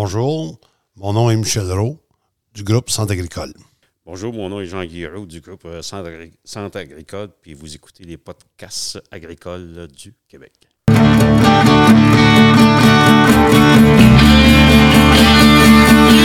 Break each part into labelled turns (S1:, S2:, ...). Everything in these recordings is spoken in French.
S1: Bonjour, mon nom est Michel Rowe du groupe Centre agricole.
S2: Bonjour, mon nom est Jean Guiraud du groupe euh, Centre, Agri- Centre agricole, puis vous écoutez les podcasts agricoles euh, du Québec.
S3: Dans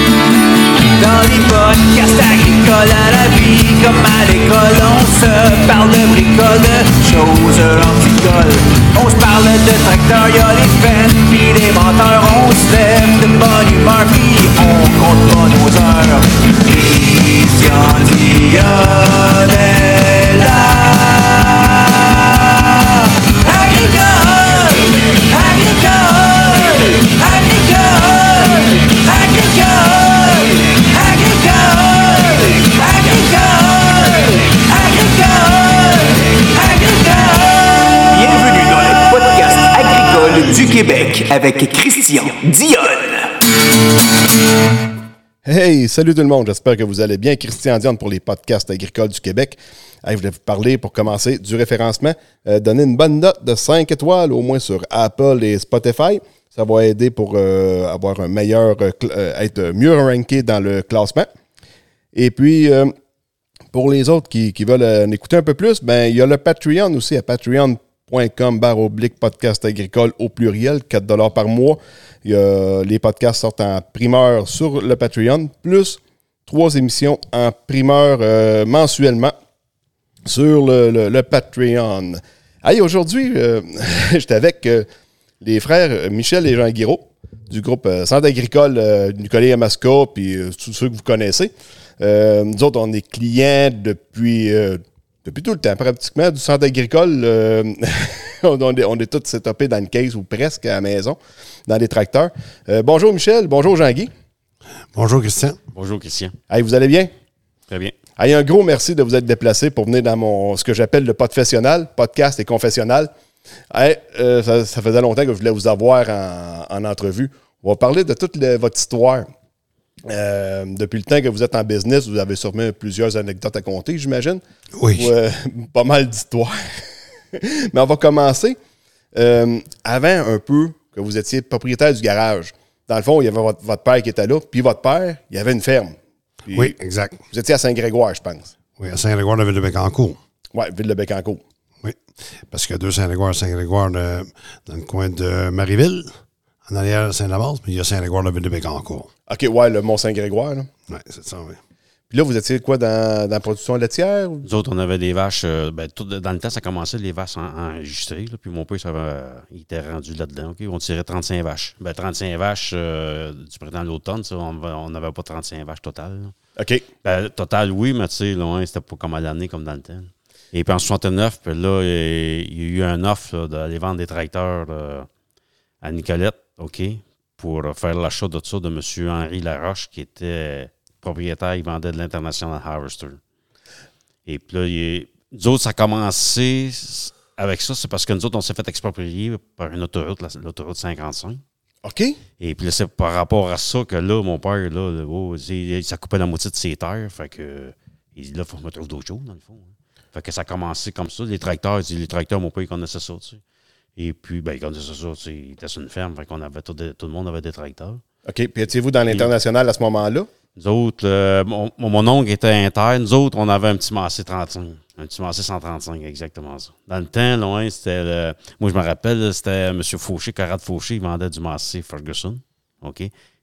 S3: les podcasts agricoles à la vie comme à l'école On se parle de bricoles, de choses anticoles On se parle de tracteurs, y'a les fans puis les menteurs On se lève de bonne humeur puis on compte pas nos heures Christian Dion est là Agricole, agricole, agricole, agricole Agricole, agricole, agricole, agricole.
S4: Bienvenue dans le podcast agricole du Québec avec Christian Dionne.
S5: Hey, salut tout le monde, j'espère que vous allez bien. Christian Dion pour les podcasts agricoles du Québec. Hey, je voulais vous parler pour commencer du référencement. Euh, donner une bonne note de 5 étoiles au moins sur Apple et Spotify. Ça va aider pour euh, avoir un meilleur, euh, cl- euh, être mieux ranké dans le classement. Et puis, euh, pour les autres qui, qui veulent euh, en écouter un peu plus, ben il y a le Patreon aussi à patreon.com barre oblique podcast agricole au pluriel, 4 dollars par mois. Il y a- les podcasts sortent en primeur sur le Patreon, plus trois émissions en primeur euh, mensuellement sur le, le- le Patreon. Hey, aujourd'hui, euh, j'étais avec euh, les frères euh, Michel et Jean Guiraud du groupe euh, Centre agricole euh, Nicolas Amasca, puis euh, tous ceux que vous connaissez. Euh, nous autres, on est clients depuis, euh, depuis tout le temps, pratiquement, du Centre agricole. euh, on, on est, on est tous setupés dans une case ou presque à la maison, dans les tracteurs. Euh, bonjour Michel, bonjour Jean-Guy.
S1: Bonjour Christian.
S2: Bonjour, Christian.
S5: Hey, vous allez bien?
S2: Très bien.
S5: Hey, un gros merci de vous être déplacé pour venir dans mon ce que j'appelle le podfessionnal, podcast et confessionnal. Hey, euh, ça, ça faisait longtemps que je voulais vous avoir en, en entrevue. On va parler de toute le- votre histoire. Euh, depuis le temps que vous êtes en business, vous avez sûrement plusieurs anecdotes à compter, j'imagine.
S1: Oui.
S5: Ou, euh, pas mal d'histoires. Mais on va commencer. euh, avant un peu que vous étiez propriétaire du garage. Dans le fond, il y avait votre, votre père qui était là, puis votre père, il avait une ferme. Puis
S1: Oui, exact.
S5: Vous étiez à Saint-Grégoire, je pense.
S1: Oui, à Saint-Grégoire de Ville-de-Bécancourt.
S5: Oui, ville de Bécancourt.
S1: Oui. Parce que de Saint-Grégoire à Saint-Grégoire, de- dans le coin de Marieville, en arrière de Saint-Lamas, mais il y a Saint-Grégoire de Ville-de-Bécancourt.
S5: OK, ouais, le Mont-Saint-Grégoire. là.
S1: Oui, c'est ça, oui.
S5: Puis là, vous étiez quoi dans, dans la production laitière? ou-
S2: Nous autres, on avait des vaches. euh, ben, tout- dans le temps, ça commençait les vaches en- enregistrées. là, puis mon père, ça va- il était rendu là-dedans. ok? On tirait 35 vaches. Ben, 35 vaches euh, du printemps à l'automne, ça, on n'avait pas 35 vaches totales. là.
S5: OK.
S2: Ben, total, oui, mais tu sais, loin, c'était pas comme à l'année, comme dans le temps. Et puis en 69, puis là, euh, il y a eu un offre là, d'aller vendre des tracteurs euh, à Nicolette, OK, pour euh, faire l'achat de ça de M. Henri Laroche, qui était propriétaire, il vendait de l'International Harvester. Et puis là, il est- nous autres, ça a commencé s- avec ça, c'est parce que nous autres, on s'est fait exproprier par une autoroute, la- l'autoroute 55.
S5: OK.
S2: Et puis là, c'est par rapport à ça que là, mon père, là, là, oh, c'est- ça coupait la moitié de ses terres. Fait que, il dit, là, faut que je me trouve d'autres choses, dans le fond. hein. Fait que ça a commencé comme ça. Les tracteurs, il dit, les tracteurs, mon père, il connaissait ça, tu sais. Et puis, ben, il connaissait ça, tu sais. Il était sur une ferme. Fait qu'on avait tout, des- tout le monde avait des tracteurs.
S5: OK. Puis étiez-vous dans l'international à ce moment-là?
S2: Nous autres, euh, mon, mon oncle était inter. Nous autres, on avait un petit massé 35. Un petit massé 135, exactement ça. Dans le temps, loin, c'était. le- moi, je me rappelle, là, c'était M. Fauché, Carade Fauché, il vendait du massé Ferguson. OK?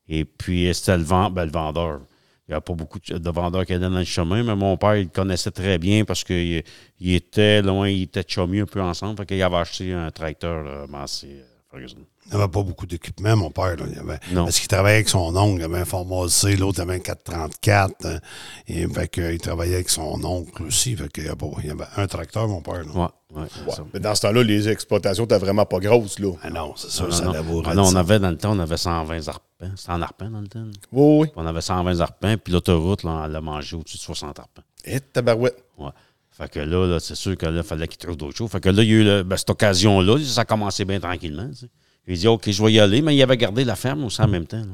S2: Et puis, euh, c'était le, vend- ben, le vendeur. Il n'y a pas beaucoup de de vendeurs qui étaient dans le chemin, mais mon père, il le connaissait très bien parce qu'il il était loin, il était chômé un peu ensemble. Fait qu'il avait acheté un tracteur euh, massé euh, Ferguson.
S1: Il n'avait pas beaucoup d'équipement, mon père. Là. Il avait,
S2: Non.
S1: Parce qu'il travaillait avec son oncle. Il avait un format C, l'autre avait un 434. hein. Et, fait que, euh, il travaillait avec son oncle aussi. Fait qu'il y a pas- il y avait un tracteur, mon père. là.
S2: Ouais, ouais, c'est ça.
S5: Mais Dans ce temps-là, les exploitations étaient vraiment pas grosses, là.
S1: Ah non, c'est ça,
S2: Non,
S1: ça
S2: non.
S1: l'avoue.
S2: Ah non, on avait dans le temps, on avait 120 arpents. C'était en arpent dans le temps. là.
S5: Oui, oui.
S2: On avait 120 arpents, puis l'autoroute, là, elle a mangé au-dessus de 60 arpents.
S5: Et tabarouette.
S2: Ouais. Fait que là, là, c'est sûr que là, fallait qu'il trouve d'autres choses. Fait que là, il y a eu le- ben, cette occasion-là, ça a commencé bien tranquillement. tu sais. Il dit OK, je vais y aller, mais il avait gardé la ferme aussi en même temps. là.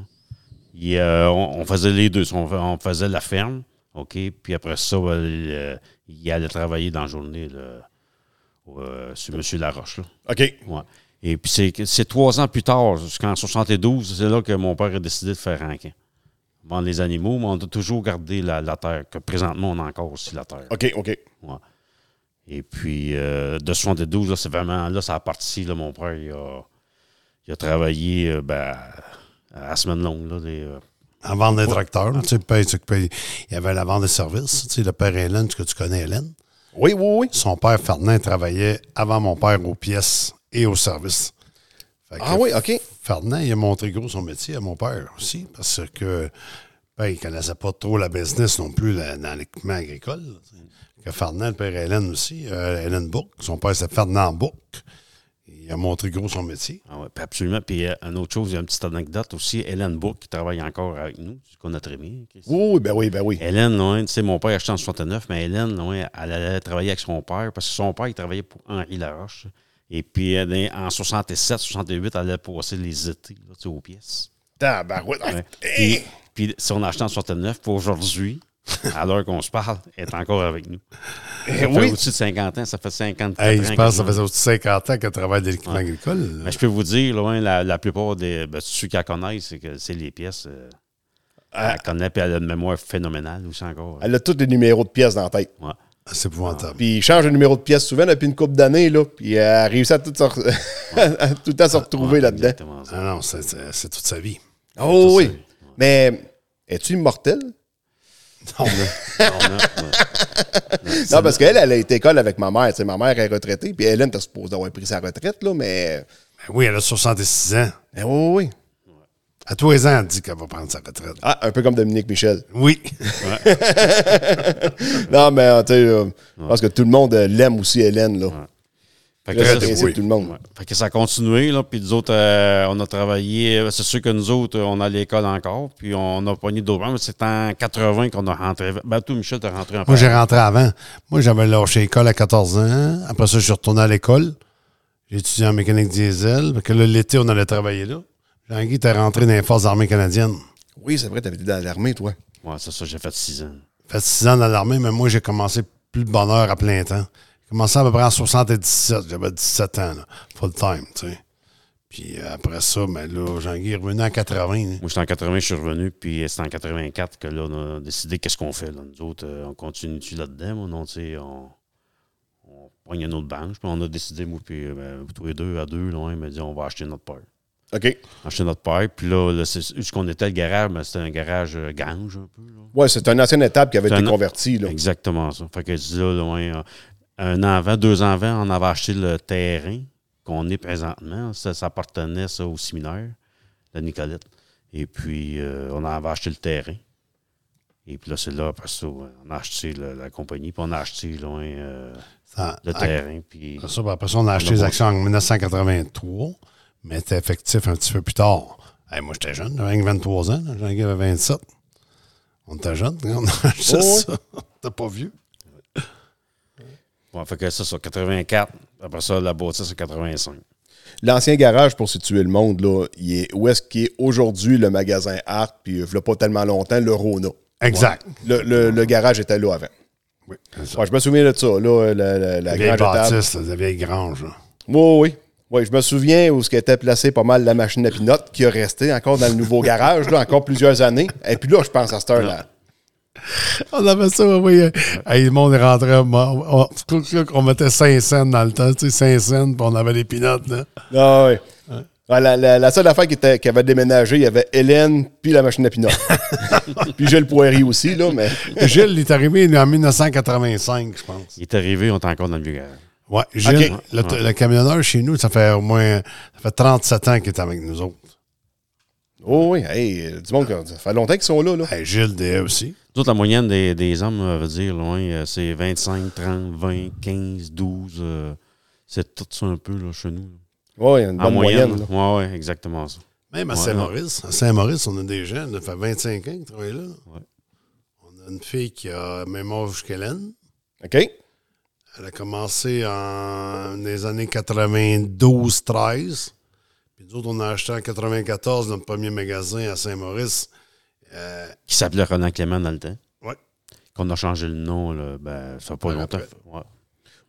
S2: Il, euh, on, on faisait les deux. On, fa- on faisait la ferme, OK, puis après ça, ben, il, euh, il allait travailler dans la journée là, au, euh, sur M. Laroche. là.
S5: OK.
S2: Ouais. Et puis, c'est- c'est trois ans plus tard, jusqu'en 72, c'est là que mon père a décidé de faire un camp. Vendre les animaux, mais on a toujours gardé la, la terre, que présentement, on a encore aussi la terre.
S5: OK, OK.
S2: Ouais. Et puis, euh, de 72, là, c'est vraiment, là, ça a parti, là, mon père, il a, il a travaillé, euh, ben, à la semaine longue, là, des, euh,
S1: En vendre des tracteurs, là, tu sais, paye- tu paye- il y avait la vente de services. Tu sais, le père Hélène, que tu connais Hélène,
S5: Oui, oui, oui.
S1: son père Fernand travaillait avant mon père aux pièces et aux services. Fait que
S5: Ah oui, OK.
S1: Fernand, il a montré gros son métier à mon père aussi, parce que ben, il ne connaissait pas trop la business non plus la- dans l'équipement agricole. là, tu sais. Que Fernand, le père Hélène aussi, euh, Hélène Bourque, son père c'est Fernand Bourque. Il a montré gros son métier.
S2: ah ouais, puis absolument. Puis, euh, une autre chose, il y a une petite anecdote aussi, Hélène Bourque, qui travaille encore avec nous, tu connais très bien. Christy.
S5: Oui, oui, ben oui, ben oui.
S2: Hélène, loin, tu sais, mon père acheté en 69, mais Hélène, loin, elle allait travailler avec son père parce que son père, il travaillait pour Henri Laroche. Et puis, elle est- en 67, 68, elle allait passer les étés là, tu sais, aux pièces.
S5: Tabarouette. Ah, eh!
S2: Ouais.
S5: Hey!
S2: Puis, puis si on achetait en 69, pour aujourd'hui, à l'heure qu'on se parle, elle est encore avec nous. Ça fait
S5: oui.
S2: au-dessus de 50 ans, ça fait 50
S1: Eh Hey, je
S2: ans.
S1: pense que ça
S2: qu'elle est
S1: faisait aussi 50 ans qu'elle travaille dans l'équipement agricole.
S2: là.
S1: là.
S2: Mais je peux vous dire, loin, la, la plupart des ben, ceux qui la connaissent, c'est que c'est les pièces. euh,
S1: Ah.
S2: elle connaît, puis elle a une mémoire phénoménale aussi encore.
S5: Elle a tous les numéros de pièces dans la tête.
S2: Ouais.
S1: C'est épouvantable.
S5: Puis il change le numéro de pièce souvent depuis une couple d'années, là. Puis elle a réussi à tout, se re- à tout le temps se retrouver
S2: Ah, Ouais,
S5: là-dedans.
S2: exactement ça.
S1: Ah non, c'est- c'est c'est toute sa vie.
S5: Oh oui. Mais es-tu immortel?
S1: Non,
S2: On a- ouais.
S5: Non, parce qu'elle, elle a été école avec ma mère. Tu sais, ma mère est retraitée. Puis Hélène, t'as supposé avoir pris sa retraite, là, mais.
S1: mais oui, elle a 66 ans.
S5: mais oui, oui. oui.
S1: À tous les ans, elle dit qu'elle va prendre sa retraite.
S5: Ah, un peu comme Dominique Michel.
S1: Oui.
S5: Non, mais euh, tu sais, euh, je pense que tout le monde euh, l'aime aussi, Hélène, là.
S2: Fait que
S5: Très
S2: ça,
S5: apprécié
S2: c'est-
S5: de tout le monde.
S2: Ouais. Fait que ça a continué, là. Puis nous autres, euh, on a travaillé. euh, C'est sûr que nous autres, euh, on allait à l'école encore. Puis on a pogné d'autres. bandes, Mais c'est en 80 qu'on a rentré. Ben, tout Michel, t'es rentré en
S1: Moi, j'ai rentré avant. Moi, j'avais lâché l'école à 14 ans. Après ça, je suis retourné à l'école. J'ai étudié en mécanique diesel. Parce que là, l'été, on allait travailler là. Jean-Guy était rentré dans les Forces armées canadiennes.
S5: Oui, c'est vrai, t'avais été dans l'armée, toi.
S2: Ouais, c'est ça, j'ai fait six ans.
S1: fait six ans dans l'armée, mais moi, j'ai commencé plus de bonheur à plein temps. J'ai commencé à peu près en 77, j'avais 17 ans, là, full time, tu sais. Puis euh, après ça, ben là, Jean-Guy est revenu en 80. hein.
S2: Moi, j'étais en 80, je suis revenu. Puis euh, c'est en 84 que là, on a décidé qu'est-ce qu'on fait. Là. Nous autres, euh, on continue-tu là-dedans? Moi, non, tu sais, on, on pogne une autre banque. Puis on a décidé, moi, puis euh, ben, tous les deux, à deux, loin, il m'a dit, on va acheter notre part.
S5: OK.
S2: Acheter notre part. Puis là, là c'est ce qu'on était, le garage, mais c'était un garage euh, gange, un peu, là.
S5: Ouais, c'est une ancienne étape qui avait
S2: C'est
S5: été
S2: un-
S5: convertie, là.
S2: Exactement ça. Fait que je dis là, loin, euh, un an avant, deux ans avant, on avait acheté le terrain qu'on est présentement. Ça, ça appartenait ça, au séminaire de Nicolette. Et puis, euh, on avait acheté le terrain. Et puis là, c'est là, parce on a acheté le- la compagnie, puis on a acheté loin euh,
S1: Ça,
S2: le
S1: en-
S2: terrain. Puis,
S1: après Ah, ça, ben, après ça, on a acheté les actions en 1983, mais c'était effectif un petit peu plus tard. Hey, moi, j'étais jeune, j'avais 23 ans, là, Jean-Guy avait 27. On était jeune, on a acheté
S5: Oh,
S1: ça. T'as pas vu?
S2: Ouais, fait que ça, c'est 84. Après ça, la bâtisse, c'est 85.
S5: L'ancien garage, pour situer le monde, là, il est, où est-ce qu'est aujourd'hui le magasin Art, puis il n'y a pas tellement longtemps, le Rona.
S1: Exact.
S5: Le, le- le garage était là avant.
S1: Oui, c'est ça.
S5: Ouais, je me souviens de ça, là, euh, la, la- la
S1: vieille
S5: grande étape.
S1: bâtisse, là, la vieille grange. là.
S5: Oui, oui. Oui, je me souviens où ce qu'était placé pas mal la machine à pinottes qui a resté encore dans le nouveau garage, là, encore plusieurs années. Et puis là, je pense à cette heure-là.
S1: On avait ça, oui. oui. Hey, le monde est rentré. à mort. On, clou, clou, on mettait 5 cents dans le temps, tu sais, 5 cents, puis on avait des pinottes, là.
S5: Ah, oui. Ouais, la, la- la seule affaire qui, était, qui avait déménagé, il y avait Hélène, puis la machine à pinottes. puis j'ai le poirier aussi, là, mais.
S1: Gilles, il est arrivé lui, en 1985, je pense.
S2: Il est arrivé, on est encore dans le vieux garage.
S1: Ouais, Gilles,
S5: Ok.
S1: le, t- le camionneur chez nous, ça fait au moins ça fait 37 ans qu'il est avec nous autres.
S5: Oh oui, hey, du monde, ça fait longtemps qu'ils sont là, là.
S1: Hey, Gilles, D.E. aussi.
S2: Nous autres, la moyenne des, des hommes, euh, veut dire, loin, euh, c'est 25, 30, 20, 15, 12. euh, c'est tout ça un peu, là, chez nous.
S5: Oui, une bonne moyenne. là.
S2: Oui, ouais, exactement ça.
S1: Même à
S2: Ouais.
S1: Saint-Maurice. À Saint-Maurice, on a des jeunes, ça fait 25 ans qu'ils travaillent là.
S2: Ouais.
S1: On a une fille qui a même âge qu'Hélène.
S5: OK?
S1: Elle a commencé en dans les années 92-13. Puis nous autres, on a acheté en 94 notre premier magasin à Saint-Maurice.
S2: Qui s'appelait Renan Clément dans le temps.
S1: Ouais.
S2: Qu'on a changé le nom, là, ben, ça fait pas longtemps. Ouais.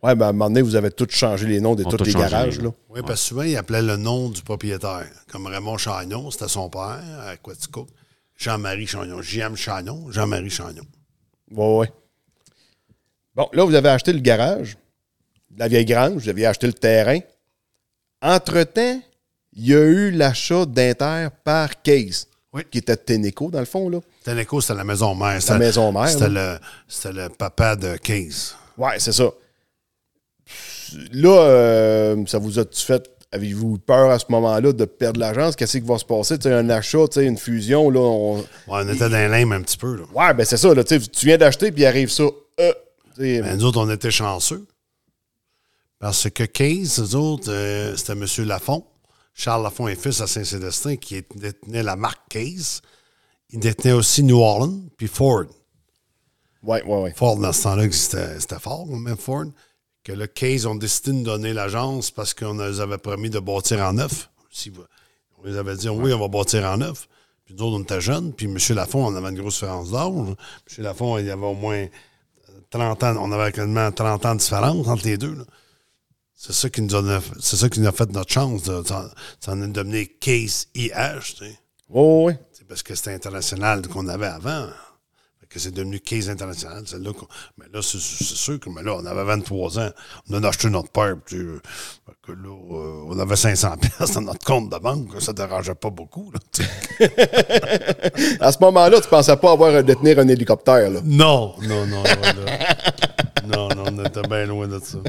S5: Ouais, ben, à un moment donné, vous avez tous changé les noms de
S2: On a
S5: tous
S2: tous
S5: les
S2: changé
S5: garages.
S2: les
S5: Là.
S2: noms.
S1: Oui, parce que souvent, il appelait le nom du propriétaire. Comme Raymond Chagnon, c'était son père à Quaticook. Jean-Marie Chagnon, J.M. Chagnon, Jean-Marie Chagnon.
S5: Ouais, ouais. Bon, là, vous avez acheté le garage, la vieille grange, vous avez acheté le terrain. Entre-temps, il y a eu l'achat d'Inter par Case,
S1: Oui.
S5: qui était Ténéco, dans le fond. Là.
S1: Ténéco, c'était la maison mère. C'était-
S5: maison mère,
S1: C'était
S5: oui.
S1: le, c'était le papa de 15.
S5: Ouais, c'est ça. Là, euh, ça vous a-tu fait. Avez-vous eu peur à ce moment-là de perdre l'agence? Qu'est-ce qui va se passer? Tu sais, un achat, tu sais, une fusion, là, on-
S1: Ouais, on était dans les limbes un petit peu. Là.
S5: Ouais, ben c'est ça, là, tu sais, tu viens d'acheter, puis il arrive ça. euh, tu sais,
S1: Mais nous autres, on était chanceux. Parce que 15, nous autres, euh, c'était M. Lafont, Charles Lafont et fils à Saint-Célestin, qui détenait la marque 15. Il détenait aussi New Orleans, puis Ford.
S5: ouais, ouais, ouais.
S1: Ford, dans ce temps-là, c'était c'était fort, même Ford, que le Case ont décidé de nous donner l'agence parce qu'on les avait promis de bâtir en neuf. Si vous- on les avait dit, oui, on va bâtir en neuf. Puis nous autres, on était jeunes. Puis M. Lafont, on avait une grosse différence d'âge. M. Lafont, il avait au moins 30 ans. On avait quasiment 30 ans de différence entre les deux. là. C'est ça qui nous a, donné- c'est ça qui nous a fait notre chance. de- Ça ça en est devenu Case IH. tu sais.
S5: Ouais, ouais, ouais.
S1: C'est parce que c'était international qu'on avait avant. Fait que c'est devenu 15 international, celle-là. qu'on- Mais là, c'est c'est sûr que mais là, on avait 23 ans. On en a acheté notre père. puis, euh, fait que là, euh, on avait 500 pièces dans notre compte de banque. Ça ne dérangeait pas beaucoup. là, tu sais.
S5: À ce moment-là, tu pensais pas avoir à détenir un hélicoptère, là.
S1: non, non, non. loin de- non, non, on était bien loin de ça.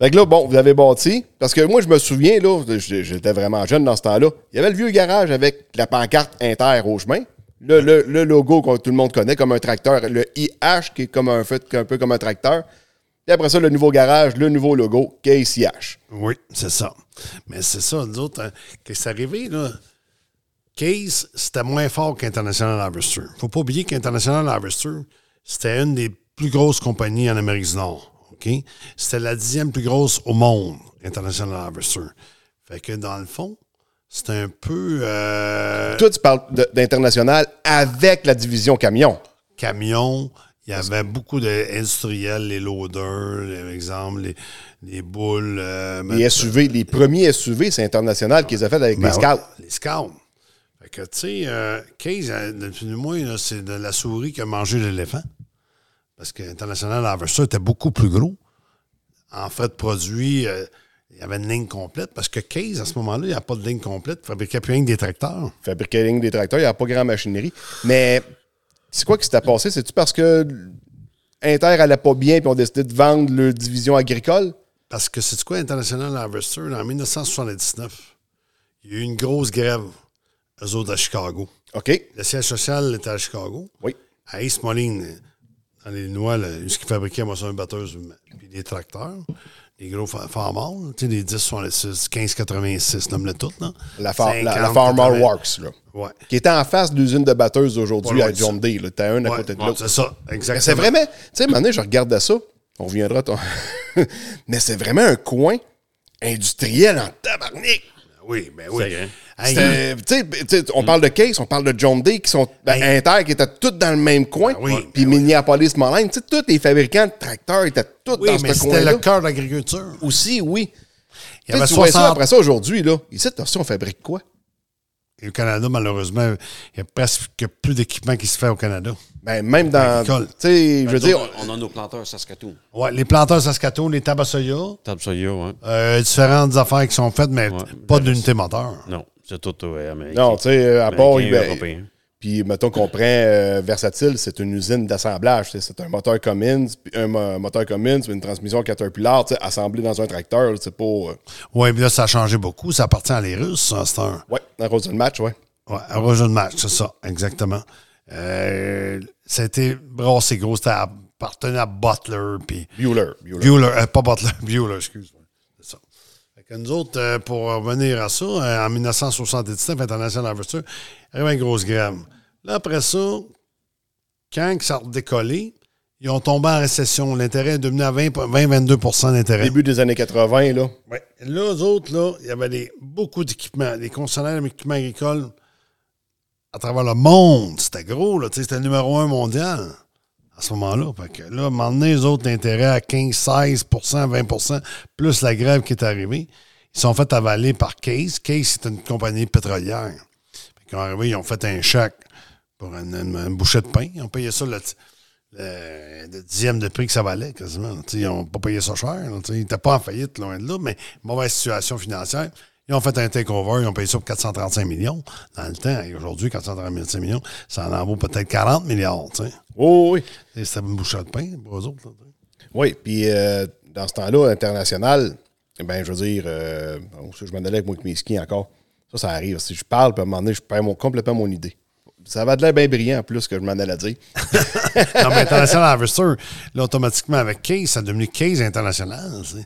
S5: Fait que là, bon, vous avez bâti. Parce que moi, je me souviens, là, j- j'étais vraiment jeune dans ce temps-là. Il y avait le vieux garage avec la pancarte Inter au chemin. Le, le- le logo que tout le monde connaît comme un tracteur. Le IH qui est comme un, fait, un peu comme un tracteur. Et après ça, le nouveau garage, le nouveau logo, KCH.
S1: Oui, c'est ça. Mais c'est ça, nous autres, hein, que c'est arrivé, là. Case, c'était moins fort qu'International Harvester. faut pas oublier qu'International Harvester, c'était une des plus grosses compagnies en Amérique du Nord. OK? C'était la dixième plus grosse au monde, International Harvester. Fait que dans le fond, c'était un peu euh,
S5: Toi, tu parles de- d'international avec la division camion.
S1: camion. Il y avait beaucoup d'industriels, les loaders, les, par exemple, les, les boules. euh,
S5: Les SUV, les premiers SUV, c'est international qu'ils ont fait avec les
S1: Ben ouais,
S5: scouts.
S1: les scouts. Fait que, tu sais, euh, Case, euh, depuis le moins, là, c'est de la souris qui a mangé l'éléphant. Parce que International Harvester était beaucoup plus gros. En fait, produit, euh, il y avait une ligne complète. Parce que Case, à ce moment-là, il n'y a pas de ligne complète. Il fabriquait plus rien que des tracteurs.
S5: fabriquer la ligne des tracteurs, il n'y a pas grand machinerie. Mais c'est quoi qui s'était passé? C'est-tu parce que Inter allait pas bien puis ont décidé de vendre leur division agricole?
S1: Parce que c'est quoi International Harvester? En 1979, il y a eu une grosse grève, eux autres à Chicago.
S5: OK.
S1: Le siège social était à Chicago.
S5: Oui.
S1: à East Moline, dans l'Illinois, là, ce qu'ils fabriquaient, moi, c'est une batteuse, puis des tracteurs, des gros fa- farmers, là, tu sais, des 10,66, 15,86, nomme-le tout, là.
S5: La, far- la- la
S1: 50, 80.
S5: Farmer Works, là.
S1: Ouais.
S5: Qui était en face de l'usine de batteuses aujourd'hui
S1: Pas loin
S5: à
S1: de
S5: John Day. là. T'as un à
S1: Ouais,
S5: côté de
S1: ouais,
S5: l'autre.
S1: c'est ça, exactement.
S5: Mais c'est vraiment. Tu sais, à un moment donné, je regardais ça. On reviendra. à ton- Mais c'est vraiment un coin industriel en tabarnak.
S1: Oui, ben oui.
S2: C'est vrai.
S1: Hey, euh,
S5: C'était- tu sais, tu sais, on parle de Case, on parle de John Day qui sont ben,
S1: Ben-
S5: Inter qui étaient tous dans le même coin.
S1: Ben oui, ben
S5: puis Minneapolis Moline, tu sais, tous les fabricants de tracteurs étaient tous
S1: oui,
S5: dans
S1: mais
S5: ce
S1: c'était
S5: coin-là.
S1: le cœur de l'agriculture.
S5: Aussi, oui.
S1: Il
S5: Tu
S1: y
S5: sais,
S1: avait
S5: tu vois ça
S1: 60
S5: après ça aujourd'hui, là. Ici, t'as ça, on fabrique quoi?
S1: Et au Canada, malheureusement, il y a presque plus d'équipement qui se fait au Canada.
S5: Ben, même dans.
S1: Agricole.
S5: Tu sais, je veux dire.
S2: on a nos planteurs Saskatoon.
S1: Ouais, les planteurs Saskatoon, les Tabassoya,
S2: Tabsoya, ouais.
S5: Ah.
S1: euh, différentes affaires qui sont faites, mais
S2: Ouais.
S1: pas d'unité moteur.
S2: Non, c'est tout ouais, américain.
S5: Non, tu sais, à part.
S2: Américain,
S5: ben,
S2: européen.
S5: Puis, mettons qu'on prend euh, Versatile, c'est une usine d'assemblage. tu sais, C'est un moteur Cummins, puis un mo- moteur Cummins, puis une transmission Caterpillar, tu sais, assemblée dans un tracteur, là, c'est pas. euh,
S1: Oui, puis là, ça a changé beaucoup. Ça appartient à les Russes, ça, c'est un.
S5: ouais, dans Rose de match, ouais.
S1: Ouais, un rejet de match, c'est ça, exactement. Euh, c'était brassé gros, c'était appartenait à Butler, puis
S5: Bueller. Bueller.
S1: Bueller, euh, pas Butler, Bueller, excuse-moi. C'est ça. Fait que nous autres, euh, pour revenir à ça, euh, en 1979, International Harvester, il y avait une grosse grève. Là, après ça, quand que ça a décollé, ils ont tombé en récession. L'intérêt est devenu à 20-22 d'intérêt.
S5: Début des années 80, là.
S1: Ouais. Là, eux autres, là, il y avait des- beaucoup d'équipements. Les concessionnaires d'équipements agricoles à travers le monde, c'était gros. là. Tu sais, C'était le numéro un mondial. à ce moment-là. Fait que là, à un moment donné, les autres, l'intérêt à 15, 16 20 plus la grève qui est arrivée, ils sont fait avaler par Case. Case, c'est une compagnie pétrolière. Fait qu'ils sont arrivés, ils ont fait un chèque pour une, une- une bouchée de pain. Ils ont payé ça le, le- le dixième de prix que ça valait, quasiment. Tu sais, ils n'ont pas payé ça cher. là. Tu sais, Ils n'étaient pas en faillite, loin de là, mais mauvaise situation financière. Ils ont fait un takeover, ils ont payé ça pour 435 millions dans le temps. Et aujourd'hui, 435 millions, ça en vaut peut-être 40 milliards. tu sais.
S5: Oh, oui.
S1: Et C'était une bouchée de pain pour eux autres. là, tu sais.
S5: Oui, puis euh, dans ce temps-là, international, eh ben je veux dire, euh, bon, ça, je m'en allais avec moi avec mes skis encore. Ça, ça arrive. Si je parle, puis à un moment donné, je perds mon- complètement mon idée. Ça va de l'air bien brillant en plus que je m'en allais dire.
S1: Non, mais International Harvester, là, automatiquement, avec Case, ça a devenu Case International. tu sais.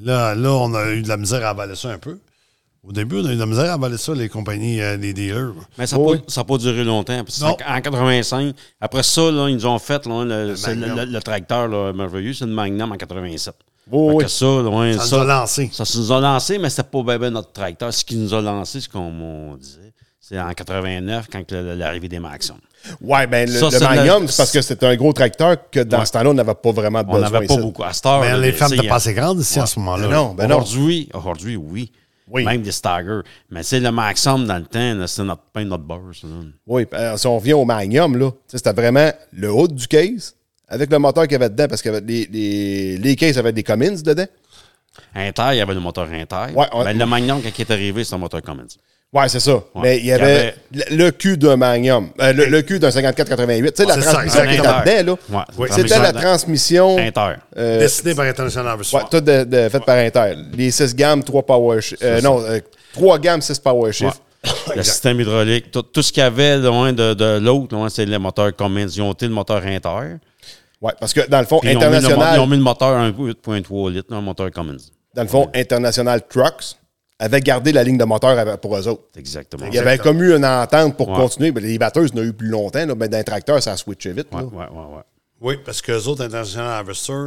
S1: Là, là, on a eu de la misère à avaler ça un peu. Au début, on a eu de la misère à avaler ça, les compagnies, euh, les dealers. là.
S2: Mais ça n'a pas, ça a pas duré longtemps. parce que
S1: Non.
S2: c'est en 85, après ça, là, ils nous ont fait là, le, c'est le-
S1: Magnum.
S2: le- le tracteur là, merveilleux, c'est le Magnum en 87.
S5: Oui,
S2: Fait
S5: oui.
S2: que ça, loin,
S1: Ça nous a lancé.
S2: Ça, nous a lancé, mais c'était pas ben, ben notre tracteur. Ce qui nous a lancé, ce qu'on disait, c'est en 89, quand le- l'arrivée des Maxons.
S5: Ouais, ben le,
S2: Ça,
S5: le
S2: c'est
S5: Magnum,
S2: le-
S5: c'est parce que c'était un gros tracteur que dans
S2: Ouais.
S5: ce temps-là, on n'avait pas vraiment
S2: On
S5: besoin.
S2: n'avait pas
S5: ici.
S2: beaucoup. À cette heure,
S1: Mais
S2: là,
S1: les
S2: tu
S1: femmes
S2: sais,
S1: n'étaient
S2: il y
S1: pas
S2: a- hein.
S1: assez grandes ici à ce moment-là.
S5: Ben non, ben non.
S2: aujourd'hui, aujourd'hui, oui.
S5: Oui.
S2: Même des Stagger. Mais c'est le Maxum dans le temps, là, c'est notre pain, notre beurre. ça, là.
S5: Oui, puis, euh, si on revient au Magnum, là, tu sais, c'était vraiment le haut du case avec le moteur qu'il y avait dedans, parce que les, les, les cases avaient des Cummins dedans.
S2: Inter, il y avait le moteur Inter.
S5: Ouais, on-
S2: Ben, le Magnum, quand il est arrivé, c'est un moteur Cummins.
S5: Ouais, c'est ça. Mais il y avait le, le cul d'un Magnum, euh, le, le cul d'un 54-88. Tu sais, la
S1: c'est ça,
S5: transmission qui était
S2: exactement.
S5: dedans, là.
S2: Ouais, c'est une
S5: C'était la
S2: transmission
S5: transmission.
S2: de- Inter.
S5: euh,
S1: Destiné par International Harvester.
S5: ouais, tout de, de- fait par Inter. Les 6 gammes, 3 power shift. euh, non, 3 gammes, 6 power
S2: Ouais.
S5: shift.
S2: le système hydraulique, tout, tout ce qu'il y avait loin de, de l'autre, loin, c'est le moteur Cummins. Ils ont été le moteur Inter.
S5: Ouais, parce que dans le fond,
S2: Puis ils ont mis le mo-
S5: international.
S2: Ils ont mis le moteur 1.3 litres, un moteur Cummins.
S5: dans le fond, International Trucks avait gardé la ligne de moteur avec- pour eux autres.
S2: C'est Exactement.
S5: Il y avait comme eu une entente pour
S2: Ouais.
S5: continuer. Ben, les batteuses n'ont eu plus longtemps, là, mais dans les tracteurs, ça a switché vite.
S2: Ouais,
S5: là.
S2: ouais, ouais, ouais.
S1: Oui, parce que les autres International Harvester,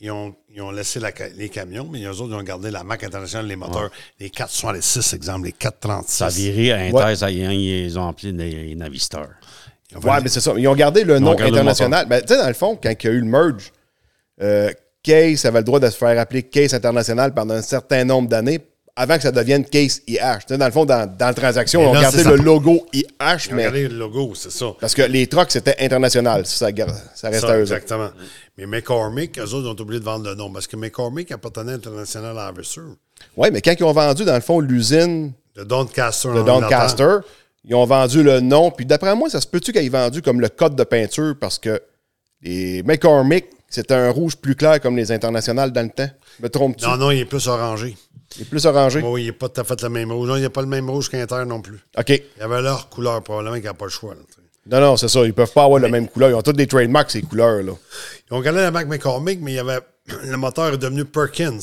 S1: ils ont, ils ont laissé la ca- les camions, mais eux autres, ils ont gardé la marque internationale, les moteurs, les 466, exemple, les 436.
S2: Ça a viré à Inter,
S5: Ouais.
S2: ça, ils, ils ont appelé les navisteurs.
S1: Ils ont fait
S5: Ouais,
S1: les-
S5: mais c'est ça. Ils ont gardé le nom
S2: gardé le
S5: international. Ben, tu sais, dans le fond, quand il y a eu le merge, euh, Case avait le droit de se faire appeler Case International pendant un certain nombre d'années avant que ça devienne Case IH. Tu sais, dans le fond, dans, dans la transaction,
S1: Mais
S5: ils ont
S1: là,
S5: gardé
S1: c'est ça.
S5: le logo IH,
S1: ils ont
S5: mais
S1: gardé le logo, c'est ça.
S5: parce que les trucks, c'était international. Ça, gar- ça reste
S1: Ça,
S5: à eux. autres.
S1: exactement. Mais McCormick, eux autres, ils ont oublié de vendre le nom parce que McCormick appartenait à International Harvester.
S5: Oui, mais quand ils ont vendu, dans le fond, l'usine
S1: Le Doncaster.
S5: de
S1: en Angleterre.
S5: Doncaster, ils ont vendu le nom. Puis d'après moi, ça se peut-tu qu'ils aient vendu comme le code de peinture parce que les McCormick, c'était un rouge plus clair comme les internationales dans le temps. Me trompe-tu?
S1: Non, non, il est plus orangé.
S5: Il est plus orangé.
S1: Oui, il n'est pas tout à fait le même rouge. Non, il n'a pas le même rouge qu'Inter non plus.
S5: OK.
S1: Il avait leur couleur, probablement qu'il n'y a pas le choix. là, tu sais.
S5: Non, non, c'est ça. Ils peuvent pas avoir la même couleur. Ils ont tous des trademarks, ces couleurs, là.
S1: Ils ont gardé la marque McCormick, mais il y avait le moteur est devenu Perkins.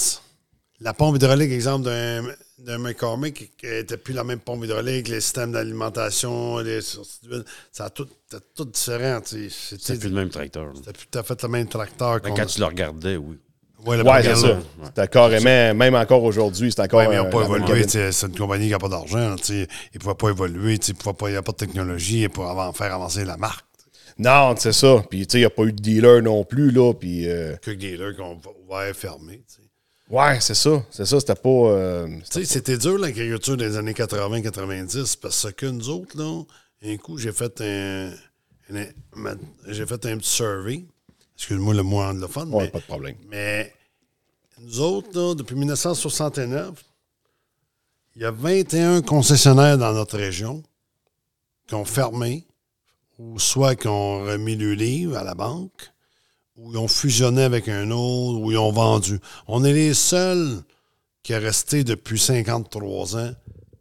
S1: La pompe hydraulique, exemple, d'un, d'un McCormick n'était plus la même pompe hydraulique, les systèmes d'alimentation, les sources d'huile, ça a tout, c'était tout différent. tu sais.
S2: C'est
S1: C'était
S2: plus le même tracteur. là.
S1: c'était plus tout à fait le même tracteur. qu'on
S2: Quand
S1: a-
S2: tu le regardais, oui.
S1: Ouais, le
S5: Ouais,
S1: Perkins,
S5: c'est ça.
S1: là.
S5: C'était carrément, même encore aujourd'hui, c'est encore.
S1: Ouais, mais ils n'ont
S5: euh,
S1: pas
S5: la même
S1: évolué.
S5: cabine.
S1: tu sais, C'est une compagnie qui n'a pas d'argent. tu sais. Ils ne pouvaient pas évoluer. tu sais, ils pouvaient pas- Il n'y a pas de technologie pour avan- faire avancer la marque.
S5: Non, c'est ça. Puis, tu sais, il n'y a pas eu de dealer non plus, là. Puis, euh,
S1: Que des leurs qu'on va ouvert, fermé. tu sais.
S5: ouais, c'est ça. C'est ça. C'était pas. euh,
S1: Tu sais, c'était dur l'agriculture des années 80-90 parce que nous autres, là, un coup, j'ai fait un, un- ma- j'ai fait un petit survey. Excuse-moi le mot anglophone.
S5: Ouais,
S1: mais,
S5: pas de problème.
S1: Mais nous autres, là, depuis 1969, il y a 21 concessionnaires dans notre région qui ont fermé ou soit qui ont remis le livre à la banque ou ils ont fusionné avec un autre ou ils ont vendu. On est les seuls qui est resté depuis 53 ans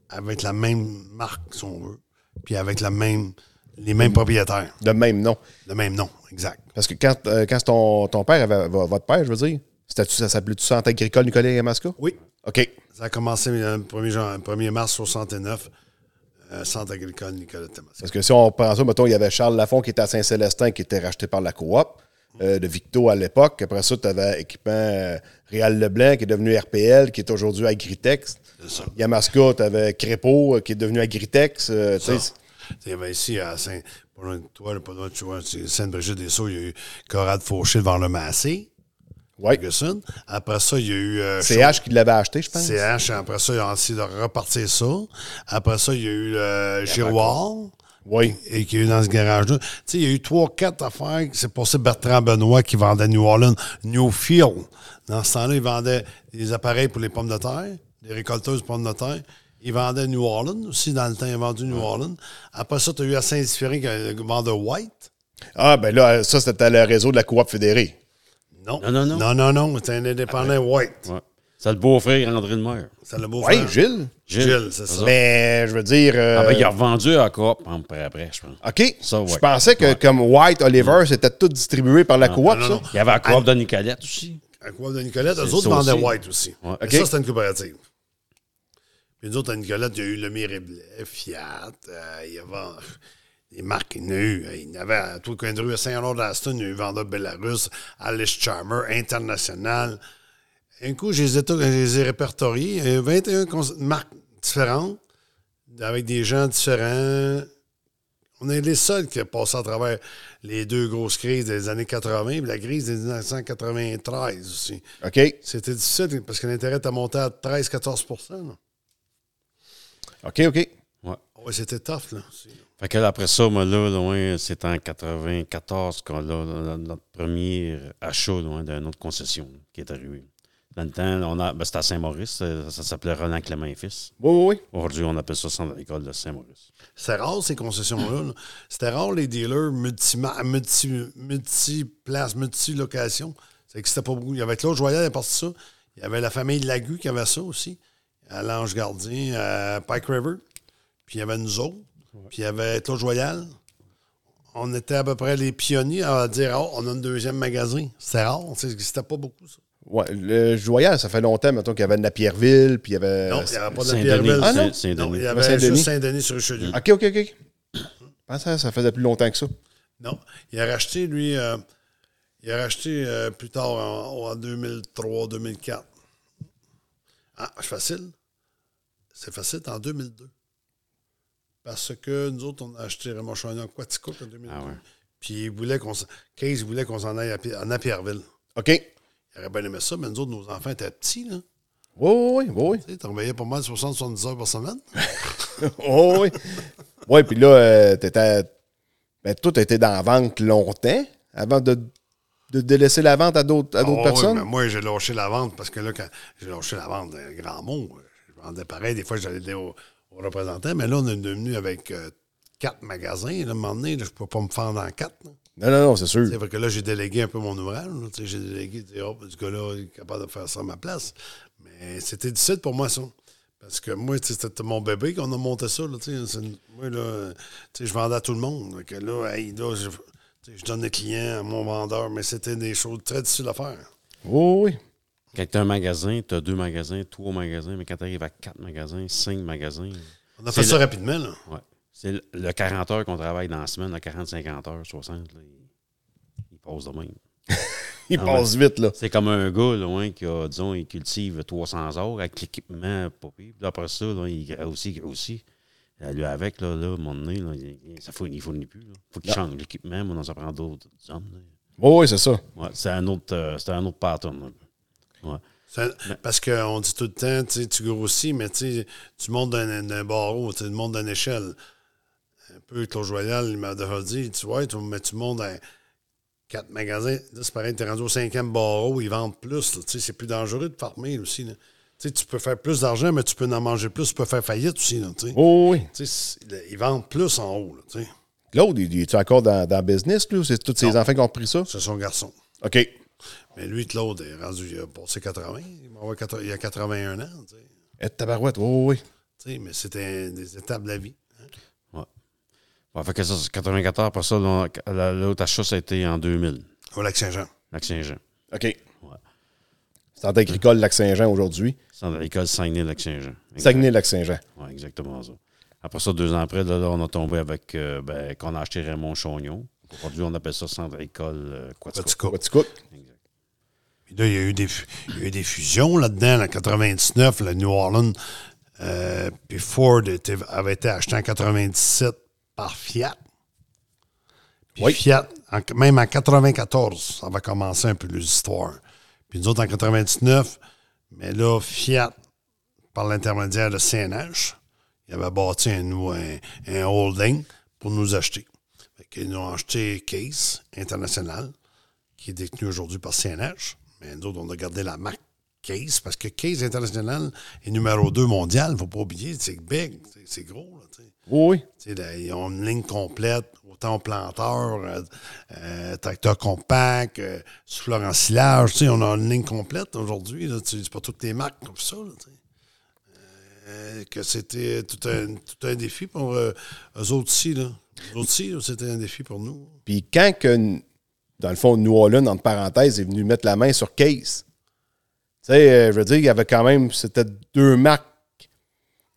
S1: avec la même marque, si on veut, puis avec la même, les mêmes propriétaires,
S5: le même nom.
S1: le même nom, exact.
S5: Parce que quand, euh, quand ton, ton père avait, vo- votre père, je veux dire, c'était ça s'appelait-tu Centre agricole Nicolas et Masca?
S1: Oui,
S5: OK.
S1: ça a commencé euh, le 1er, jan- 1er mars 69, euh, Centre agricole Nicolas Thomas.
S5: Parce que si on prend ça, mettons, il y avait Charles Lafont qui était à Saint-Célestin, qui était racheté par la coop euh, de Victo à l'époque. Après ça, tu avais équipement euh, Réal Leblanc, qui est devenu RPL, qui est aujourd'hui Agritex.
S1: ça.
S5: Yamaska, tu avais Crépeau, euh, qui est devenu Agritex. euh, tu sais,
S1: Il y avait eh ben, ici à Saint... Pas loin de toi, là, pas loin de toi. c'est Sainte-Brigitte-des-Sceaux, il y a eu Corade Fauché devant le Massé,
S5: Ouais.
S1: Ferguson. Après ça, il y a eu. euh,
S5: CH qui l'avait acheté, je pense.
S1: CH, après ça, ils ont essayé de repartir ça. Après ça, il y a eu le Giroir,
S5: Oui.
S1: et qui est eu dans ce garage-là. Tu sais, il y a eu trois, quatre affaires. C'est pour ça Bertrand Benoît qui vendait New Orleans, Newfield. Dans ce temps-là, il vendait des appareils pour les pommes de terre, des récolteuses de pommes de terre. Il vendait New Orleans aussi, dans le temps, il a vendu New Orleans. Après ça, tu as eu à Saint-Différé qui a- vendait White.
S5: Ah, ben là, ça, c'était le réseau de la coop fédérée.
S1: Non.
S2: Non, non, non.
S1: Non, non, non. C'était un indépendant White.
S2: Ouais. C'est le beau-frère André de Meur.
S1: C'est le beau
S5: Oui, Gilles.
S1: Gilles,
S2: Gilles,
S1: c'est
S2: c'est
S1: ça.
S2: ça.
S5: Mais je veux dire. euh, Ah,
S2: Ah ben, il a revendu à Coop hein, après, après, je pense.
S5: OK.
S2: Ça, ouais.
S5: Je pensais que comme White, Oliver, c'était tout distribué par la coop,
S1: non, non,
S5: ça.
S1: non.
S2: Il y avait la
S5: ah,
S2: Coop de Nicolette aussi.
S1: À quoi de Nicolette? Eux
S2: C'est
S1: autres
S2: ça
S1: vendaient
S2: aussi.
S1: White aussi.
S2: Ouais.
S1: Mais
S5: OK.
S1: ça, c'était une coopérative. Puis nous autres, à Nicolette, il y a eu le Miriblet, Fiat, euh, il y avait des marques, il y en a eu. Il y en avait à tout le coin de rue, à Saint-Laurent-d'Aston, il y a eu Vanda Belarus, Alice Charmer, International. Un coup, je les ai, tous- je les ai répertoriés. Il y a eu 21 cons- marques différentes, avec des gens différents. On est les seuls qui ont passé à travers les deux grosses crises des années 80 et la crise de 1993 aussi.
S5: OK.
S1: C'était difficile parce que l'intérêt était monté à 13-14 là. Ah
S5: OK, OK.
S2: Ouais.
S1: Ouais, c'était tough, là. C'est-
S2: Fait que là, après ça, moi, là, loin, c'est en 94 qu'on a là, notre premier achat loin d'une autre concession qui est arrivée. Dans le temps, on a, ben, c'était à Saint-Maurice, ça, ça s'appelait Roland Clément et Fils.
S5: Oui, oui, oui.
S2: Aujourd'hui, on appelle ça Centre d'école de Saint-Maurice.
S1: C'était rare, ces concessions-là. là. C'était rare, les dealers multi, multi, multi-places, multi-locations. C'est que c'était pas beaucoup. Il y avait Claude Joyal, il a parti ça. Il y avait la famille Lagu qui avait ça aussi, à l'Ange Gardien, à Pike River. Puis il y avait nous autres. Puis il y avait Claude Joyal. On était à peu près les pionniers à dire Ah, on a un deuxième magasin. C'était rare. tu sais, C'était pas beaucoup, ça.
S5: Ouais, le Joyal, ça fait longtemps, mettons, qu'il y avait de la Pierreville, puis il y avait.
S1: Non, il n'y avait pas de
S2: Saint-Denis.
S1: Pierreville.
S2: Ah,
S1: non?
S2: non? Saint-Denis. Hein?
S1: il y
S2: Pas
S1: avait
S5: Saint-Denis.
S1: juste Saint-Denis sur Richelieu.
S5: OK, OK, OK. Je pensais que ça faisait plus longtemps que ça.
S1: Non, il a racheté, lui, euh, il a racheté euh, plus tard en, en 2003-2004. Ah, c'est facile. C'est facile, c'est en 2002. Parce que nous autres, on a acheté Raymond Chagnon Quaticook en 2002.
S2: Ah ouais.
S1: Puis il voulait qu'on s'en- Case voulait qu'on s'en aille à, Pi- en- à Pierreville.
S5: OK. Oui,
S1: Il aurait bien aimé ça, mais nous autres, nos enfants étaient petits, là.
S5: oui, oui, oui.
S1: Tu sais, travaillais pas mal 60-70 heures par semaine.
S5: Oh, oui. Oui, puis là, euh, t'étais. Ben, toi, t'étais dans la vente longtemps avant de, de délaisser la vente à d'autres à d'autres
S1: Ah oui,
S5: personnes.
S1: mais moi, j'ai lâché la vente parce que là, quand j'ai lâché la vente, un grand mot, je vendais pareil. Des fois, j'allais au, au représentant, mais là, on est devenu avec euh, quatre magasins. Là, à un moment donné, là, je ne peux pas me fendre en quatre. là.
S5: Non, non, non, c'est sûr.
S1: C'est vrai que là, j'ai délégué un peu mon ouvrage. là. Tu sais, J'ai délégué, dit, oh, ce gars-là est capable de faire ça à ma place. Mais c'était difficile pour moi, ça. Parce que moi, tu sais, c'était mon bébé qu'on a monté ça. Là, tu sais. C'est une- moi, là, tu sais, je vendais à tout le monde. Fait Que là, hey, là, je, tu sais, je donne des clients à mon vendeur, mais c'était des choses très difficiles à faire.
S5: Oh, oui.
S2: Quand tu as un magasin, tu as deux magasins, trois magasins, mais quand tu arrives à quatre magasins, cinq magasins,
S1: On a fait
S2: C'est
S1: ça
S2: le-
S1: rapidement, là.
S2: ouais. c'est le- le 40 heures qu'on travaille dans la semaine, le 40, 50 heures, 60, là, il, il passe de même.
S5: Il
S2: Ah,
S5: passe vite, là.
S2: C'est comme un gars, là, ouais, qui a, disons, il cultive 300 heures avec l'équipement, pas pire. Puis là, après ça, là, il grossit, il grossit. Là, lui, avec, là, là, à un moment donné, là, il, il- ça fournit, il fournit plus. Il faut qu'il change l'équipement, mais on ça prend d'autres hommes. là.
S5: Oh, oui, c'est ça.
S2: Ouais, c'est un autre, euh, c'est un autre pattern. là. Ouais.
S1: Ça-
S2: Ben.
S1: parce qu'on dit tout le temps, tu sais, tu grossis, mais tu sais, tu montes d'un d'un barreau, tu sais, tu montes d'une échelle. Un peu, Claude Joyal, il m'a déjà dit, tu vois, tu, mais tu montes à quatre magasins. Là, c'est pareil, tu es rendu au cinquième barreau, ils vendent plus. là. Tu sais, c'est plus dangereux de farmer aussi. là. Tu sais, tu peux faire plus d'argent, mais tu peux en manger plus, tu peux faire faillite aussi. là, tu sais.
S5: Oh, oui.
S1: Tu sais, c'est- le- ils vendent plus en haut. là, tu sais.
S5: Claude, il il est-tu encore dans, dans le business, lui, ou c'est tous ses enfants qui ont pris ça? Eh,
S1: C'est son garçon.
S5: OK.
S1: Mais lui, Claude, est rendu, il a passé 80, il va avoir 80 il a 81 ans. tu sais.
S5: Eh, tabarouette, oh, oui.
S1: Tu sais, mais c'était des étapes de la vie.
S2: Ouais, fait que ça, c'est 94, après ça, là, la- l'autre achat, ça a été en 2000,
S1: Au Lac-Saint-Jean.
S2: Lac-Saint-Jean.
S5: OK. Centre agricole Lac-Saint-Jean aujourd'hui.
S2: Centre de l'école Saguenay-Lac-Saint-Jean.
S5: Saguenay-Lac-Saint-Jean.
S2: Oui, exactement ça. Après ça, deux ans après, là, là, on a tombé avec, euh, ben, qu'on a acheté Raymond Chagnon. Aujourd'hui, on appelle ça Centre École euh, Quatico.
S1: Petit coup.
S5: Quaticook.
S1: Puis là, il y a eu des, fu- il y a eu des fusions là-dedans. En 99, le New Orleans, euh, puis Ford était- avait été acheté en 97 par Fiat. Puis Fiat, en- même en 94, ça va commencer un peu les histoires. Puis nous autres, en 99, mais là, Fiat, par l'intermédiaire de CNH, il avait bâti un, nou- un, un holding pour nous acheter. Fait qu'ils nous ont acheté Case International, qui est détenu aujourd'hui par CNH. Mais nous autres, on a gardé la marque Case, parce que Case International est numéro 2 mondial, il ne faut pas oublier, c'est big, c'est- c'est gros. Là, tu sais.
S5: Oui, oui.
S1: Tu sais, là, ils ont une ligne complète, autant planteur, euh, euh, tracteur compact, euh, souffleur en silage. Tu sais, on a une ligne complète aujourd'hui. là, tu- C'est pas toutes les marques comme ça. là, tu sais. Euh, que c'était tout un, tout un défi pour euh, eux autres ici. Là. Eux autres ici, là, c'était un défi pour nous.
S5: Puis quand que, dans le fond, New Holland, entre parenthèses, est venu mettre la main sur Case, tu sais, euh, je veux dire, il y avait quand même, c'était deux marques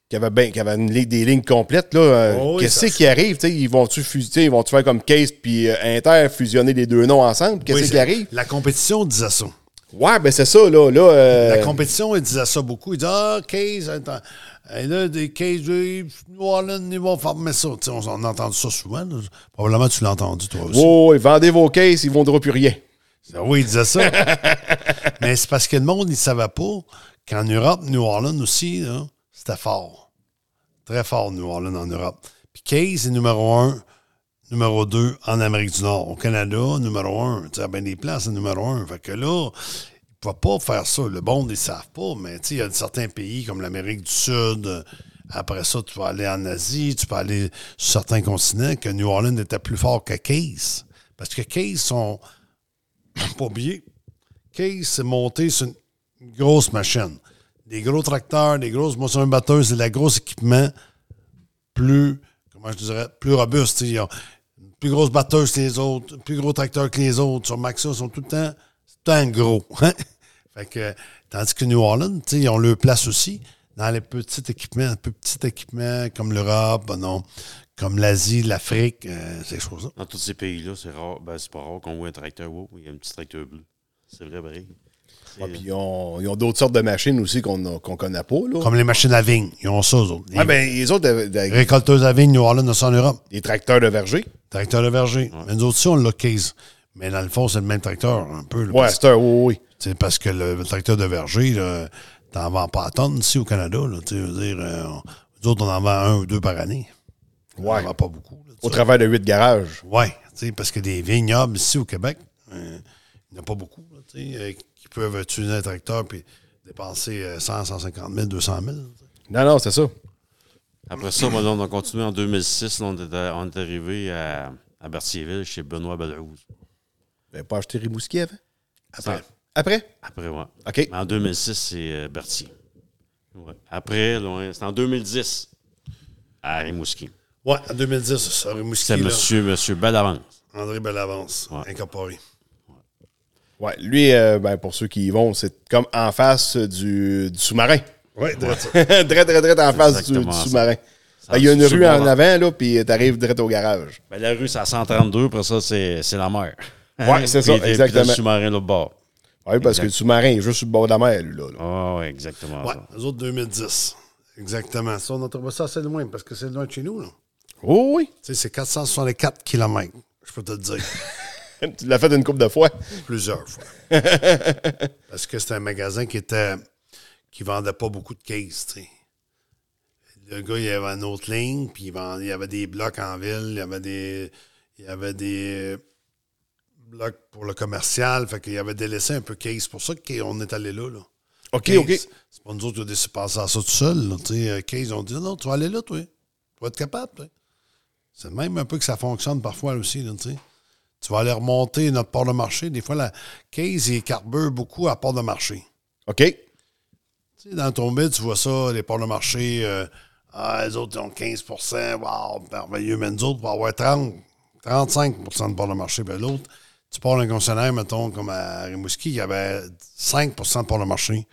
S5: qui avaient, ben- qui avaient une ligne- des lignes complètes, là. Euh,
S1: Oh oui,
S5: Qu'est-ce
S1: ça-
S5: qui arrive, tu sais, ils vont-tu fus- tu sais, ils vont-tu faire comme Case puis euh, Inter, fusionner les deux noms ensemble? Qu'est-ce
S1: Oui,
S5: qui
S1: c'est-
S5: arrive?
S1: La compétition disait ça.
S5: Ouais, ben c'est ça, là, là. euh,
S1: La compétition, ils disaient ça beaucoup. Ils disaient Ah, 15, attends. Et là, des 15, euh, New Orleans, ils vont former ça. Tu sais, on, on a entendu ça souvent. là. Probablement, tu l'as entendu toi aussi.
S5: Oh, oui, vendez vos cases, ils ne vendront plus rien.
S1: Ah Oui, il disait ça. Mais c'est parce que le monde, il ne savait pas qu'en Europe, New Orleans aussi, là, c'était fort. Très fort, New Orleans, en Europe. Puis Case est numéro un, numéro deux en Amérique du Nord. Au Canada, numéro un. Tu sais, ben, les plans, c'est numéro un. Fait que là, ils ne pouvaient pas faire ça. Le monde, ils ne savent pas. Mais tu sais, il y a certains pays comme l'Amérique du Sud. euh, Après ça, tu vas aller en Asie, tu peux aller sur certains continents que New Orleans était plus fort que Case. Parce que Case sont pas oublier, Case s'est monté sur une grosse machine. Des gros tracteurs, des grosses moissons batteuses, de la grosse équipement plus, comment je dirais, plus robuste. Ils ont une plus grosse batteuse que les autres, un plus gros tracteur que les autres. Sur Maxa, ils sont tout le temps, tout le temps gros. hein? fait que, tandis que New Orleans, tu sais, ils ont leur place aussi dans les petits équipements, un peu petits équipements comme l'Europe, ben non, comme l'Asie, l'Afrique, euh, ces choses-là.
S2: Dans tous ces pays-là, c'est rare. Ben, c'est pas rare qu'on voit un tracteur wow, il y a un petit tracteur bleu. C'est vrai, vrai. C'est-
S5: Ouais, puis ils ont, ils ont d'autres sortes de machines aussi qu'on ne connaît pas. Là.
S1: Comme les machines à vigne, ils ont ça, eux autres.
S5: ah, ben, les autres, euh, de-
S1: Récolteuse à vigne, New Orleans, ça en Europe.
S5: des tracteurs de verger.
S1: Tracteur de verger. Mais nous autres aussi, on l'a 15. Mais dans le fond, c'est le même tracteur, un peu. là,
S5: Ouais,
S1: parce,
S5: c'est un, oui, oui.
S1: t'sais, parce que le, le tracteur de verger, là, t'en vends pas à tonnes ici au Canada. Là, t'sais, je veux dire, euh, on- nous autres, on en vend un ou deux par année. On
S5: Ouais.
S1: en vend pas beaucoup. là,
S5: Au
S1: t'sais.
S5: travers de huit garages.
S1: Ouais, t'sais, parce que des vignobles ici au Québec, euh, il n'y en a pas beaucoup là, t'sais, euh, qui peuvent utiliser un tracteur puis dépenser euh, 100, 150 000, 200 000. là, t'sais.
S5: Non, non, c'est ça.
S2: Après ça, ben, là, on a continué en 2006. là, on, est, à- on est arrivé à, à Berthierville chez Benoît Bellerouge.
S5: Vous pas acheté Ribouski avant?
S2: Après.
S5: Après?
S2: Après, ouais.
S5: OK.
S2: Mais en 2006, c'est euh, Berthier. Ouais. Après, là, c'est en 2010 à Rimouski.
S1: Ouais, en 2010, ça Rimouski,
S2: C'est
S1: là,
S2: monsieur, monsieur Bellavance.
S1: André Bellavance,
S2: Ouais.
S1: incorporé.
S5: Ouais, lui, euh, ben, pour ceux qui y vont, c'est comme en face du, du sous-marin.
S1: Oui, ça.
S5: très, très, très en face du,
S2: exactement
S5: du
S2: ça.
S5: sous-marin.
S2: Ça,
S5: Ben, Il y a une
S2: c'est
S5: rue en
S2: bon.
S5: avant, là, puis t'arrives direct au garage.
S2: Ben, la rue, c'est à 132. Après ça, c'est c'est la mer.
S5: Ouais, c'est ça,
S2: Puis- puis
S5: exactement.
S2: le sous-marin, là, bas.
S5: Oui, parce que le sous-marin est juste sur le bord de la mer, lui, là. là.
S2: Ah, ouais, exactement.
S1: Ouais,
S2: ça.
S1: eux autres 2010. Exactement. Ça, on n'en trouve pas ça assez loin parce que c'est loin de chez nous. Là.
S5: Oh oui!
S1: Tu sais, c'est 464 km. Je peux te le dire
S5: Tu l'as fait une couple de fois.
S1: plusieurs fois. parce que c'était un magasin qui était qui vendait pas beaucoup de cases. tu sais. Le gars, il avait une autre ligne, puis il, vend- il y avait des blocs en ville, il y avait des, il y avait des blocs pour le commercial. Fait qu'il y avait délaissé un peu case. C'est pour ça qu'on est allé là. là.
S5: OK,
S1: Case,
S5: OK.
S1: C'est pas nous autres qui avons décidé de passer à ça tout seul. là. Tu sais, euh, Case, on dit non, tu vas aller là, toi. Tu vas être capable, toi. C'est même un peu que ça fonctionne parfois aussi, là, tu sais. Tu vas aller remonter notre port de marché. Des fois, la Case, il carbure beaucoup à port de marché.
S5: OK.
S1: Tu sais, dans ton bid, tu vois ça, les ports de marché, euh, ah, les autres, ils ont 15 wow, merveilleux, mais nous autres, on va avoir 30, 35 de ports de marché. Ben, l'autre, tu pars d'un concessionnaire, mettons, comme à Rimouski, il y avait 5 de ports de marché.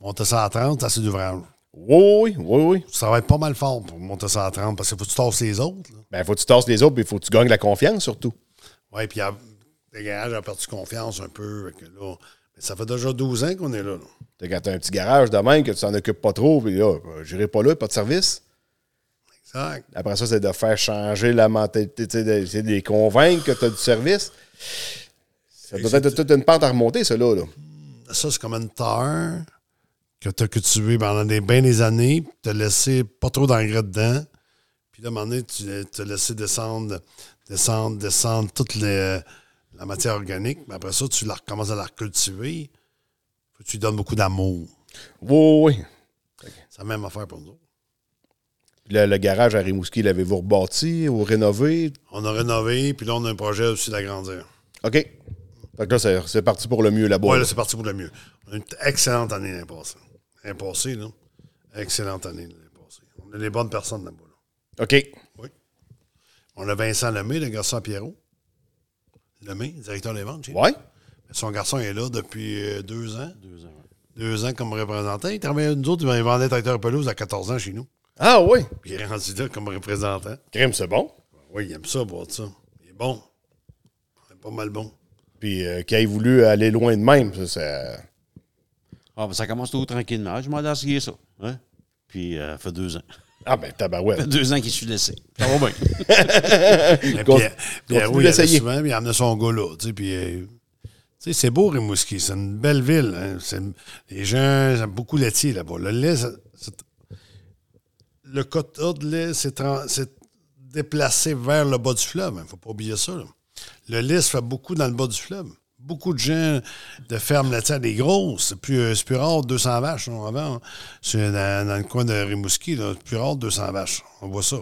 S1: Monter ça à 30, t'as assez d'ouvrage.
S5: Oui, oui, oui, oui.
S1: Tu travailles pas mal fort pour monter ça à 30, parce qu'il faut que tu tasses les autres. là.
S5: Ben, faut que tu tasses les autres, puis faut que tu gagnes la confiance surtout.
S1: Ouais, puis ah, à- les garages ont perdu confiance un peu. fait que là, mais ça fait déjà 12 ans qu'on est là. là.
S5: T'as- Quand t'as un petit garage de même, que tu t'en occupes pas trop, puis là, euh, j'irai pas là, pas de service.
S1: Exact.
S5: Après ça, c'est de faire changer la mentalité, tu sais, de- c'est de les convaincre que tu as du service. Ça doit être toute une pente à remonter, ça, là. là.
S1: Ça, c'est comme une terre que tu as cultivée pendant des, bien des années, puis t'as laissé pas trop d'engrais dedans. Puis là, à un moment donné, tu t'as laissé descendre, descendre, descendre toute les- la matière organique. Mais après ça, tu la recommences à la cultiver. Faut que tu lui donnes beaucoup d'amour.
S5: Oui, oui, oui.
S1: C'est la même affaire pour nous.
S5: Le, le garage à Rimouski, l'avez-vous rebâti ou rénové?
S1: On a rénové, puis là, on a un projet aussi d'agrandir.
S5: OK. Fait que là, c'est- c'est parti pour le mieux là-bas.
S1: Ouais,
S5: là.
S1: là, c'est parti pour le mieux. On a une excellente année l'année passée. L'année passée, là. Excellente année l'année passée. On a des bonnes personnes là-bas, là.
S5: OK.
S1: Oui. On a Vincent Lemay, le garçon à Pierrot. Lemay, directeur des ventes. chez nous.
S5: Ouais.
S1: Son garçon est là depuis euh, deux ans. Deux ans, Deux ans comme représentant. Il travaillait avec nous autres, il vendait tracteur pelouse à 14 ans chez nous.
S5: Ah oui.
S1: Puis il est rendu là comme représentant.
S5: Crime, c'est bon.
S1: Ben Oui, il aime ça, boire de ça. Il est bon. Il est pas mal bon.
S5: Puis euh, qu'il ait voulu aller loin de même, ça, ça-
S2: Ah, ben, ça commence tout tranquillement. Ah, Je m'en ai essayé ça. hein. Puis, euh, ça fait deux ans.
S5: Ah ben,
S2: Ça fait
S5: tabarouette.
S2: deux ans qu'il suis laissé. Ça va bien.
S1: Mais
S5: Con-
S1: Pierre- Pierrot,
S5: continue
S1: il allait
S5: d'essayer.
S1: souvent, puis il amenait son gars là. Tu sais, puis, euh, tu sais, c'est beau, Rimouski. C'est une belle ville. hein. C'est- Les gens aiment beaucoup le laitier là-bas. Le lait, ça- c'est- le quota de lait, c'est tran- c'est déplacé vers le bas du fleuve. Il ne faut pas oublier ça. là. Le lait se fait beaucoup dans le bas du fleuve. Beaucoup de gens de fermes laitières, des grosses. C'est plus, euh, c'est plus rare 200 vaches. non, avant, hein. c'est dans, dans le coin de Rimouski, là, c'est plus rare 200 vaches. On voit ça.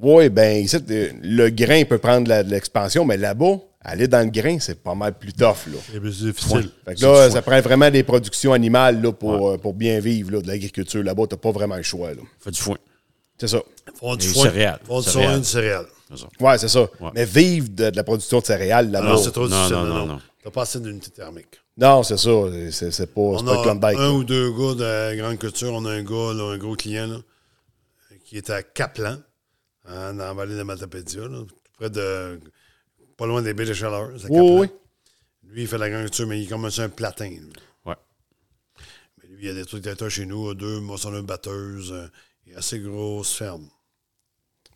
S5: Oui, ben ici, euh, le grain peut prendre la- de l'expansion, mais là-bas, aller dans le grain, c'est pas mal plus tough, là.
S1: Eh C'est plus difficile.
S5: Fait que là, ça prend vraiment des productions animales là, pour, euh, pour bien vivre là, de l'agriculture là-bas. T'as pas vraiment le choix. là.
S2: Fait du foin.
S5: C'est ça.
S1: Font du
S2: Et
S1: foin.
S2: céréales.
S1: Font du
S2: Céréales.
S1: foin, du céréales.
S5: Ouais, c'est ça.
S2: Ouais.
S5: Mais vivre de, de la production de céréales là-bas.
S1: Non, c'est trop
S2: non,
S1: difficile.
S2: non,
S1: Non,
S2: non,
S1: non,
S2: non.
S1: T'as pas assez d'unité thermique.
S5: Non, c'est ça. C'est- C'est pas, c'est
S1: On
S5: pas le
S1: a
S5: Klondike. là.
S1: un ou deux gars de grande culture. On a un gars, là, un gros client, là, qui est à Caplan, hein, dans la vallée de Matapédia, là, tout près de. pas loin des baies de chaleur. c'est à
S5: Oui,
S1: Caplan.
S5: oui.
S1: Lui, il fait de la grande culture, mais il est comme un platin. lui.
S2: Ouais.
S1: Mais lui, il y a des trucs d'acteurs chez nous, euh, deux moissonneuses batteuses. euh, Il est assez grosse ferme.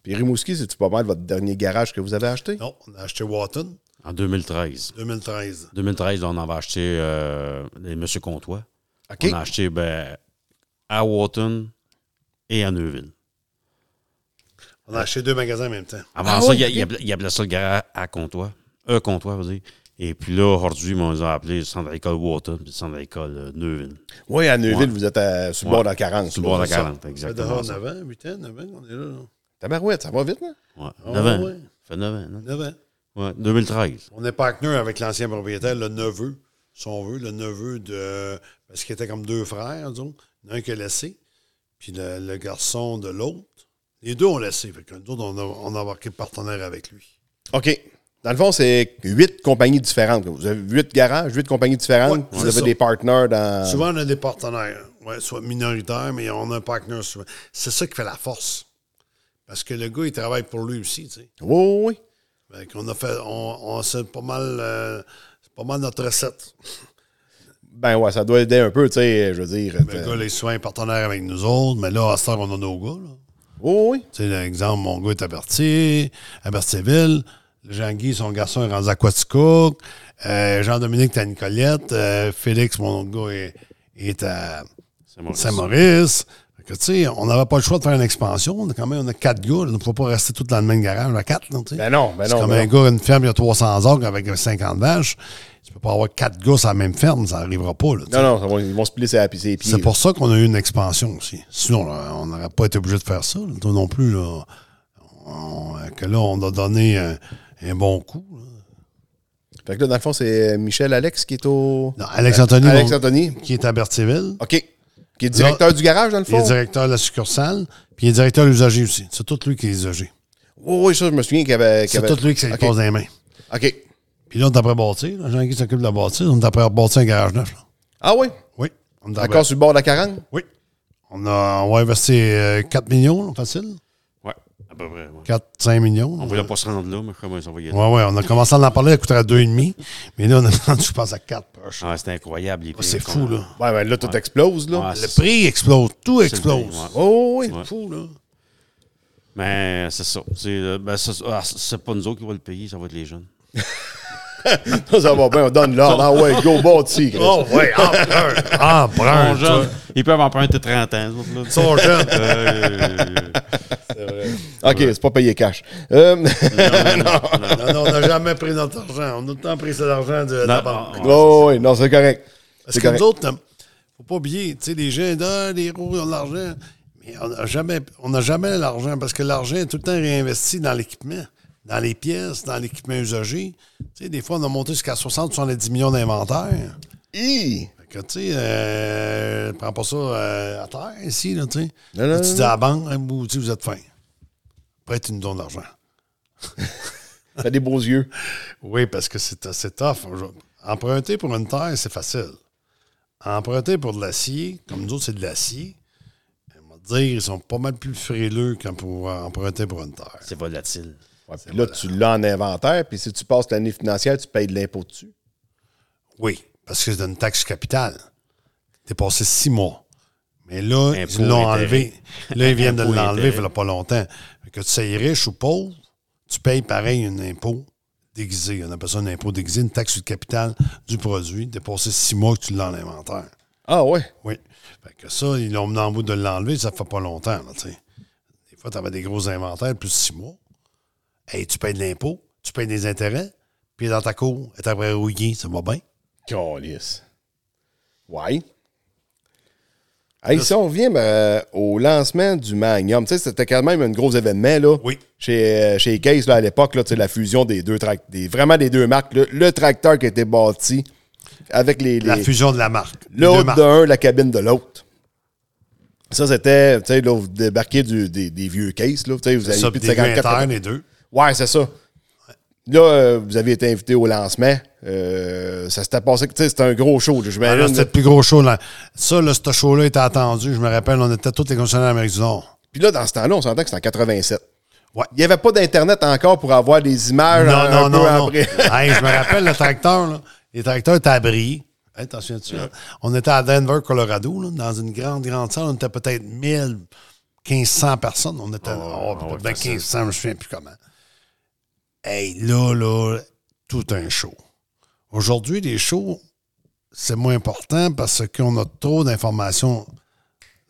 S5: Puis Rimouski, c'est-tu pas mal votre dernier garage que vous avez acheté?
S1: Non, on a acheté Watton,
S2: En 2013.
S1: 2013.
S2: 2013, on avait acheté euh, les Monsieur Comtois.
S5: OK.
S2: On a acheté ben, à Wharton et à Neuville.
S1: On a acheté deux magasins en même temps.
S2: Avant
S5: Ah
S2: ça,
S5: oui,
S2: il, y a-
S5: ok.
S2: il appelait- il appelait ça le garage à Comtois. Euh, Comtois, vous dire. Et puis là, aujourd'hui, ils m'ont appelé le centre d'école Wharton puis le centre d'école euh, Neuville.
S5: Oui, à Neuville, vous êtes à, sur le bord de la 40.
S2: Sur le bord de la
S5: là, c'est ça.
S2: 40,
S1: Ça fait de
S2: exactement.
S1: en
S2: ça.
S1: avant, 8 ans, 9 ans, on est là. là.
S5: Tabarouette, ça va vite, hein? non?
S2: Ouais.
S1: Ah,
S2: 9 ans.
S1: ouais.
S2: Ça fait 9 ans. non?
S1: 9 ans.
S2: Ouais, 2013.
S1: On est partenaire avec l'ancien propriétaire, le neveu, si on veut, le neveu de. Parce qu'il était comme deux frères, disons. Il y en a un qui a laissé, puis le, le garçon de l'autre. Les deux ont laissé. Fait que nous autres, on a, on a embarqué partenaire avec lui.
S5: OK. Dans le fond, c'est huit compagnies différentes. Vous avez huit garages, huit compagnies différentes.
S1: Ouais,
S5: vous
S1: c'est
S5: avez
S1: ça.
S5: des partenaires dans.
S1: Souvent, on a des partenaires, ouais, soit minoritaires, mais on a un partenaire souvent. C'est ça qui fait la force. Parce que le gars, il travaille pour lui aussi, tu sais.
S5: Oui, oui, oui.
S1: Fait qu'on a fait. On, on- c'est pas mal. euh, c'est pas mal notre recette.
S5: Ben ouais, ça doit aider un peu, tu sais, je veux dire.
S1: Le
S5: euh,
S1: Ben, gars, là, il est souvent partenaire avec nous autres, mais là, à ce on a nos gars, là.
S5: oui, oui.
S1: Tu sais, l'exemple, mon gars est à Berthier, à Berthierville. Jean-Guy, son garçon, est rendu à Quaticook. Euh, Jean-Dominique, est à Nicolette. Euh, Félix, mon autre gars, est, est à
S2: C'est Maurice.
S1: Saint-Maurice. Fait que, tu sais, on n'avait pas le choix de faire une expansion. On a quand même on a quatre gars. là. On ne peut pas rester tout dans le même garage à quatre. là, tu sais.
S5: Ben non, ben
S1: C'est
S5: non,
S1: comme
S5: ben
S1: un gars, une ferme, il y a 300 orgues avec 50 vaches. Tu peux pas avoir quatre gars sur la même ferme. Ça n'arrivera pas. là, tu sais.
S5: Non, non, ça va- ils vont se plier ses ses pieds.
S1: C'est pour ça qu'on a eu une expansion aussi. Sinon, là, on n'aurait pas été obligé de faire ça. là. Toi non plus, là. On- euh, que là, on a donné un, un bon coup. là.
S5: Fait que là, dans le fond, c'est Michel Alex qui est au.
S1: Non, Alex Anthony,
S5: Ben, Alex
S1: mon-
S5: Anthony.
S1: qui est à Berthierville,
S5: OK. Qui est directeur du garage, dans le
S1: il est
S5: fond.
S1: directeur de la succursale, puis il est directeur de l'usager aussi. C'est tout lui qui est usager.
S5: Oui, oui, ça, je me souviens qu'il y avait. qu'il y
S1: C'est
S5: avait-
S1: tout lui qui s'est
S5: OK.
S1: pose dans les mains.
S5: OK.
S1: Puis là, on est après bâtir. là. Jean-Guy s'occupe de la bâtir. On est après rebâtir un garage neuf. là.
S5: Ah oui?
S1: Oui. On est
S5: Encore sur le bord de la 40?
S1: Oui. On, a, on va investir euh, 4 millions, là, facile.
S2: Ouais, à peu près. ouais.
S1: 4-5 millions.
S2: On voulait pas se rendre là, mais comment ça va y aller?
S1: Ouais, ouais, on a commencé à en parler, elle coûterait 2,5. Mais là, on a rendu, je pense, à 4 proches.
S2: Ah, c'est incroyable. les prix
S1: c'est
S2: qu'on
S1: fou,
S2: a.
S1: là.
S5: Ouais, ben là, tout explose, là.
S2: Ouais,
S1: Le
S2: c'est-
S1: prix explose, Oh. tout
S2: c'est le prix,
S1: explose.
S2: ouais.
S5: Oh oui.
S1: C'est fou, là.
S2: Mais c'est ça. C'est euh, ben, c'est- ah, c'est pas nous autres qui va le payer, ça va être les jeunes.
S5: ça va bien, on donne l'ordre. Ah ouais, go bâti. Chris.
S1: Oh, oui, embrun, embrun.
S2: Ils sont jeunes, ils peuvent emprunter 30 ans.
S1: Ils sont jeunes.
S5: OK, c'est pas payé cash. Euh,
S1: Non, non, on n'a jamais pris notre argent. On a tout le temps pris cet argent de la banque.
S5: oh, oui, non, c'est correct.
S1: Parce
S5: C'est
S1: que nous
S5: correct.
S1: autres, il ne faut pas oublier, tu sais, les gens, ah, les roues ils ont de l'argent, mais on n'a jamais, on n'a jamais l'argent parce que l'argent est tout le temps réinvesti dans l'équipement, dans les pièces, dans l'équipement usagé. Tu sais, des fois, on a monté jusqu'à 60, 70 millions d'inventaire.
S5: Hi!
S1: Fait que, tu sais, euh, prends pas ça euh, à terre ici, là, tu sais.
S5: Non,
S1: Là,
S5: non,
S1: tu
S5: non,
S1: dis à la banque, Hey, vous, tu sais, vous êtes fin. Après, tu nous donnes de l'argent.
S5: T'as des beaux yeux.
S1: Oui, parce que c'est assez tough. Emprunter pour une terre, c'est facile. Emprunter pour de l'acier, comme nous autres, c'est de l'acier. On va dire, ils sont pas mal plus frileux qu'en pour emprunter pour une terre.
S2: C'est volatile.
S5: Ouais, puis là, tu l'as en inventaire, puis si tu passes l'année financière, tu payes de l'impôt dessus.
S1: Oui, parce que c'est une taxe capitale. T'es passé six mois. Mais là,
S2: Impôt,
S1: ils l'ont
S2: intérêt.
S1: enlevé. Là, ils viennent de
S2: Impôt,
S1: l'enlever
S2: intérêt.
S1: il n'y a pas longtemps. Fait que tu sois riche ou pauvre, tu payes pareil un impôt déguisé. On appelle ça un impôt déguisé, une taxe sur le capital du produit. Dépasser six mois que tu l'as en inventaire.
S5: Ah ouais?
S1: Oui. Fait que ça, ils l'ont mené en bout de l'enlever, ça fait pas longtemps, là, tu sais. Des fois, tu avais des gros inventaires, plus de six mois. Hey, tu payes de l'impôt, tu payes des intérêts, puis dans ta cour, elle t'a rouillé, ça va bien.
S5: Calice. Ouais. Hey, si on revient ben, euh, au lancement du Magnum, tu sais, c'était quand même un gros événement, là.
S1: Oui.
S5: Chez, euh, chez Case, là, à l'époque, là, tu sais, la fusion des deux tracteurs, vraiment des deux marques, là. le tracteur qui a été bâti avec les,
S1: La
S5: les-
S1: fusion de la marque. Les deux
S5: l'autre
S1: marques.
S5: d'un, la cabine de l'autre. Ça, c'était, tu sais, là, vous débarquez du- des, des vieux cases, là, tu sais, vous
S1: C'est
S5: avez
S1: ça,
S5: plus de
S1: des deux
S5: 54
S1: internes, les deux.
S5: Ouais, c'est ça. Là, euh, vous avez été invité au lancement. Euh, ça s'était passé, tu sais, c'était un gros show. là,
S1: Ah,
S5: j'imagine,
S1: là,
S5: là.
S1: c'était le plus gros show. Là. Ça, là, ce show-là était attendu. Je me rappelle, on était tous les concessionnaires d'Amérique du Nord.
S5: Puis là, dans ce temps-là, on s'entend que c'était en 87.
S1: Ouais.
S5: Il n'y avait pas d'Internet encore pour avoir des images
S1: Non,
S5: un,
S1: non,
S5: un
S1: non,
S5: peu
S1: non.
S5: après.
S1: Hey, je me rappelle le tracteur. Là. Les tracteurs étaient à Brie. Hey, t'en souviens-tu? là? On était à Denver, Colorado, là, dans une grande, grande salle. On était peut-être 1000, 1500 personnes. On était oh, peut-être 1500, je me souviens plus comment. Hey, là, là, tout un show. Aujourd'hui, les shows, c'est moins important parce qu'on a trop d'informations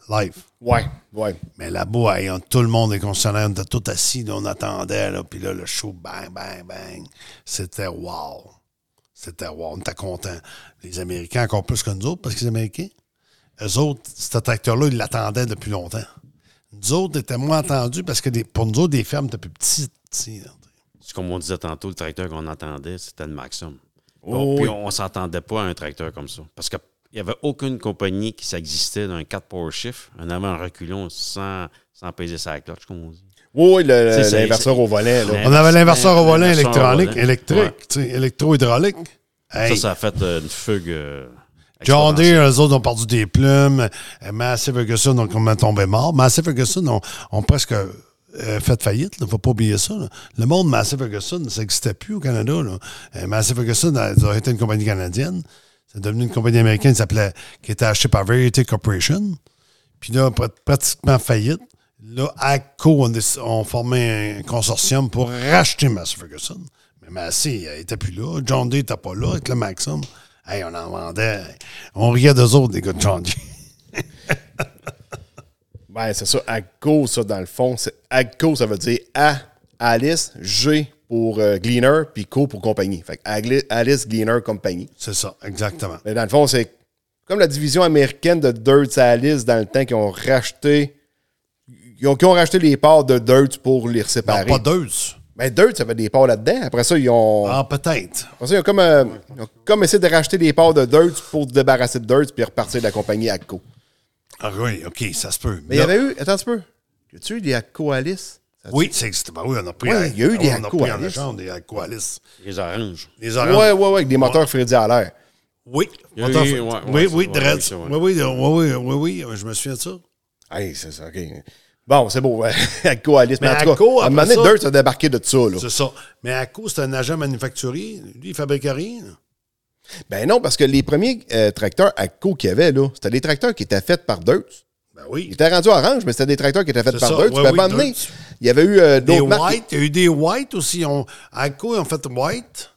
S1: live.
S5: Ouais, ouais.
S1: Mais là-bas, hey, on- tout le monde est concessionnaire, on était tout assis, là, on attendait, là, puis là, le show, bang, bang, bang. C'était wow. C'était wow, on était contents. Les Américains, encore plus que nous autres, parce que les Américains, eux autres, cet tracteur-là, ils l'attendaient depuis longtemps. Nous autres, étaient moins attendus parce que des- pour nous autres, des fermes étaient plus petites. tu sais, là.
S2: C'est comme on disait tantôt, le tracteur qu'on entendait, c'était le Maximum.
S1: Oh
S2: Bon, puis on ne s'entendait pas à un tracteur comme ça. Parce qu'il n'y avait aucune compagnie qui s'existait d'un 4 power shift, un avant, un reculon, sans, sans peser sa cloche, comme on dit.
S5: Oui, oui, le-
S2: C'est ça,
S5: l'inverseur
S2: c'est-
S5: au volet. Là.
S2: Ouais.
S1: On avait l'inverseur au volant
S2: L'inverseur au
S1: électronique,
S2: volant. Ouais.
S1: électrique, tu sais, électro-hydraulique. Hey.
S2: Ça, ça a fait euh, une fugue. euh,
S1: John
S2: exponentielle.
S1: Deere, eux autres ont perdu des plumes. Euh, Massey Ferguson ont comme tombé mort. Massey Ferguson ont, ont presque euh, fait faillite. Il ne faut pas oublier ça. là. Le monde Massey Ferguson, ça n'existait plus au Canada. Là. Euh, Massey Ferguson a, ça a été une compagnie canadienne. C'est devenu une compagnie américaine qui s'appelait, qui était achetée par Variety Corporation. Puis là, pr- pratiquement faillite. Là, ACCO on déc- ont formé un consortium pour racheter Massey Ferguson. Mais Massey il était plus là. John Deere n'était pas là avec le Maxim. Hey, on en vendait. On riait d'eux autres, des gars de John Deere.
S5: Ben, c'est ça. AGCO, ça, dans le fond, c'est AGCO, ça veut dire A, Alice, G pour euh, Gleaner, puis Co pour compagnie. Fait que Agli- Alice, Gleaner, compagnie.
S1: C'est ça, exactement.
S5: Mais dans le fond, c'est comme la division américaine de Dirt Alice dans le temps qui ont racheté. Ils ont, qui ont racheté les parts de Dirt pour les
S1: Non,
S5: séparer.
S1: pas deux.
S5: Mais Dirt, ça fait des parts là-dedans. Après ça, ils ont.
S1: Ah, peut-être.
S5: Après ça, ils ont comme, euh, ils ont comme essayé de racheter des parts de Dirt pour se débarrasser de Dirt puis repartir de la compagnie AGCO.
S1: Ah oui, OK, ça se peut.
S5: Mais il y avait eu. Attends un petit peu. Y a-tu eu des AGCO Alice? Ça-
S1: Oui, c'est existe. Ben oui, on a pris.
S5: Ouais, il y a eu
S1: on
S5: des
S1: a pris en
S5: Aqualis.
S1: échange des Aqualis.
S2: Les oranges.
S1: Les
S5: Ouais,
S1: oranges.
S5: ouais, ouais, avec des moteurs Freddy à l'air.
S1: Oui.
S2: Il y a eu-
S1: Attends,
S2: ouais, ouais,
S1: oui,
S2: ça,
S1: oui,
S2: ouais,
S1: Dredd.
S2: oui, ça, ouais.
S1: Oui, oui, oui, oui, oui, oui, je me souviens de ça.
S5: Hey, c'est ça, OK. Bon, c'est beau. AGCO Alice. Mais,
S1: Mais
S5: en tout
S1: AGCO,
S5: cas, à un
S1: après
S5: moment donné,
S1: ça-
S5: Dirt a débarqué de ça, là.
S1: C'est ça. Mais à cause, c'est un agent manufacturier. Lui, il fabriquait rien.
S5: Ben non, parce que les premiers euh, tracteurs AGCO qu'il y avait, là, c'était des tracteurs qui étaient faits par Deutz.
S1: Ben
S5: Il
S1: oui.
S5: était rendu orange, mais c'était des tracteurs qui étaient faits
S1: C'est
S5: par
S1: ça,
S5: Deutsch.
S1: ouais,
S5: Puis à un
S1: oui,
S5: moment donné,
S1: Deutsch.
S5: il y avait eu euh,
S1: Des
S5: d'autres marques.
S1: whites. Il y a eu des whites aussi. On, à quoi ils ont fait white?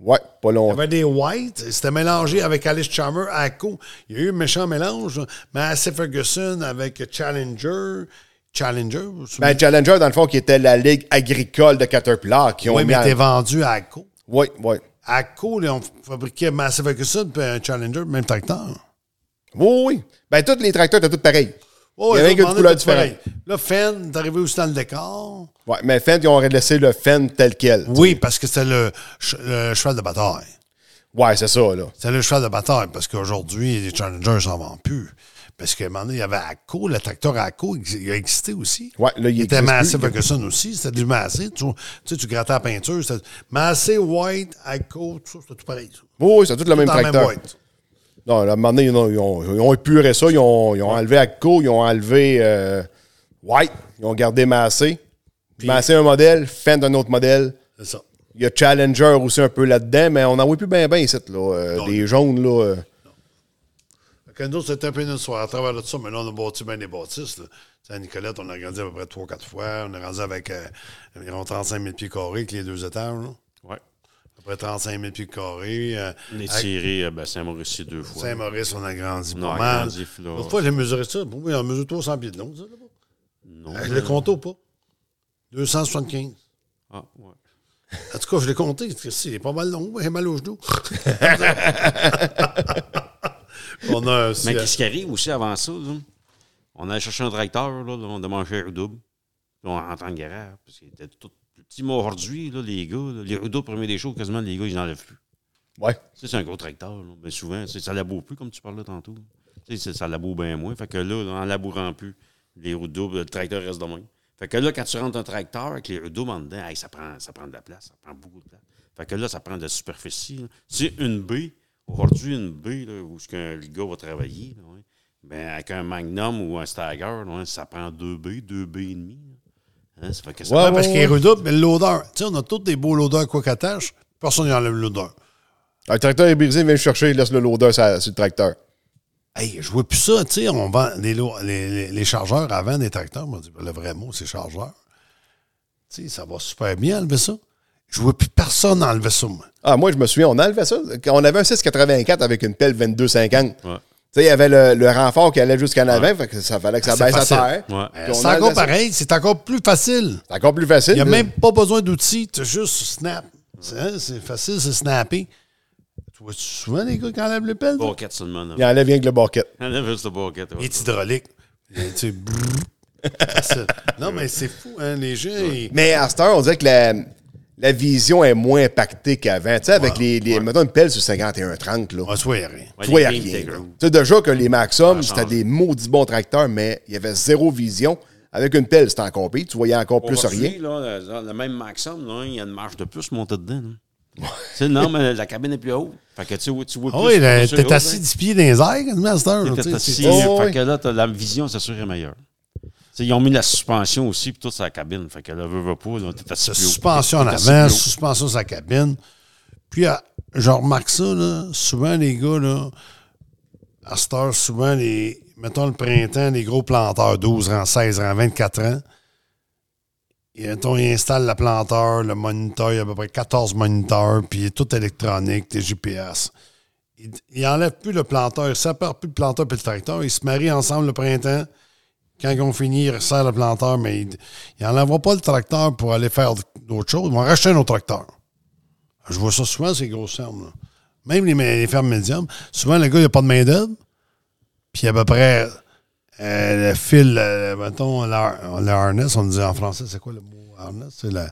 S5: Ouais, pas
S1: Il y
S5: longtemps.
S1: avait des whites. C'était mélangé avec Alice Chalmers à co. Il y a eu un méchant mélange. là. Mais Massey Ferguson avec Challenger. Challenger. vous vous souvenez?
S5: Ben, Challenger, dans le fond, qui était la ligue agricole de Caterpillar, qui ont
S1: oui,
S5: mis
S1: mais
S5: à-
S1: t'es vendu à co.
S5: Oui, oui.
S1: À co, là, on fabriquait Massey Ferguson et un Challenger, même tracteur.
S5: Oui, oui. Ben, tous les tracteurs étaient tous pareils.
S1: Oh,
S5: il
S1: les
S5: y avait
S1: autres
S5: qu'une couleur
S1: bandes étaient
S5: différente.
S1: pareilles. Là, Fenn, t'es arrivé aussi dans le décor.
S5: Ouais, mais Fendt, ils ont laissé le Fendt tel quel.
S1: Oui, parce que c'était le, ch- le cheval de bataille.
S5: Ouais, c'est ça, là.
S1: C'était le cheval de bataille, parce qu'aujourd'hui, les Challengers s'en vendent plus. Parce qu'à un moment donné, il y avait ACO, le tracteur ACO, ex- il a existé aussi.
S5: Ouais, là, il
S1: était
S5: existe
S1: Massey
S5: plus, il-
S1: Ferguson aussi, c'était du Massey. Tu, tu sais, tu grattais la peinture, c'était Massey, White, ACO, tout ça, c'était tout pareil. ça.
S5: Oui, oui, c'est tout le même
S1: Dans la même
S5: tracteur.
S1: boîte.
S5: non, là, à un moment donné, ils ont, ils ont- ils ont épuré ça. Ils ont, ils ont enlevé Acco, ils ont enlevé euh, White, ils ont gardé Massé. Massé un modèle, Fendt un autre modèle.
S1: C'est ça.
S5: Il y a Challenger aussi un peu là-dedans, mais on n'en voit plus bien, bien ici, là. euh, des jaunes, là. euh.
S1: Fait que nous, c'était un peu une soirée à travers de ça, mais là, on a bâti bien des bâtisses. Là. Tu sais, à Nicolette, on a grandi à peu près 3-4 fois. On est rendu avec euh, environ 35 000 pieds carrés avec les deux étages. Là.
S2: Ouais.
S1: À peu près 35 000 pieds carrés. euh,
S2: On est
S1: à
S2: tiré à ben, Saint-Maurice deux fois.
S1: Saint-Maurice, on a grandi
S2: On a
S1: pas mal.
S2: grandi, là.
S1: L'autre fois, j'ai mesuré ça. Bon, oui, on mesure 300 pieds de long, ça, là-bas.
S2: Non.
S1: Euh, Je l'ai compté ou pas? 275.
S2: Ah, ouais.
S1: En tout cas, je l'ai compté. parce que C'est pas mal long. J'ai mal au genou. on a aussi,
S2: Mais
S1: euh,
S2: qu'est-ce qui arrive aussi avant ça? là? On allait chercher un tracteur, là, là, on demandait un roues Puis on rentre en garage. Parce qu'il était tout petit mordu, là, les gars. là. Les roues doubles, premier des choses, quasiment, les gars, ils n'enlèvent plus.
S5: Ouais.
S2: Tu sais, c'est un gros tracteur. là. Mais souvent, tu sais, ça laboure plus, comme tu parlais tantôt. Tu sais, c'est- ça laboure bien moins. Fait que là, là, en labourant plus, les roues doubles, le tracteur reste de même. Fait que là, quand tu rentres un tracteur avec les roues doubles en dedans, hey, ça, prend, ça prend de la place, ça prend beaucoup de place. Fait que là, ça prend de la superficie. là. Tu sais, une baie, aujourd'hui, une baie là, où ce que le gars va travailler, là, ouais, ben, avec un magnum ou un stagger, là, ouais, ça prend deux baies, deux baies et demie. là. Hein, ça fait que ça
S5: Ouais,
S2: prend-
S1: Ouais, parce qu'il est redouble, mais l'odeur. Tu sais, on a tous des beaux l'odeur quoi qu'attache. Personne n'enlève l'odeur.
S5: Un tracteur est brisé, viens le chercher, il laisse le loader sur, sur le tracteur.
S1: Hey, je vois plus ça, tu sais, on vend les, lo- les, les- les chargeurs avant des tracteurs, moi, ben, le vrai mot, c'est chargeur. Tu sais, ça va super bien enlever ça. Je vois plus personne enlever ça, moi.
S5: Ah, moi, je me souviens, on enlevait ça. Quand on avait un 684 avec une pelle 2250.
S2: Ouais.
S5: Tu sais, il y avait le, le renfort qui allait jusqu'en avant, fait que ça fallait que ça
S1: Ah, C'est
S5: baisse
S1: facile.
S5: à terre.
S2: Ouais.
S5: Ah, Puis
S1: Euh,
S5: on
S1: C'est
S5: enlevait
S1: encore
S5: ça.
S1: pareil, c'est encore plus facile.
S5: C'est encore plus facile.
S1: Il n'y a
S5: là.
S1: même pas besoin d'outils, tu juste snap. C'est hein, c'est facile, c'est snapper. Tu vois souvent des gars qui enlèvent le pelle? là?
S2: Bucket seulement. là.
S5: Il enlève rien que le barquette.
S2: On avait juste le bucket, ouais.
S1: Il est hydraulique. Il est, tu sais, brrr. Facile. Non, mais c'est fou, hein, les gens. ils-
S5: Mais à cette heure, on dirait que la, la vision est moins impactée qu'avant. Tu sais, avec les, les mettons une pelle sur 5130, là.
S1: On se voit rien.
S2: Ouais,
S5: tu vois,
S2: les
S5: il y a
S2: Game
S5: rien.
S2: Taker.
S5: là. Tu sais, déjà que les Maxum,
S2: Ça
S5: c'était
S2: change.
S5: des maudits bons tracteurs, mais il y avait zéro vision. Avec une pelle, c'était encore pire. Tu voyais encore plus
S2: Aujourd'hui,
S5: rien.
S2: Là, euh, le, le même Maxime, là, il y a une marche de plus montée dedans. là. Tu sais, non, mais la cabine est plus haute. Fait que tu sais, tu vois
S1: Ah
S2: plus.
S1: oui, là,
S2: plus
S1: t'es
S2: haut,
S1: assis
S2: hein.
S1: 10 pieds dans les airs, quasiment, à cette heure,
S2: T'es
S1: tu sais,
S2: assis. euh,
S1: c'est-
S5: Oh,
S2: fait
S5: oui.
S2: que là, t'as la vision, c'est sûr, est meilleure. Tu sais, ils ont mis la suspension aussi, puis toute sa cabine. Fait que là, veux, veux pas, là, t'es assis
S1: C'est
S2: plus haut.
S1: suspension en
S2: T'es assis
S1: avant,
S2: plus haut.
S1: suspension sur la cabine. Puis, ah, je remarque ça, là, souvent, les gars, là, à cette heure, souvent, les, mettons le printemps, les gros planteurs, 12 ans, 16 ans, 24 ans, et, mettons, ils installent la planteur, le moniteur, il y a à peu près 14 moniteurs, puis il est tout électronique, des GPS. Ils il enlèvent plus le planteur, ils séparent plus le planteur et le tracteur, ils se marient ensemble le printemps, quand ils ont fini, ils resserrent le planteur, mais ils n'enlèveront pas le tracteur pour aller faire d'autres choses. Ils vont racheter un autre tracteur. Je vois ça souvent, ces grosses fermes. là. Même les, les fermes médiums. Souvent, le gars, il n'a pas de main-d'œuvre. Puis à peu près, euh, le fil, euh, mettons, le, har- le harness, on dit en français, c'est quoi le mot harness? C'est la.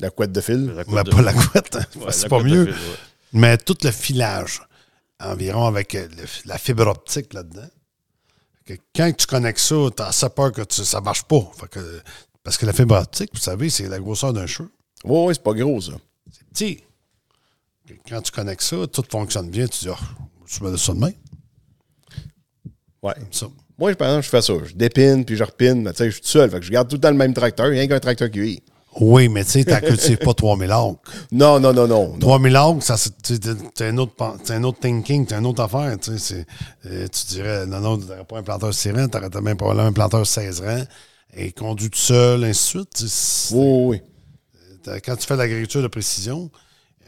S5: La couette de fil.
S2: La coupe
S1: Ben,
S2: de-
S1: pas la couette,
S2: Ouais, la
S1: c'est pas
S2: coupe de
S1: mieux.
S2: fil, ouais.
S1: Mais tout le filage, environ avec euh, le- la fibre optique là-dedans. Fait que quand tu connectes ça, tu as peur que tu- ça ne marche pas. Fait que- parce que la fibre optique, vous savez, c'est la grosseur d'un cheveu.
S5: Oui, oui, c'est pas gros, ça.
S1: C'est petit. Fait que Quand tu connectes ça, tout fonctionne bien. Tu dis, ah, tu mets ça de main,
S5: Ouais.
S1: comme ça.
S5: Moi, je- par exemple, je fais ça. Je dépine, puis je repine. mais Tu sais, je suis tout seul. Fait que je garde tout le temps le même tracteur, rien qu'un tracteur QI.
S1: Oui, mais tu sais, ta cultive pas 3000 acres.
S5: Non, non, non, non. non.
S1: 3000 acres, ça, c'est tu sais, t'as un, autre pan- t'as un autre thinking, t'as une autre affaire. Tu, sais, c'est- euh, tu dirais, non, non, t'aurais pas un planteur 6 rangs, t'aurais même pas un planteur 16 rangs, et conduit tout seul, ainsi de suite. tu sais,
S5: Oui, oui, oui.
S1: c'est- Quand tu fais de l'agriculture de précision,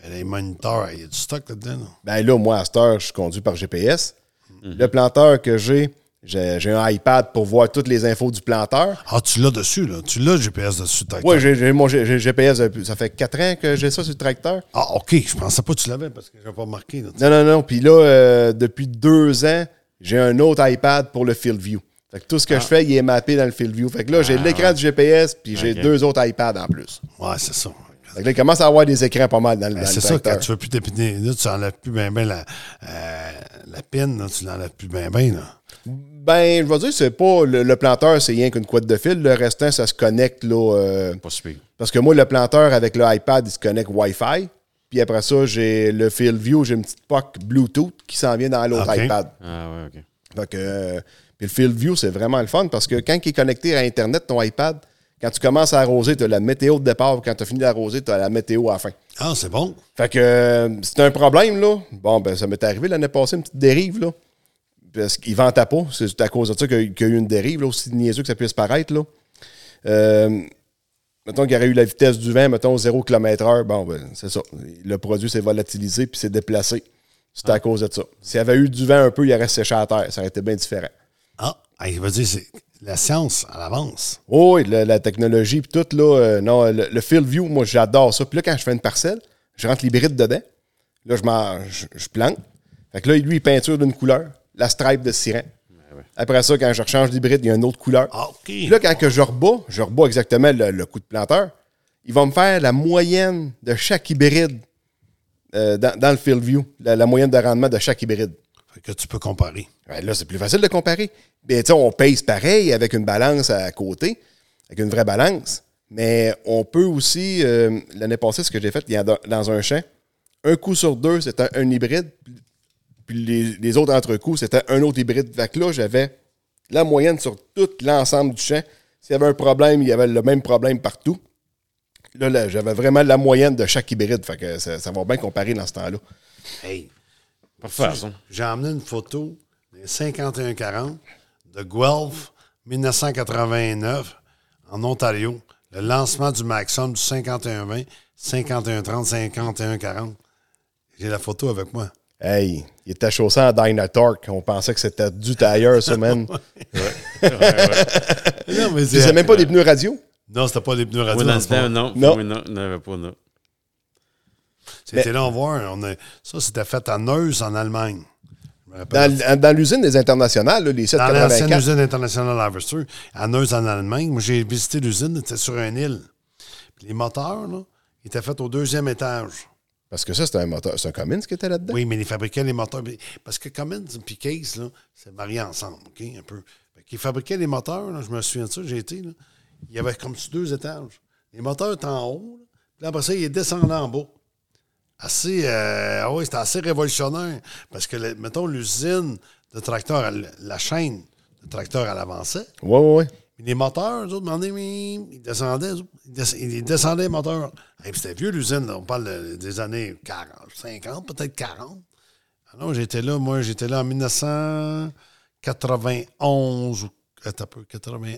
S1: euh, les moniteurs, il y a du stock là-dedans. là.
S5: Ben là, moi, à cette heure, je suis conduit par GPS. Le planteur que j'ai, j'ai j'ai un iPad pour voir toutes les infos du planteur.
S1: Ah, tu l'as dessus, là. Tu l'as le GPS dessus, ta
S5: Oui, j'ai j'ai mon G- j'ai GPS, depuis- ça fait quatre ans que j'ai ça sur le tracteur.
S1: Ah, OK. Je pensais pas que tu l'avais parce que j'avais pas remarqué. là, tu sais.
S5: Non, non, non. Puis là, euh, depuis deux ans, j'ai un autre iPad pour le Field View. Fait que tout
S1: Ah.
S5: ce que je fais, il est mappé dans le Field View. Fait que là, j'ai l'écran du GPS, puis j'ai deux autres iPads en plus.
S1: Ouais, c'est ça.
S5: Fait que là, il commence à avoir des écrans pas mal dans le, dans
S1: Ben,
S5: le
S1: c'est ça, quand
S5: tracteur.
S1: tu veux plus dépiner, là, tu enlèves plus bien ben la, euh, la pine, là, tu l'enlèves plus bien ben, là.
S5: Ben, je vais dire, c'est pas le, le planteur, c'est rien qu'une couette de fil. Le restant, ça se connecte là. euh,
S2: Pas super.
S5: parce que moi, le planteur avec le iPad, il se connecte Wi-Fi. Puis après ça, j'ai le Field View, j'ai une petite POC Bluetooth qui s'en vient dans l'autre
S1: Ok.
S5: iPad.
S2: Ah ouais, OK.
S5: Fait que, euh, puis le Field View, c'est vraiment le fun parce que quand il est connecté à Internet, ton iPad, quand tu commences à arroser, tu as la météo de départ. Quand tu as fini d'arroser, tu as la météo à la fin.
S1: Ah, c'est bon.
S5: Fait que euh, c'est un problème, là. Bon, ben, ça m'est arrivé l'année passée, une petite dérive, là. Parce qu'il vend à peau. C'est à cause de ça qu'il y a eu- qu'il y a eu une dérive, là, aussi niaiseux que ça puisse paraître, là. Euh, mettons qu'il y aurait eu la vitesse du vent, mettons 0 km/h. Bon, ben, c'est ça. Le produit s'est volatilisé puis s'est déplacé. C'était à cause de ça. S'il y avait eu du vent un peu, il aurait séché à terre. Ça aurait été bien différent.
S1: Ah, ah, il veut dire, c'est la science à l'avance.
S5: Oh, oui, la, la technologie puis tout, là, euh, non, le, le field view, moi, j'adore ça. Puis là, quand je fais une parcelle, je rentre l'hybride dedans. Là, je, m'en- je, je plante. Fait que là, lui, il peinture d'une couleur, la stripe de siren. Après ça, quand je rechange l'hybride, il y a une autre couleur.
S1: Ah, OK.
S5: Puis là, quand que je rebats, je rebats exactement le, le coup de planteur, il va me faire la moyenne de chaque hybride euh, dans, dans le field view, la- la moyenne de rendement de chaque hybride.
S1: Fait que tu peux comparer.
S5: Ouais, là, c'est plus facile de comparer. Mais tu sais, on pèse pareil avec une balance à côté, avec une vraie balance. Mais on peut aussi, euh, l'année passée, ce que j'ai fait il y a dans- dans un champ, un coup sur deux, c'était un hybride. puis- Puis les, les autres entre-coups, c'était un autre hybride. Fait que là, j'avais la moyenne sur tout l'ensemble du champ. S'il y avait un problème, il y avait le même problème partout. Là, là, j'avais vraiment la moyenne de chaque hybride. Fait que ça, ça va bien comparer dans ce temps-là.
S1: Hey,
S2: Parfait, ça.
S1: j'ai emmené une photo des 51-40 de Guelph 1989 en Ontario. Le lancement du Maxum du 51-20, 51-30, 51-40. J'ai la photo avec moi.
S5: Hey, il était chaussé en Dynatorque. On pensait que c'était du tailleur, ça, man.
S1: Non, mais
S5: Tu sais même pas des pneus radio?
S1: Non, c'était pas les pneus radio.
S2: Oui,
S1: dans
S2: dans
S1: le
S2: le temps,
S1: fond.
S2: non.
S5: Non.
S2: Oui, non, il n'y en avait pas, non.
S1: C'était là, on voit. un- On a, ça, c'était fait à Neuss, en Allemagne. Je me rappelle.
S5: Dans, dans l'usine des internationales, là, les
S1: Dans l'ancienne
S5: 784.
S1: usine internationale Harvester, à Neuss, en Allemagne. Moi, j'ai visité l'usine, c'était sur une île. Puis les moteurs, là, ils étaient faits au deuxième étage.
S5: Parce que ça, c'était un moteur. C'est un Cummins qui était là-dedans?
S1: Oui, mais ils fabriquaient les moteurs. mais- Parce que Cummins et Case, là, c'est marié ensemble, OK, un peu. Fait qu'ils fabriquaient les moteurs, là, je me souviens de ça, j'ai été, là. Il y avait comme sur deux étages. Les moteurs étaient en haut, là, puis après ça, ils descendaient en bas. Assez, euh, ah oui, c'était assez révolutionnaire. Parce que, le- mettons, l'usine de tracteurs, elle- la chaîne de tracteurs, elle avançait.
S5: Oui, oui, oui.
S1: Puis les moteurs, eux autres, m'en ai- ils descendaient, eux autres, ils, des- ils descendaient les moteurs. Et puis c'était vieux l'usine, là, on parle de- des années 40, 50, peut-être 40. Ah non, j'étais là, moi, j'étais là en 1991 ou attends un peu, 91,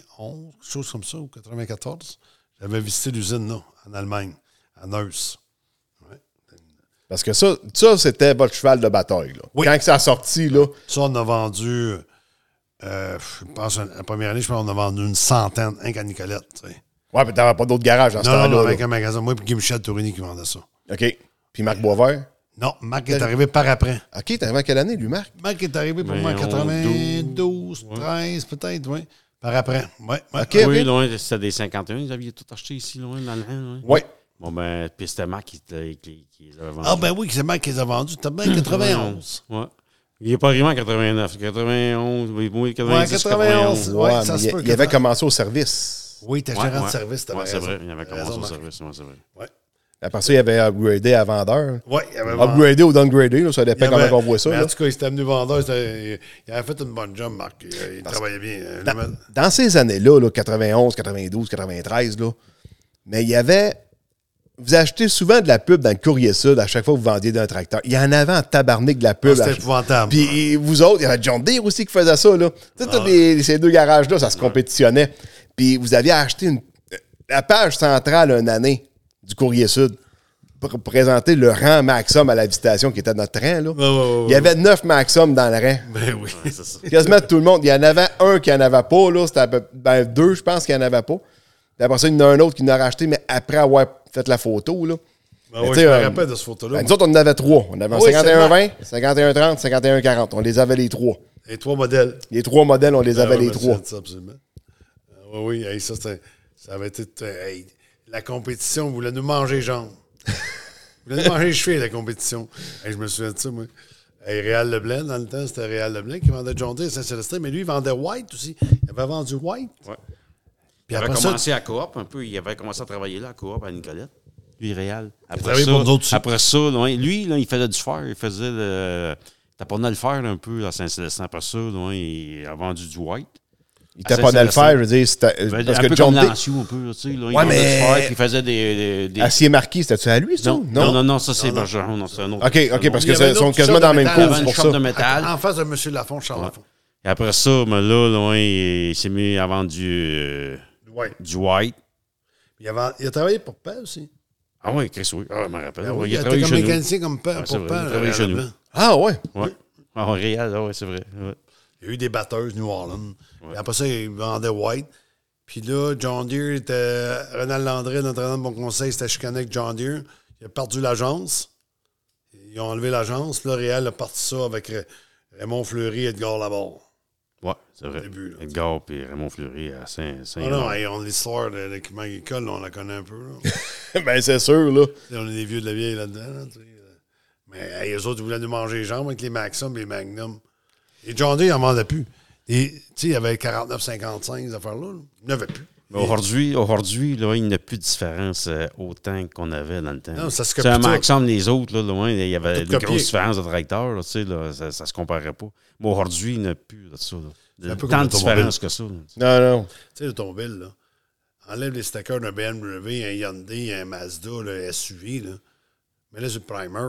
S1: quelque chose comme ça, ou 94. J'avais visité l'usine, là, en Allemagne, à Neuss.
S5: Parce que ça, ça c'était votre cheval de bataille. Là.
S1: Oui.
S5: Quand que ça a sorti, là,
S1: Ça, on a vendu, euh, je pense, la première année, je pense, on a vendu une centaine, un qu'à Nicolette, tu sais.
S5: ouais, mais t'avais pas d'autre garage dans ce
S1: Non, non,
S5: temps-là.
S1: avec
S5: là.
S1: un magasin, moi, puis Guy Michel Tourini qui vendait ça.
S5: OK. Puis Marc Boisvert.
S1: Non, Marc est arrivé par après.
S5: OK, t'es arrivé en quelle année, lui, Marc?
S1: Marc est arrivé pour moi en
S2: Mais
S1: 92, 13, peut-être, oui. Par après. Ouais, ouais. Ah
S5: OK.
S2: Oui, loin, c'était des 51. Ils avaient tout acheté ici, loin, dans le rang.
S5: Oui.
S2: Bon, ben, puis c'était Marc qui, te- qui, qui les avait vendus.
S1: Ah, ben oui, c'est Marc qui les a vendus. C'était bien 91.
S2: Ouais. Il n'est pas arrivé en 89. 91, oui, oui, 90,
S1: Ouais,
S2: 91.
S1: 91.
S5: Ouais,
S1: ça
S5: mais
S1: se
S5: il,
S1: peut
S5: il
S1: que
S5: avait
S1: ça-
S5: commencé au service.
S1: Oui, t'es
S2: Ouais,
S1: gérant de
S2: ouais.
S1: service, t'avais
S2: Ouais, c'est
S1: raison.
S2: vrai. Il avait
S1: T'avais raison,
S2: commencé au
S1: Marc.
S2: service. Ouais, c'est vrai.
S1: Ouais.
S5: Après ça, il avait upgradé à vendeur.
S1: Ouais,
S2: Ah,
S1: il avait vendu.
S5: Upgradé ou downgradé, là, ça
S1: Il
S5: dépend
S1: avait-
S5: comment on voit ça.
S1: mais
S5: là.
S1: En tout cas, il s'était amené vendeur. c'était- Il avait fait une bonne job, Marc. Il, il travaillait bien.
S5: Dans ces années-là, là, 91, 92, 93, là, mais il y avait. Vous achetez souvent de la pub dans le courrier sud à chaque fois que vous vendiez d'un tracteur. Il y en avait en tabarnak de la pub.
S1: Ah, c'était
S5: À-
S1: épouvantable. Ah.
S5: Puis et vous autres, il y avait John Deere aussi qui faisait ça. Là. Tu sais, tous les- ces deux garages-là, ça se compétitionnait. Puis vous aviez acheté une, la page centrale une année du courrier sud pour présenter le rang maximum à la visitation qui était notre rang. Là.
S1: ouais, ouais,
S5: Il y avait neuf maximum dans le rang.
S1: Ben oui.
S5: Quasiment tout le monde. Il y en avait un qui en avait pas, là. C'était à peu- ben, deux, je pense, qui en avait pas. Puis après ça, il y en a un autre qui en a racheté, mais après avoir fait la photo, là.
S1: Ben
S5: Mais
S1: oui,
S5: tu
S1: je
S5: sais,
S1: me
S5: euh,
S1: rappelle de ce photo-là.
S5: ben, nous autres, on en avait trois. On avait un
S1: Oui,
S5: 51-20, 51-30, 51-40. On les avait les trois.
S1: Les trois modèles.
S5: Les trois modèles, on les
S1: Ah
S5: avait
S1: oui,
S2: ben,
S5: les
S1: monsieur,
S5: trois.
S1: ça, absolument. Ah oui, oui, hey, ça, c'était- ça avait été. euh, hey, la compétition voulait nous manger les jambes. voulait nous manger les cheveux, la compétition. Hey, je me souviens de ça, moi. Hey, Réal Leblanc, dans le temps, c'était Réal Leblanc qui vendait John Deere Saint-Célestin, mais lui, il vendait White aussi. Il avait vendu White.
S2: Ouais.
S1: Puis
S2: Il avait
S1: après ça,
S2: commencé à coop un peu. Il avait commencé à travailler là, à coop à Nicolette. Lui, Réal. Après
S1: travaillait
S2: ça,
S1: pour nous autres aussi.
S2: après ça loin- lui, là, il faisait du fer. Il faisait le. T'apprenais à le faire un peu à Saint-Célestin. Après ça, loin, il a vendu du white.
S5: Il était pas dans le faire, je veux dire, c'était-
S2: Il faisait
S5: parce
S2: un
S5: que
S2: peu
S5: John
S2: comme
S5: Day,
S2: Lanciou, un peu. là, Tu sais, là, il
S5: Ouais,
S2: vendait
S5: mais-
S2: du fer, puis il faisait des. des- des-
S5: Acier Marquis, c'était-tu à lui, ça?
S2: Non, non, non, non, ça c'est Bergeron, non, c'est un autre.
S5: OK, OK,
S1: Il
S5: parce
S1: y
S5: que
S1: avait
S5: ça-
S1: une
S5: sont
S1: autre
S5: quasiment
S1: shop
S5: dans la
S1: de
S5: même
S1: métal.
S5: cause
S2: Avant une
S5: pour
S2: shop
S5: ça.
S2: de métal.
S1: en face de M. Lafont, Charles Lafont.
S2: Et après ça, mais là, loin, il s'est mis à vendre du, euh,
S1: White.
S2: du white.
S1: Il, avait- il a travaillé pour Pell aussi.
S2: Ah oui, Chris, oui. Ah, je me rappelle.
S1: Ben
S2: Ouais,
S1: oui,
S2: il a
S1: été
S2: travaillé
S1: comme
S2: chez nous.
S1: mécanicien comme Pell,
S2: Ouais, c'est
S1: pour
S2: vrai,
S1: Pell,
S2: il a travaillé
S1: Réal
S2: chez nous.
S1: Leblanc.
S5: Ah, ouais.
S2: Ouais. Ah, Réal, ah, ouais, c'est vrai. ouais.
S1: Il y a eu des batteuses New Orleans. Puis Après ça, ils vendaient White. Puis là, John Deere était. Renal Landry, Notre-Dame, bon conseil, c'était chicané avec John Deere. Il a perdu l'agence. Ils ont enlevé l'agence. Puis là, Réal a parti ça avec Ra- Raymond Fleury et Edgar Labarre.
S2: Ouais, c'est vrai.
S1: début, là,
S2: Edgar puis Raymond Fleury à saint saint
S1: Ah non, hey, on- l'histoire de l'équipement agricole, là, on la connaît un peu. là.
S5: ben, c'est sûr, là.
S1: Tu sais, on est des vieux de la vieille là-dedans. là, tu sais. euh. Mais hey, eux autres, ils voulaient nous manger les jambes avec les Maxum et les Magnum. Et John Deere, il n'en vendait plus. Et, tu sais, il y avait 49-55, ces affaires-là. là. Il n'y avait plus.
S2: Mais Aujourd'hui, aujourd'hui, là, il n'y a plus de différence euh, autant qu'on avait dans le temps.
S1: Non, ça se
S2: Tu
S1: copie
S2: sais,
S1: tout.
S2: Maxime, les autres, là, loin, il y avait
S1: Tout
S2: des
S1: copié.
S2: grosses différences de tracteurs, là, tu sais, là, ça, ça se comparait pas. Mais aujourd'hui, il n'y a plus de ça. là. De-
S1: un peu
S2: Tant
S1: comme
S2: de différences que ça. là.
S5: Non, non.
S1: Tu sais, l'automobile, là. Enlève les stackers d'un BMW, un Hyundai, un Mazda, le SUV, là. Mais là, c'est le primer.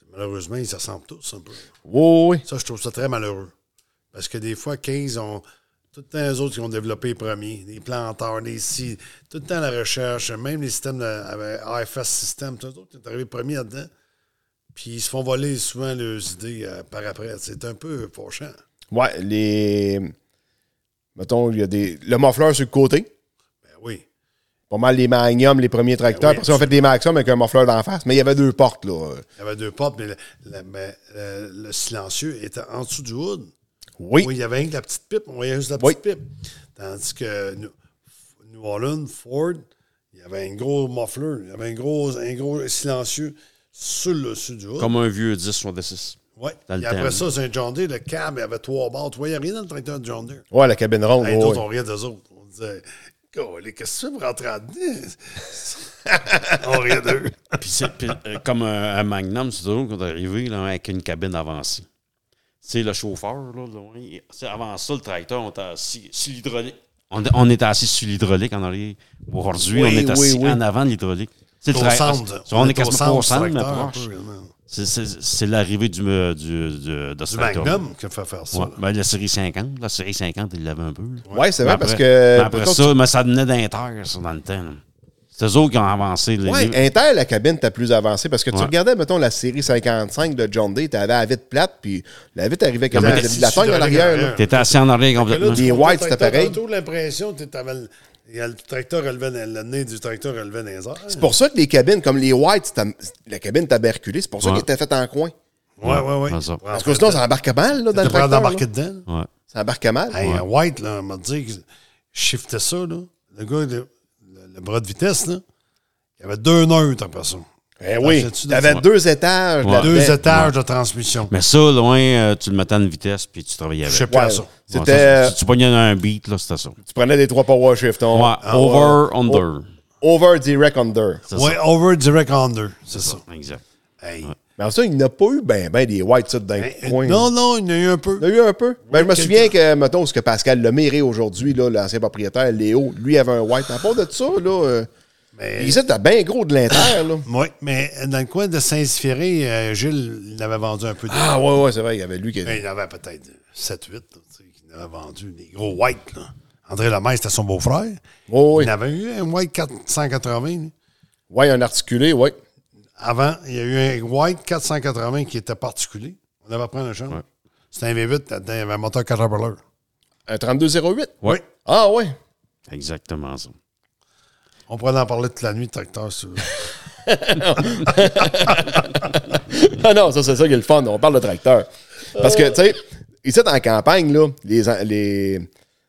S1: C'est- Malheureusement, ils se ressemblent tous un peu.
S5: Oui, oui,
S1: Ça, je trouve ça très malheureux. Parce que des fois, 15 ont. Tout le temps, les autres qui ont développé les premiers, les planteurs, les scies, tout le temps la recherche, même les systèmes de, avec IFS System, tout autres qui sont arrivés premiers là-dedans. Puis ils se font voler souvent leurs idées euh, par après. C'est un peu fauchant.
S5: oui. Ouais, les... Mettons, il y a des... Le muffler sur le côté.
S1: Ben oui.
S5: Pas mal les Magnum, les premiers tracteurs.
S1: oui,
S5: parce qu'on fait des Maxum avec un muffler d'en face. Mais il y avait deux portes, là.
S1: Il y avait deux portes, mais le, le- mais, euh, le silencieux était en dessous du hood.
S5: Oui.
S1: Oui, il y avait rien que la petite pipe. On voyait juste la
S5: Oui.
S1: petite pipe. Tandis que New, New Holland, Ford, il y avait un gros muffler. Il y avait un gros, un gros silencieux sur le dessus du hood.
S2: Comme un vieux 10-66.
S1: Ouais.
S2: dans le
S1: Et après
S2: temps.
S1: ça, c'est un John Deere. Le cab, il y avait trois barres. Tu voyais rien dans le tracteur de John Deere.
S5: Ouais, la cabine
S2: Oh
S5: ronde.
S1: Hey,
S5: ouais,
S1: d'autres,
S5: ouais.
S1: on riait d'eux autres. On disait, Golly, qu'est-ce que tu veux me rentrer en dedans? on riait d'eux.
S2: Puis c'est- puis, euh, comme un, un Magnum, c'est toujours qu'on est arrivé là, avec une cabine avancée. Tu sais, le chauffeur, là, loin, il- tu sais, avant ça, le tracteur, on était assis sur l'hydraulique. On, on était assis sur l'hydraulique en arrière. Aujourd'hui,
S5: Oui,
S2: on est assis
S5: oui, oui.
S2: en avant de l'hydraulique. C'est
S1: Au centre.
S2: On est
S1: au
S2: quasiment pas au centre,
S1: du
S2: mais
S1: tracteur, un
S2: proche.
S1: peu, non.
S2: C'est- C'est c'est l'arrivée du, euh, du, du- de ce
S1: Du
S2: tracteur-là.
S1: Magnum qui a fait faire ça.
S2: Ouais.
S1: là.
S2: Ben, la série 50. La série 50, il l'avait un peu. là.
S5: Ouais, c'est vrai,
S2: Mais Ben
S5: parce
S2: après-
S5: que...
S2: mais après
S5: mettons,
S2: ça, mais ça venait d'Inter, ça, dans le temps. là. C'est eux autres qui ont avancé. les-
S5: Ouais,
S2: les-
S5: Inter, la cabine, t'as plus avancé parce que tu
S2: Ouais.
S5: regardais, mettons, la série 55 de John Day, t'avais la vite plate, puis la vite arrivait comme
S1: Comme
S5: la,
S1: un
S5: la
S1: tissu
S5: tangue en
S1: de
S5: arrière.
S1: derrière.
S5: là.
S2: T'étais assis en arrière complètement.
S5: Des whites, c'était pareil.
S1: J'ai l'impression que t'avais le, il y a le tracteur relevé dans- le nez du tracteur relevé dans les airs.
S5: C'est pour ça que les cabines, comme les Whites, c'était- la cabine taberculée, c'est pour ça
S2: Ouais.
S5: qu'elle était faite en coin.
S1: Ouais, ouais, ouais.
S2: c'est ça.
S5: Parce que sinon, ça embarque mal, là, dans
S1: T'as peur
S5: le tracteur. là.
S1: d'embarquer dedans? là?
S2: Ouais.
S5: Ça embarque mal.
S1: Hey, un White, là, m'a dit que je shiftais ça, là. Le gars, le, le- le bras de vitesse, là, il y avait deux nœuds, t'as personne.
S5: Eh oui,
S1: Achètes-tu dans
S5: t'avais
S1: ça?
S5: deux étages. là-dedans.
S1: Deux étages de transmission.
S2: Mais ça, loin, euh, tu le mettais à une vitesse puis tu travaillais
S1: Je sais
S2: avec.
S1: pas
S5: Ouais.
S1: ça.
S2: Bon,
S5: C'était,
S2: ça,
S5: euh,
S2: si tu pognais un beat, là, c'était ça. Ouais,
S5: Tu prenais des trois power Ah, shift. on-
S2: over, under.
S5: Over, direct, under.
S2: C'est
S1: Ouais, over, direct, under. C'est ça.
S2: ça. Exact.
S1: Hey.
S5: Mais en ça, il n'y en a pas eu ben, ben des Whites, ça, dans le
S1: Hey,
S5: coin.
S1: Non, non, il y en a eu un peu.
S5: Il y en a eu un peu. Ben, je me
S1: quelques-
S5: souviens que, mettons, ce que Pascal Lemire est aujourd'hui, là, l'ancien propriétaire, Léo, lui avait un white. À part de ça, là, euh,
S1: Mais-
S5: Ils étaient bien gros de l'inter, là.
S1: Oui, mais dans le coin de Saint-Siféré, euh, Gilles il avait vendu un peu de.
S5: Ah, ouais, ouais, c'est vrai, il y avait lui qui.
S1: Mais il en avait peut-être 7-8, là, tu sais, qui en avait vendu des gros whites. Là. André Lemaire, c'était son beau-frère.
S5: Oh, oui.
S1: Il en avait eu un white 480. là.
S5: Ouais, un articulé, ouais.
S1: Avant, il y a eu un white 480 qui était particulier. On avait pris un champ. C'était un V8, là-dedans, il y avait un moteur Caterpillar.
S5: Un 3208.
S2: Oui.
S5: Ah, ouais.
S2: Exactement ça.
S1: On pourrait en parler toute la nuit, tracteur. si vous voulez.
S5: Ah non, ça, c'est ça qui est le fun. On parle de tracteur. Parce que, tu sais, ici, en campagne, là, les. les tu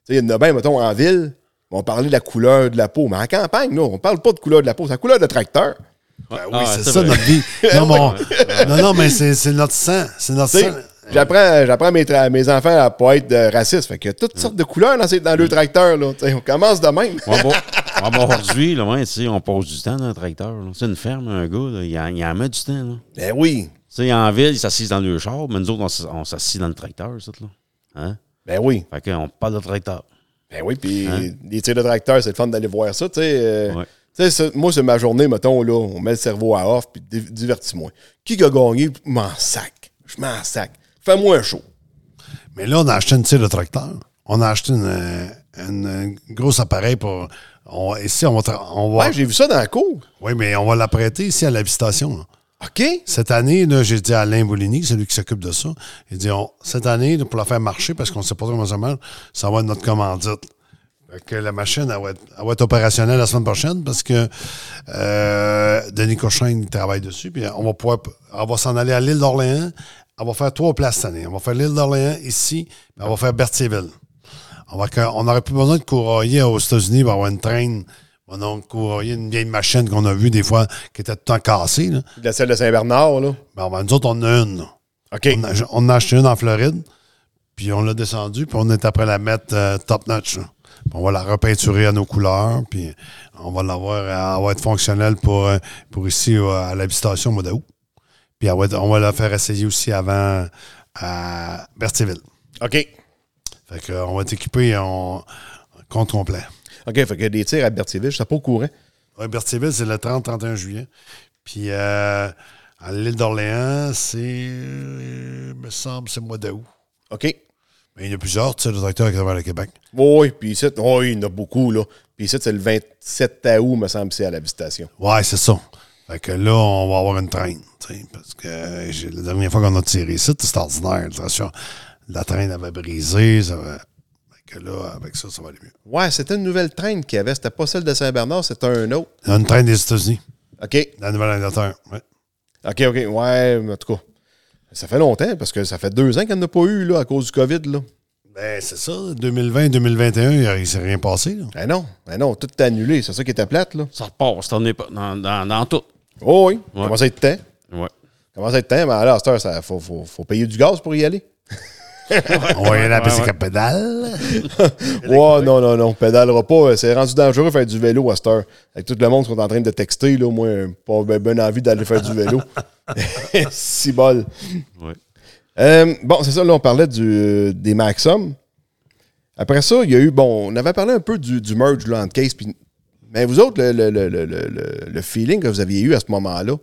S5: sais, il y en a bien, mettons, en ville, on parlait de la couleur de la peau. Mais en campagne, là, on parle pas de couleur de la peau, c'est la couleur de tracteur.
S1: Ben oui,
S2: Ah,
S1: c'est
S2: c'est
S1: ça
S2: vrai.
S1: notre vie. Non, mais on- non, non, mais c'est c'est notre sang. C'est notre
S5: Tu sais,
S1: sang.
S5: J'apprends, j'apprends mes, tra- mes enfants à pas être euh, racistes. Fait que toutes sortes de couleurs dans, ces, dans le tracteur. Là. Tu sais, On commence de même.
S2: Moi, bon, moi, bon, aujourd'hui, là, ouais, tu sais, on passe du temps dans un tracteur. là. C'est une ferme, un gars, là, il, en, il en met du temps. Là. Tu
S5: Ben oui.
S2: sais, en ville, il s'assise dans le char, mais nous autres, on s- on s'assit dans le tracteur, ça, là. Hein?
S5: Ben oui.
S2: Fait qu'on parle de tracteur.
S5: Ben oui, puis les tirs de tracteur, c'est le fun d'aller voir ça. Tu sais, euh,
S2: Ouais.
S5: tu sais, ça- moi, c'est ma journée, mettons, là, on met le cerveau à off, puis di- divertis-moi. Qui a gagné, m'en sac. Je m'en sac. Fais-moi un show.
S1: Mais là, on a acheté une tire de tracteur. On a acheté une, euh, une, un gros appareil pour. On, ici, on va. tra- On va
S5: Ouais, Ah, j'ai vu ça dans la cour.
S1: oui, mais on va l'apprêter ici à la visitation. là.
S5: OK.
S1: Cette année, là, j'ai dit à Alain Boulini, celui qui s'occupe de ça, il dit on- cette année, là, pour la faire marcher, parce qu'on ne sait pas trop comment ça marche, ça va être notre commandite. Fait que la machine, elle va, être, elle va être opérationnelle la semaine prochaine parce que euh, Denis Cochin il travaille dessus. Puis on va pouvoir, on va s'en aller à l'île d'Orléans. On va faire trois places cette année. On va faire l'île d'Orléans ici, puis on va faire Berthierville. On, va, que- on aurait plus besoin de courroyer aux États-Unis pour avoir une traîne. On a courroyer une vieille machine qu'on a vue des fois qui était tout le temps cassée. là.
S5: De la salle de Saint-Bernard, là.
S1: Ben, ben, nous autres, on en a une.
S5: OK.
S1: On, a, on en a acheté une en Floride, puis on l'a descendue, puis on est après la mettre euh, top notch. là. Puis On va la repeinturer à nos couleurs, puis on va l'avoir, euh, elle va être fonctionnelle pour, euh, pour ici euh, à l'habitation au mois d'août. Puis elle va être- on va la faire essayer aussi avant à Berthierville.
S5: OK.
S1: Fait que, euh, on va être équipé en compte complet.
S5: OK, fait que des tirs à Berthierville, je suis pas au courant.
S1: Ouais, Berthierville, c'est le 30-31 juillet. Puis euh, à l'île d'Orléans, c'est, euh, me semble, c'est le mois d'août.
S5: OK.
S1: Mais il y en a plusieurs, tu sais, de tracteurs à travers le Québec.
S5: Oui, puis ici, oh, il y en a beaucoup, là. Puis ici, c'est le 27 août, me semble, c'est à la visitation.
S1: Ouais, c'est ça. Fait que là, on va avoir une traîne, tu sais, parce que euh, j'ai- la dernière fois qu'on a tiré ici, c'était ordinaire. La traction- la traîne avait brisé, ça avait... Fait que là, avec ça, ça va aller mieux.
S5: Ouais, c'était une nouvelle traîne qu'il y avait. C'était pas celle de Saint-Bernard, c'était un autre.
S1: Il y a une traîne des États-Unis,
S5: OK.
S1: la Nouvelle-Angleterre, ouais.
S5: OK, OK. Ouais, mais en tout cas, ça fait longtemps parce que ça fait deux ans qu'il n'y en a pas eu là, à cause du COVID. Là.
S1: Ben, c'est ça, 2020-2021, il s'est rien passé, là.
S5: Ben non, ben non, tout est annulé. C'est ça qui était plate. Là.
S2: Ça repart, c'est en épo- dans, dans, dans tout.
S5: Oh oui, commence à être temps.
S2: Ouais.
S5: Commence à être temps, mais alors, à cette heure, ça, faut, faut, faut payer du gaz pour y aller.
S1: On va y aller à PC Capitale.
S5: Ouais, non, non, non, on pédalera pas. euh, C'est rendu dangereux faire du vélo à cette heure. Avec tout le monde qui est en train de texter, là, moi, pas ben, ben envie d'aller faire du vélo. si bol.
S2: Ouais.
S5: Euh, bon, c'est ça, là, on parlait du, euh, des Maxum. Après ça, il y a eu, bon, on avait parlé un peu du, du merge, là, entre case. puis- mais vous autres, le, le- le- le- le- le- le feeling que vous aviez eu à ce moment-là, tu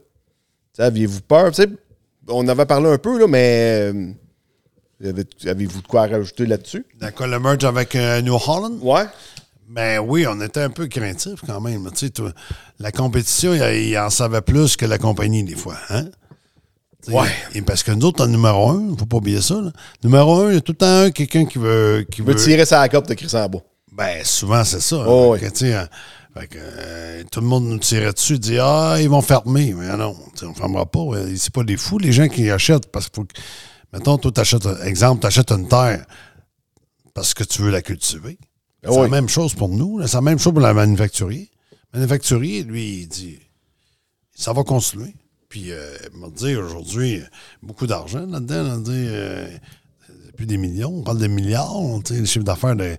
S5: sais, aviez-vous peur? Tu sais, on avait parlé un peu, là, mais euh, avez- avez-vous de quoi rajouter là-dessus?
S1: D'accord, le merge avec euh, New Holland.
S5: Ouais.
S1: Ben oui, on était un peu craintif quand même. Tu sais, toi, la compétition, il- il en savait plus que la compagnie des fois. Hein? Tu sais,
S5: Ouais.
S1: Et parce que nous autres, en numéro un, faut pas oublier ça. là. Numéro un, il y a tout le temps un, quelqu'un qui veut, qui
S5: Je veux
S1: veut.
S5: tirer ça à la corde de Chris en bas.
S1: Ben souvent c'est ça. hein.
S5: Oh,
S1: Fait
S5: oui.
S1: que, tu sais, hein, fait que, euh, tout le monde nous tirait dessus, dit ah ils vont fermer, mais non, tu sais, on fermera pas. Euh, C'est pas des fous les gens qui achètent parce qu'il faut. que- Mettons, toi t'achètes, un- exemple, t'achètes une terre parce que tu veux la cultiver. C'est la
S5: Ah oui.
S1: même chose pour nous, là. c'est la même chose pour le manufacturier. Le manufacturier, lui, il dit ça va continuer. Puis, euh, me dire aujourd'hui, euh, beaucoup d'argent là-dedans, là, dire, euh, c'est plus des millions, on parle de milliards, tu sais, le chiffre d'affaires de,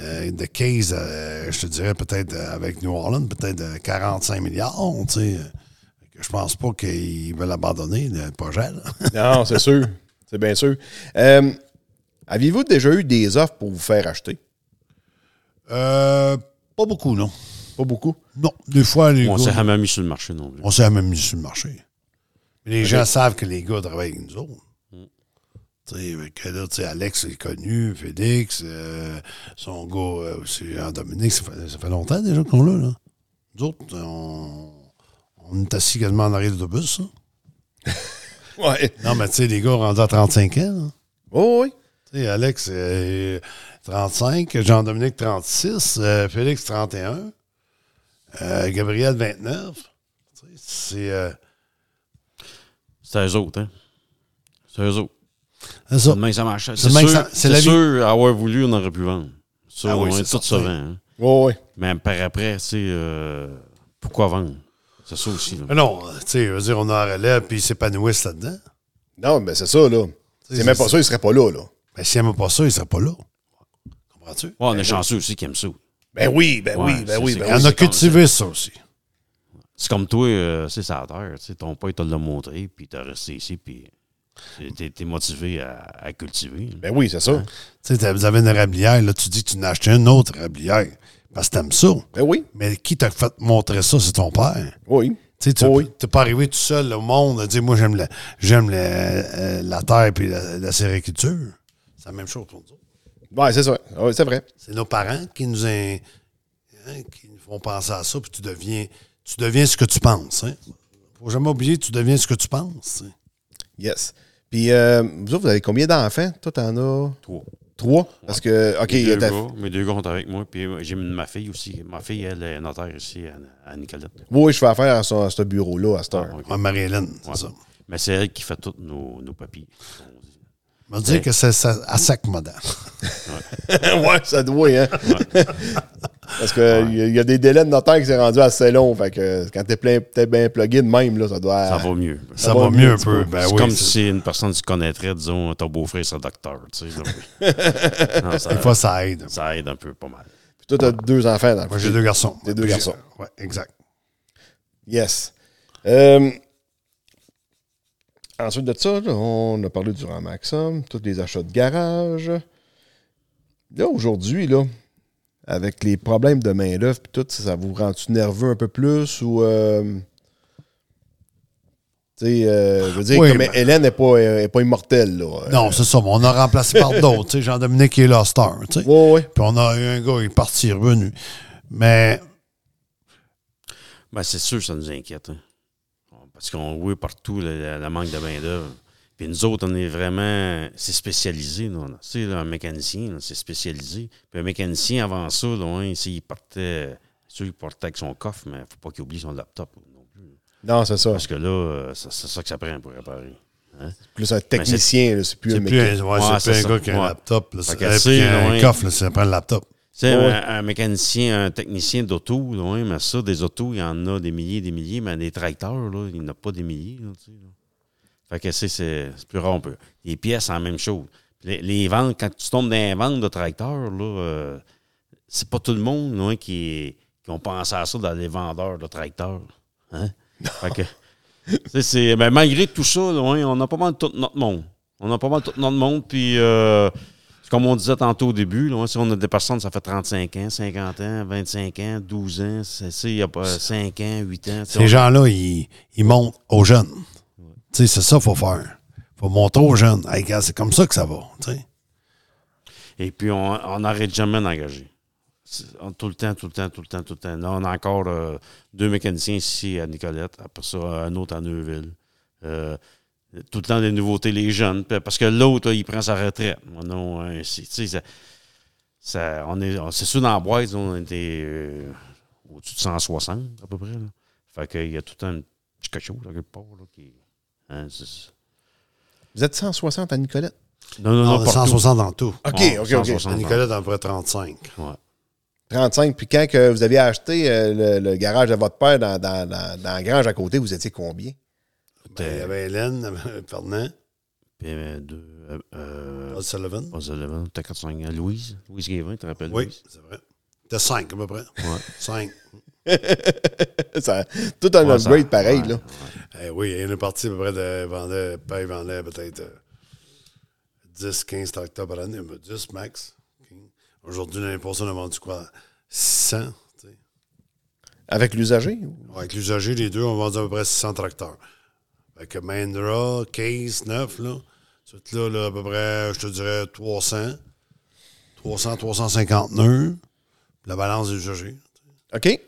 S1: euh, de Case, euh, je te dirais peut-être euh, avec New Orleans, peut-être de 45 milliards, tu sais. Fait que Je pense pas qu'ils veulent abandonner le projet. là.
S5: Non, c'est sûr. C'est bien sûr. Euh, Aviez-vous déjà eu des offres pour vous faire acheter?
S1: Euh, pas beaucoup, non.
S5: Pas beaucoup.
S1: Non, des fois, les
S2: On
S1: gars.
S2: s'est jamais mis sur le marché non plus.
S1: On s'est même mis sur le marché. Mais les gens savent que les gars travaillent avec nous autres. Tu sais, fait que là, tu sais, Alex est connu, Félix, euh, son gars euh, aussi, Jean Dominique, ça fait, ça fait longtemps déjà qu'on l'a, là. Nous autres, on, on est assis quasiment en arrière de l'autobus, hein.
S5: Ouais.
S1: Non, mais tu sais, les gars rendus à 35 ans, là.
S5: Oh, oui.
S1: Tu sais, Alex, euh, 35, Jean-Dominique, 36, euh, Félix, 31, euh, Gabriel, 29. Tu sais, c'est... euh,
S2: C'est eux autres, hein? C'est eux autres.
S1: c'est ça.
S2: C'est demain que ça marche.
S1: C'est
S2: C'est
S1: demain que
S2: sûr,
S1: ça- c'est la
S2: c'est
S1: vie.
S2: sûr, avoir voulu, on aurait pu vendre. Ça,
S1: Ah oui,
S2: on
S1: c'est
S2: est tous
S1: certain.
S2: sauvants. hein.
S5: Oh, oui.
S2: Mais par après, tu sais, euh, pourquoi vendre? C'est ça aussi. là.
S1: Mais non, euh, tu sais, je veux dire, on a un relève puis ils s'épanouissent là-dedans.
S5: Non, mais c'est ça, là. C'est
S1: c'est
S5: même pas
S1: ça.
S5: ça, il serait pas là, là.
S1: Mais s'ils n'aiment pas ça, ils ne seraient pas là. Comprends-tu?
S2: Ouais, on est chanceux aussi qui aiment ça.
S5: Ben oui, ben
S2: Ouais,
S5: oui,
S2: c'est-
S5: ben oui,
S2: c'est
S5: ben
S1: Il
S5: oui.
S1: y en
S2: c'est
S1: a
S2: quand
S1: cultivé ça aussi.
S2: C'est comme toi, euh, c'est ça à terre. tu sais, Ton père te l'a montré, puis t'as resté ici, puis t'es- t'es- t'es motivé à, à cultiver.
S5: Ben oui, c'est ça.
S1: Tu sais, t'as- vous avez une rablière, là, tu dis que tu n'as acheté une autre rablière parce que t'aimes ça.
S5: Ben oui,
S1: Mais qui t'a fait montrer ça, c'est ton père.
S5: oui.
S1: Tu sais, tu
S5: Oui.
S1: t'es pas arrivé tout seul au monde à dire moi j'aime la j'aime la, euh, la terre puis la, la sériculture. C'est la même chose pour nous. autres.
S5: Ouais, c'est ça. Ouais, c'est vrai.
S1: C'est nos parents qui nous in- hein, qui nous font penser à ça, puis tu deviens, tu deviens ce que tu penses. Hein. Faut jamais oublier, tu deviens ce que tu penses. hein.
S5: Yes. Puis, euh, vous autres, vous avez combien d'enfants? Toi, t'en as
S2: Toi.
S5: trois? Parce que, OK,
S2: Mes
S5: il y a
S2: deux,
S5: ta...
S2: gars, mes deux gars sont avec moi, puis j'ai ma fille aussi. Ma fille, elle est notaire ici à, à Nicolette.
S5: Oui, je fais affaire à, ce- à ce bureau-là, à cette heure.
S2: Ok.
S1: Ouais, Marie-Hélène, c'est
S2: Ouais.
S1: ça.
S2: Mais c'est elle qui fait tous nos, nos papiers.
S1: On va dire que c'est ça- à sac, madame.
S5: ouais, ça doit, hein? Parce que il y a- il y a des délais de notaire qui s'est rendu assez long. Fait que quand t'es plein, t'es bien plugué de même, là, ça doit...
S2: Ça va mieux.
S1: Ça, va, mieux un peu.
S5: petit
S1: Ben
S2: c'est
S1: oui,
S2: comme
S1: c'est-
S2: si une personne se connaîtrait, disons, ton beau-frère, c'est docteur. Tu sais, donc. Non, ça,
S1: Des fois, ça aide.
S2: ça aide un peu, pas mal.
S5: Puis toi, t'as deux enfants. Dans le
S1: Moi,
S5: fond.
S1: j'ai deux garçons.
S5: T'as deux
S1: Puis j'ai-
S5: garçons.
S1: Ouais, exact.
S5: Yes. Euh, ensuite de ça, là, on a parlé du Ramaxum, tous les achats de garage. Là, aujourd'hui, là, avec les problèmes de main-d'œuvre et tout, ça vous rend-tu nerveux un peu plus ou. euh, tu sais, euh, je veux dire,
S1: Oui,
S5: comme
S1: ben-
S5: Hélène n'est pas, est pas immortelle, là.
S1: Non, c'est ça. mais On a remplacé par d'autres. tu sais, Jean-Dominique est là, star. tu sais.
S5: Oui, oui.
S1: Puis on a eu un gars, il est parti, il est revenu. Mais
S2: Ben, c'est sûr que ça nous inquiète. hein. Parce qu'on voit partout le, le- le manque de main-d'œuvre. Puis nous autres, on est vraiment. C'est spécialisé, nous. Tu sais, là, un mécanicien, là, c'est spécialisé. Puis un mécanicien, avant ça, là, hein, s'il partait. Sûr, il partait avec son coffre, mais faut pas qu'il oublie son laptop non plus.
S5: Non, c'est ça.
S2: Parce que là, euh, ça- c'est ça que ça prend pour réparer. Hein?
S5: Plus un technicien, là, c'est plus un
S1: c'est plus
S5: mécanicien.
S1: un, ouais,
S2: Ouais,
S1: c'est plus
S2: c'est
S1: un
S2: ça.
S1: gars qui a un
S2: Ouais.
S1: laptop. Là,
S2: Fait
S1: c'est,
S2: que
S1: euh,
S2: c'est,
S1: puis un
S2: ouais.
S1: coffre, là, ça prend le laptop.
S2: Tu sais,
S5: Ouais.
S2: un, un mécanicien, un technicien d'auto, là, ouais, mais ça, des autos, il y en a des milliers et des milliers, mais des tracteurs, là, il n'y en a pas des milliers. là, tu sais, là. Fait que c'est- c'est c'est plus rare un peu. Les pièces, c'est la même chose. Les, les ventes, quand tu tombes dans les ventes de tracteurs, là, euh, c'est pas tout le monde là, qui, qui ont pensé à ça dans les vendeurs de tracteurs. Hein? Fait que, tu sais, c'est- ben, malgré tout ça, là, hein, on a pas mal tout notre monde. On a pas mal tout notre monde, puis euh, c'est comme on disait tantôt au début, là, hein, si on a des personnes, ça fait 35 ans, 50 ans, 25 ans, 12 ans, c'est- c'est- il y a pas 5 ans, 8 ans. tu
S1: Ces
S2: sais, on-
S1: gens-là, ils, ils montent aux jeunes. Tu sais, c'est ça qu'il faut faire. faut montrer aux jeunes. Hey, gars, c'est comme ça que ça va. tu sais.
S2: Et puis, on on n'arrête jamais d'engager. C'est- on- Tout le temps, tout le temps, tout le temps, tout le temps. Là, on a encore euh, deux mécaniciens ici à Nicolette, après ça, un autre à Neuville. Euh, tout le temps des nouveautés, les jeunes, p- parce que l'autre, là, il prend sa retraite. On a un- c'est- tu sais, ça- ça- on est, on- c'est sûr, dans la boîte, on était euh, au-dessus de 160 à peu près. là. Fait qu'il y a tout un petit quelque chose, là, quelque part, là, qui. hein, c'est-
S5: Vous êtes 160 à Nicolette.
S2: non, non, non,
S1: On a
S2: partout.
S1: 160 dans tout.
S5: Ah, OK,
S2: Ouais,
S5: OK, OK.
S2: 160.
S1: Nicolas, t'en ferais 35.
S2: Ouais.
S5: 35. Puis quand que vous aviez acheté euh, le, le garage de votre père dans, dans, dans, dans la grange à côté, vous étiez combien?
S1: Ben, il y avait Hélène, il y avait Fernand,
S2: Puis, euh, deux, euh, euh,
S1: Rod Sullivan.
S2: Pas Sullivan, t'as 45 ans. Louise, Louise Guévin, tu te rappelles?
S1: Oui,
S2: Louise?
S1: c'est vrai. T'as 5 à peu près.
S2: Ouais.
S1: 5.
S5: Ça- tout un
S2: Ouais, ça-
S5: upgrade pareil,
S2: ouais,
S5: là.
S2: ouais.
S1: Eh oui, il est parti à peu près de vendait, pas, il vendait peut-être euh, 10, 15 tracteurs par année, mais 10 max. 15. Aujourd'hui, l'année passée, on a vendu quoi? 600. tu sais.
S5: Avec l'usager?
S1: Avec l'usager, les deux, on vendu à peu près 600 tracteurs. Fait que Mahindra, Case, 9, là, tout là, là, à peu près, je te dirais, 300. 300, 350 nœuds. La balance des usagers.
S5: OK.
S2: Ouais,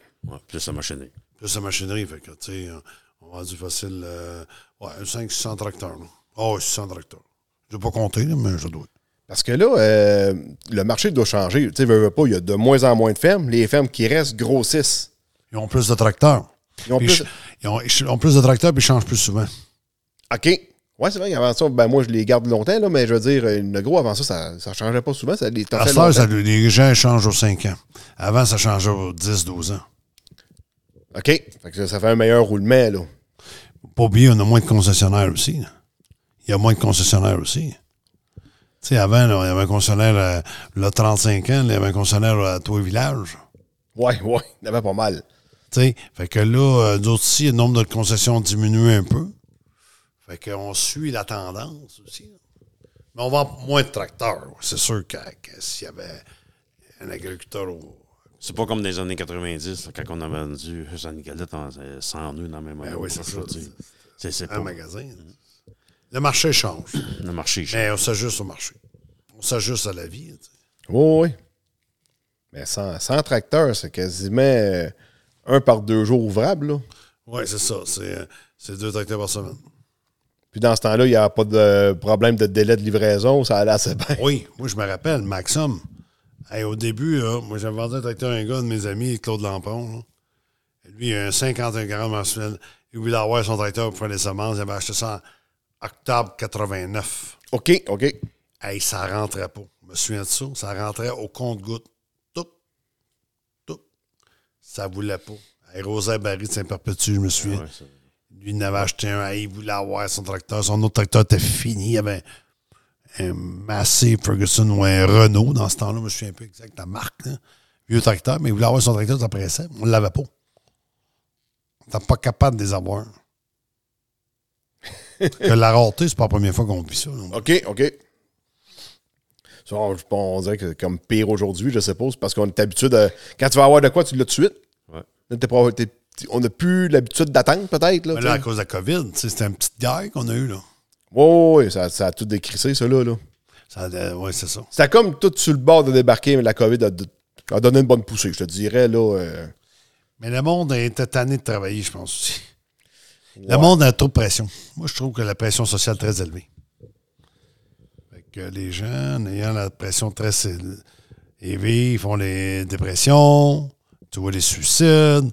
S2: plus la machinerie.
S1: Plus la machinerie, fait que, tu sais, euh, on a vendu facile, euh, ouais, 500 tracteurs, là. Oh, 600 tracteurs. Je n'ai pas compté, là, mais je dois.
S5: Parce que là, euh, le marché doit changer. Tu sais, veux, veux pas, il y a de moins en moins de fermes. Les fermes qui restent grossissent.
S1: Ils ont plus de tracteurs.
S5: Ils ont
S1: Puis
S5: plus-
S1: ils ch- ils ont- ils ont plus de tracteurs, puis ils changent plus souvent.
S5: OK. Ouais, c'est vrai qu'avant ça, ben moi, je les garde longtemps, là, mais je veux dire, euh, le gros, avant ça, ça, ça changeait pas souvent. Ça les
S1: À
S5: tentait
S1: cette heure,
S5: longtemps.
S1: ça- les gens changent aux 5 ans. Avant, ça changeait aux 10-12 ans.
S5: OK. Fait que ça, ça fait un meilleur roulement, là.
S1: Pas oublier, on a moins de concessionnaires aussi. là. Il y a moins de concessionnaires aussi. Tu sais, avant, là, il y avait un concessionnaire, euh, là, 35 ans, là, il y avait un concessionnaire euh, à tous les villages.
S5: Ouais, ouais. Il y en avait pas mal.
S1: Tu sais, fait que là, euh, nous autres ici, le nombre de concessions diminue un peu. Fait qu'on suit la tendance aussi. Mais on vend moins de tracteurs. C'est sûr que, que s'il y avait un agriculteur au.
S2: C'est pas comme dans les années 90, là, quand on a vendu Saint-Nicolas en euh, 100 nœuds dans la même année.
S1: Ben oui, c'est ça. Ah,
S2: tu sais. C'est- c'est
S1: un
S2: pas-
S1: magasin. Le marché change,
S2: Le marché est cher.
S1: mais on s'ajuste au marché. On s'ajuste à la vie. tu sais.
S5: Oui, oui. Mais sans, sans tracteur, c'est quasiment euh, un par deux jours ouvrables, là.
S1: Oui, c'est ça. C'est euh, c'est deux tracteurs par semaine.
S5: Puis dans ce temps-là, il n'y a pas de problème de délai de livraison. Ça allait assez bien.
S1: Oui, moi, je me rappelle, Maxime. Hey, au début, là, moi, j'avais vendu un tracteur à un gars de mes amis, Claude Lampon. là. Lui, il a un 50-40 mensuel. Il voulait avoir son tracteur pour faire les semences. Il avait acheté ça en octobre 89.
S5: OK, OK.
S1: Hey, ça rentrait pas. Je me souviens de ça. Ça rentrait au compte-goutte. Tout. Tout. Ça voulait pas. Hey, Rosa Barry de Saint-Perpétue, je me souviens. Lui, il en avait acheté un. Hey, il voulait avoir son tracteur. Son autre tracteur était fini. Il avait un Massey Ferguson ou un Renault dans ce temps-là. Je me souviens plus exact la marque. là. Vieux tracteur, mais il voulait avoir son tracteur, ça pressait. On ne l'avait pas. On n'était pas capable de les avoir. que la rareté, c'est pas la première fois qu'on vit ça. non.
S5: OK, OK. Ça, On, je- on dirait que c'est comme pire aujourd'hui, je suppose, parce qu'on est habitué de. Quand tu vas avoir de quoi, tu l'as tout de suite.
S2: Ouais.
S5: Là, t'es pas- t'es- on n'a plus l'habitude d'attendre, peut-être. Là,
S1: Mais là, à cause de la COVID, tu sais, c'était une petite guerre qu'on a eue. Là.
S5: oui, ça, ça a tout décrissé, ça, là. là.
S1: Ça, euh, ouais, c'est ça.
S5: C'était comme tout sur le bord de débarquer, mais la COVID a, a donné une bonne poussée, je te dirais, là. euh.
S1: Mais le monde était tanné de travailler, je pense aussi. Le monde a trop de pression. Moi, je trouve que la pression sociale est très élevée. Fait que les gens, en ayant la pression très sé- élevée, ils font les dépressions, tu vois les suicides.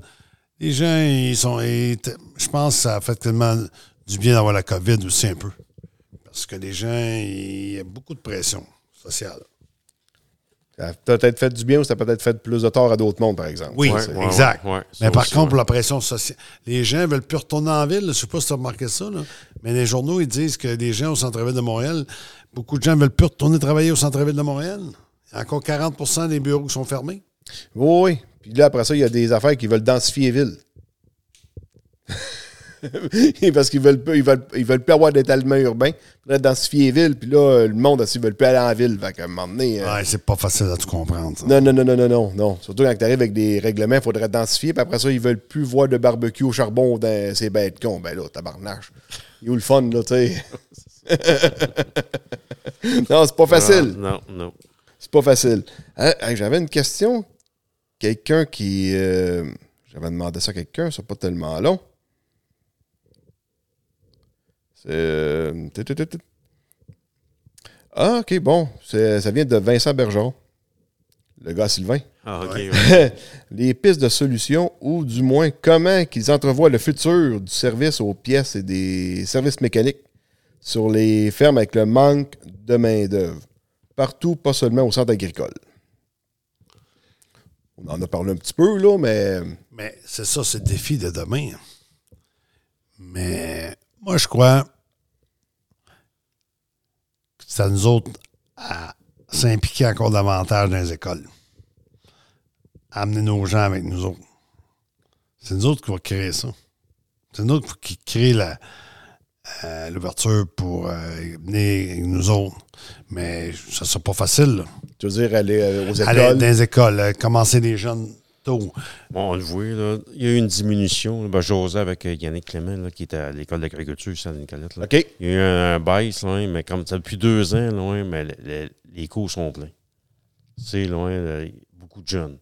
S1: Les gens, ils sont. ils t- je pense que ça a fait tellement du bien d'avoir la COVID aussi un peu. Parce que les gens, il y a beaucoup de pression sociale.
S5: Ça a peut-être fait du bien ou ça a peut-être fait plus de tort à d'autres mondes, par exemple.
S1: Oui,
S5: Ouais.
S1: c'est-
S2: ouais,
S1: exact.
S2: ouais, ouais.
S1: mais
S2: Ça
S1: par
S2: aussi,
S1: contre,
S2: ouais.
S1: pour la pression sociale, les gens veulent plus retourner en ville. là. Je ne sais pas si tu as remarqué ça, là. mais les journaux, ils disent que les gens au centre-ville de Montréal, beaucoup de gens veulent plus retourner travailler au centre-ville de Montréal. Il y a encore 40 des bureaux qui sont fermés.
S5: Oui, oui. Puis là, après ça, il y a des affaires qui veulent densifier les villes. Parce qu'ils veulent, pas- ils veulent, ils veulent plus avoir d'étalement urbain. Ils veulent densifier les villes. Puis là, euh, le monde, ils ne veulent plus aller en ville. Fait qu'à un moment donné. euh,
S1: Ouais, c'est pas facile à tout comprendre. ça.
S5: Non, non, non, non, non, non, non. Surtout quand tu arrives avec des règlements, il faudrait densifier. Puis après ça, ils veulent plus voir de barbecue au charbon dans ces bêtes cons. Ben là, tabarnache. Il est où le fun, là, tu sais? non, c'est pas facile.
S2: Non, non.
S5: C'est pas facile. Hein, hey, J'avais une question. Quelqu'un qui. euh, J'avais demandé ça à quelqu'un, c'est pas tellement long. C'est. euh, tut, tut, tut, tut. Ah, ok, bon. C'est- Ça vient de Vincent Bergeron, le gars Sylvain.
S2: Ah, OK. ouais.
S5: Les pistes de solutions, ou du moins comment qu'ils entrevoient le futur du service aux pièces et des services mécaniques sur les fermes avec le manque de main-d'œuvre. Partout, pas seulement au centre agricole. On en a parlé un petit peu, là, mais
S1: Mais c'est ça, c'est le défi de demain. Mais moi, je crois que c'est à nous autres à s'impliquer encore davantage dans les écoles. Amener nos gens avec nous autres. C'est nous autres qui va créer ça. C'est nous autres qui crée la, euh, l'ouverture pour euh, venir avec nous autres. Mais ça sera pas facile, là
S5: tu veux dire aller euh, aux
S1: aller dans
S5: écoles.
S1: les écoles, euh, commencer les jeunes tôt.
S2: Bon, on le voit, là, il y a eu une diminution. là. Ben, José avec euh, Yannick Clément, là, qui était à l'école d'agriculture ici à Nicolette. là.
S5: OK.
S2: Il y a eu un, un baisse, là, mais comme ça, depuis deux ans, là, ouais, mais le- le- les cours sont pleins. C'est loin, là, beaucoup de jeunes.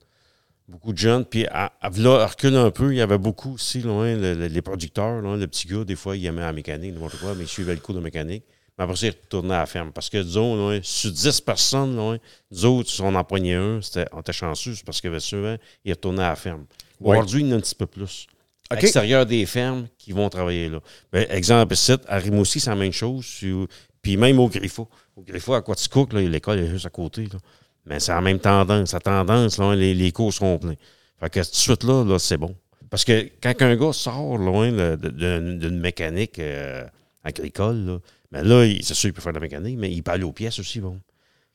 S2: Beaucoup de jeunes. Puis, à, à- là, recule un peu, il y avait beaucoup aussi, loin, le- le- les producteurs, là, le petit gars, des fois, il aimait la mécanique, n'importe quoi, mais il suivait le cours de mécanique. Mais après ça, il retournait à la ferme. Parce que, disons, là, sur 10 personnes, là, nous autres, si on en prenait un, c'était- on était chanceux, c'est parce que, bien sûr, il retournait à la ferme.
S5: Ouais.
S2: Aujourd'hui, il y en a un petit peu plus à
S5: OK.
S2: l'extérieur des fermes qui vont travailler là. Ben, exemple, ici, à Rimouski, c'est la même chose. sur- Puis même au Griffo. Au Griffo, à Quaticook, là, l'école est juste à côté. là. Mais c'est la même tendance. La tendance, là, les, les cours seront pleins. Fait que tout de suite, là, là c'est bon. Parce que quand un gars sort loin de- de- de- d'une mécanique euh, agricole, là, ben là, il- c'est sûr qu'il peut faire de la mécanique, mais il peut aller aux pièces aussi, bon.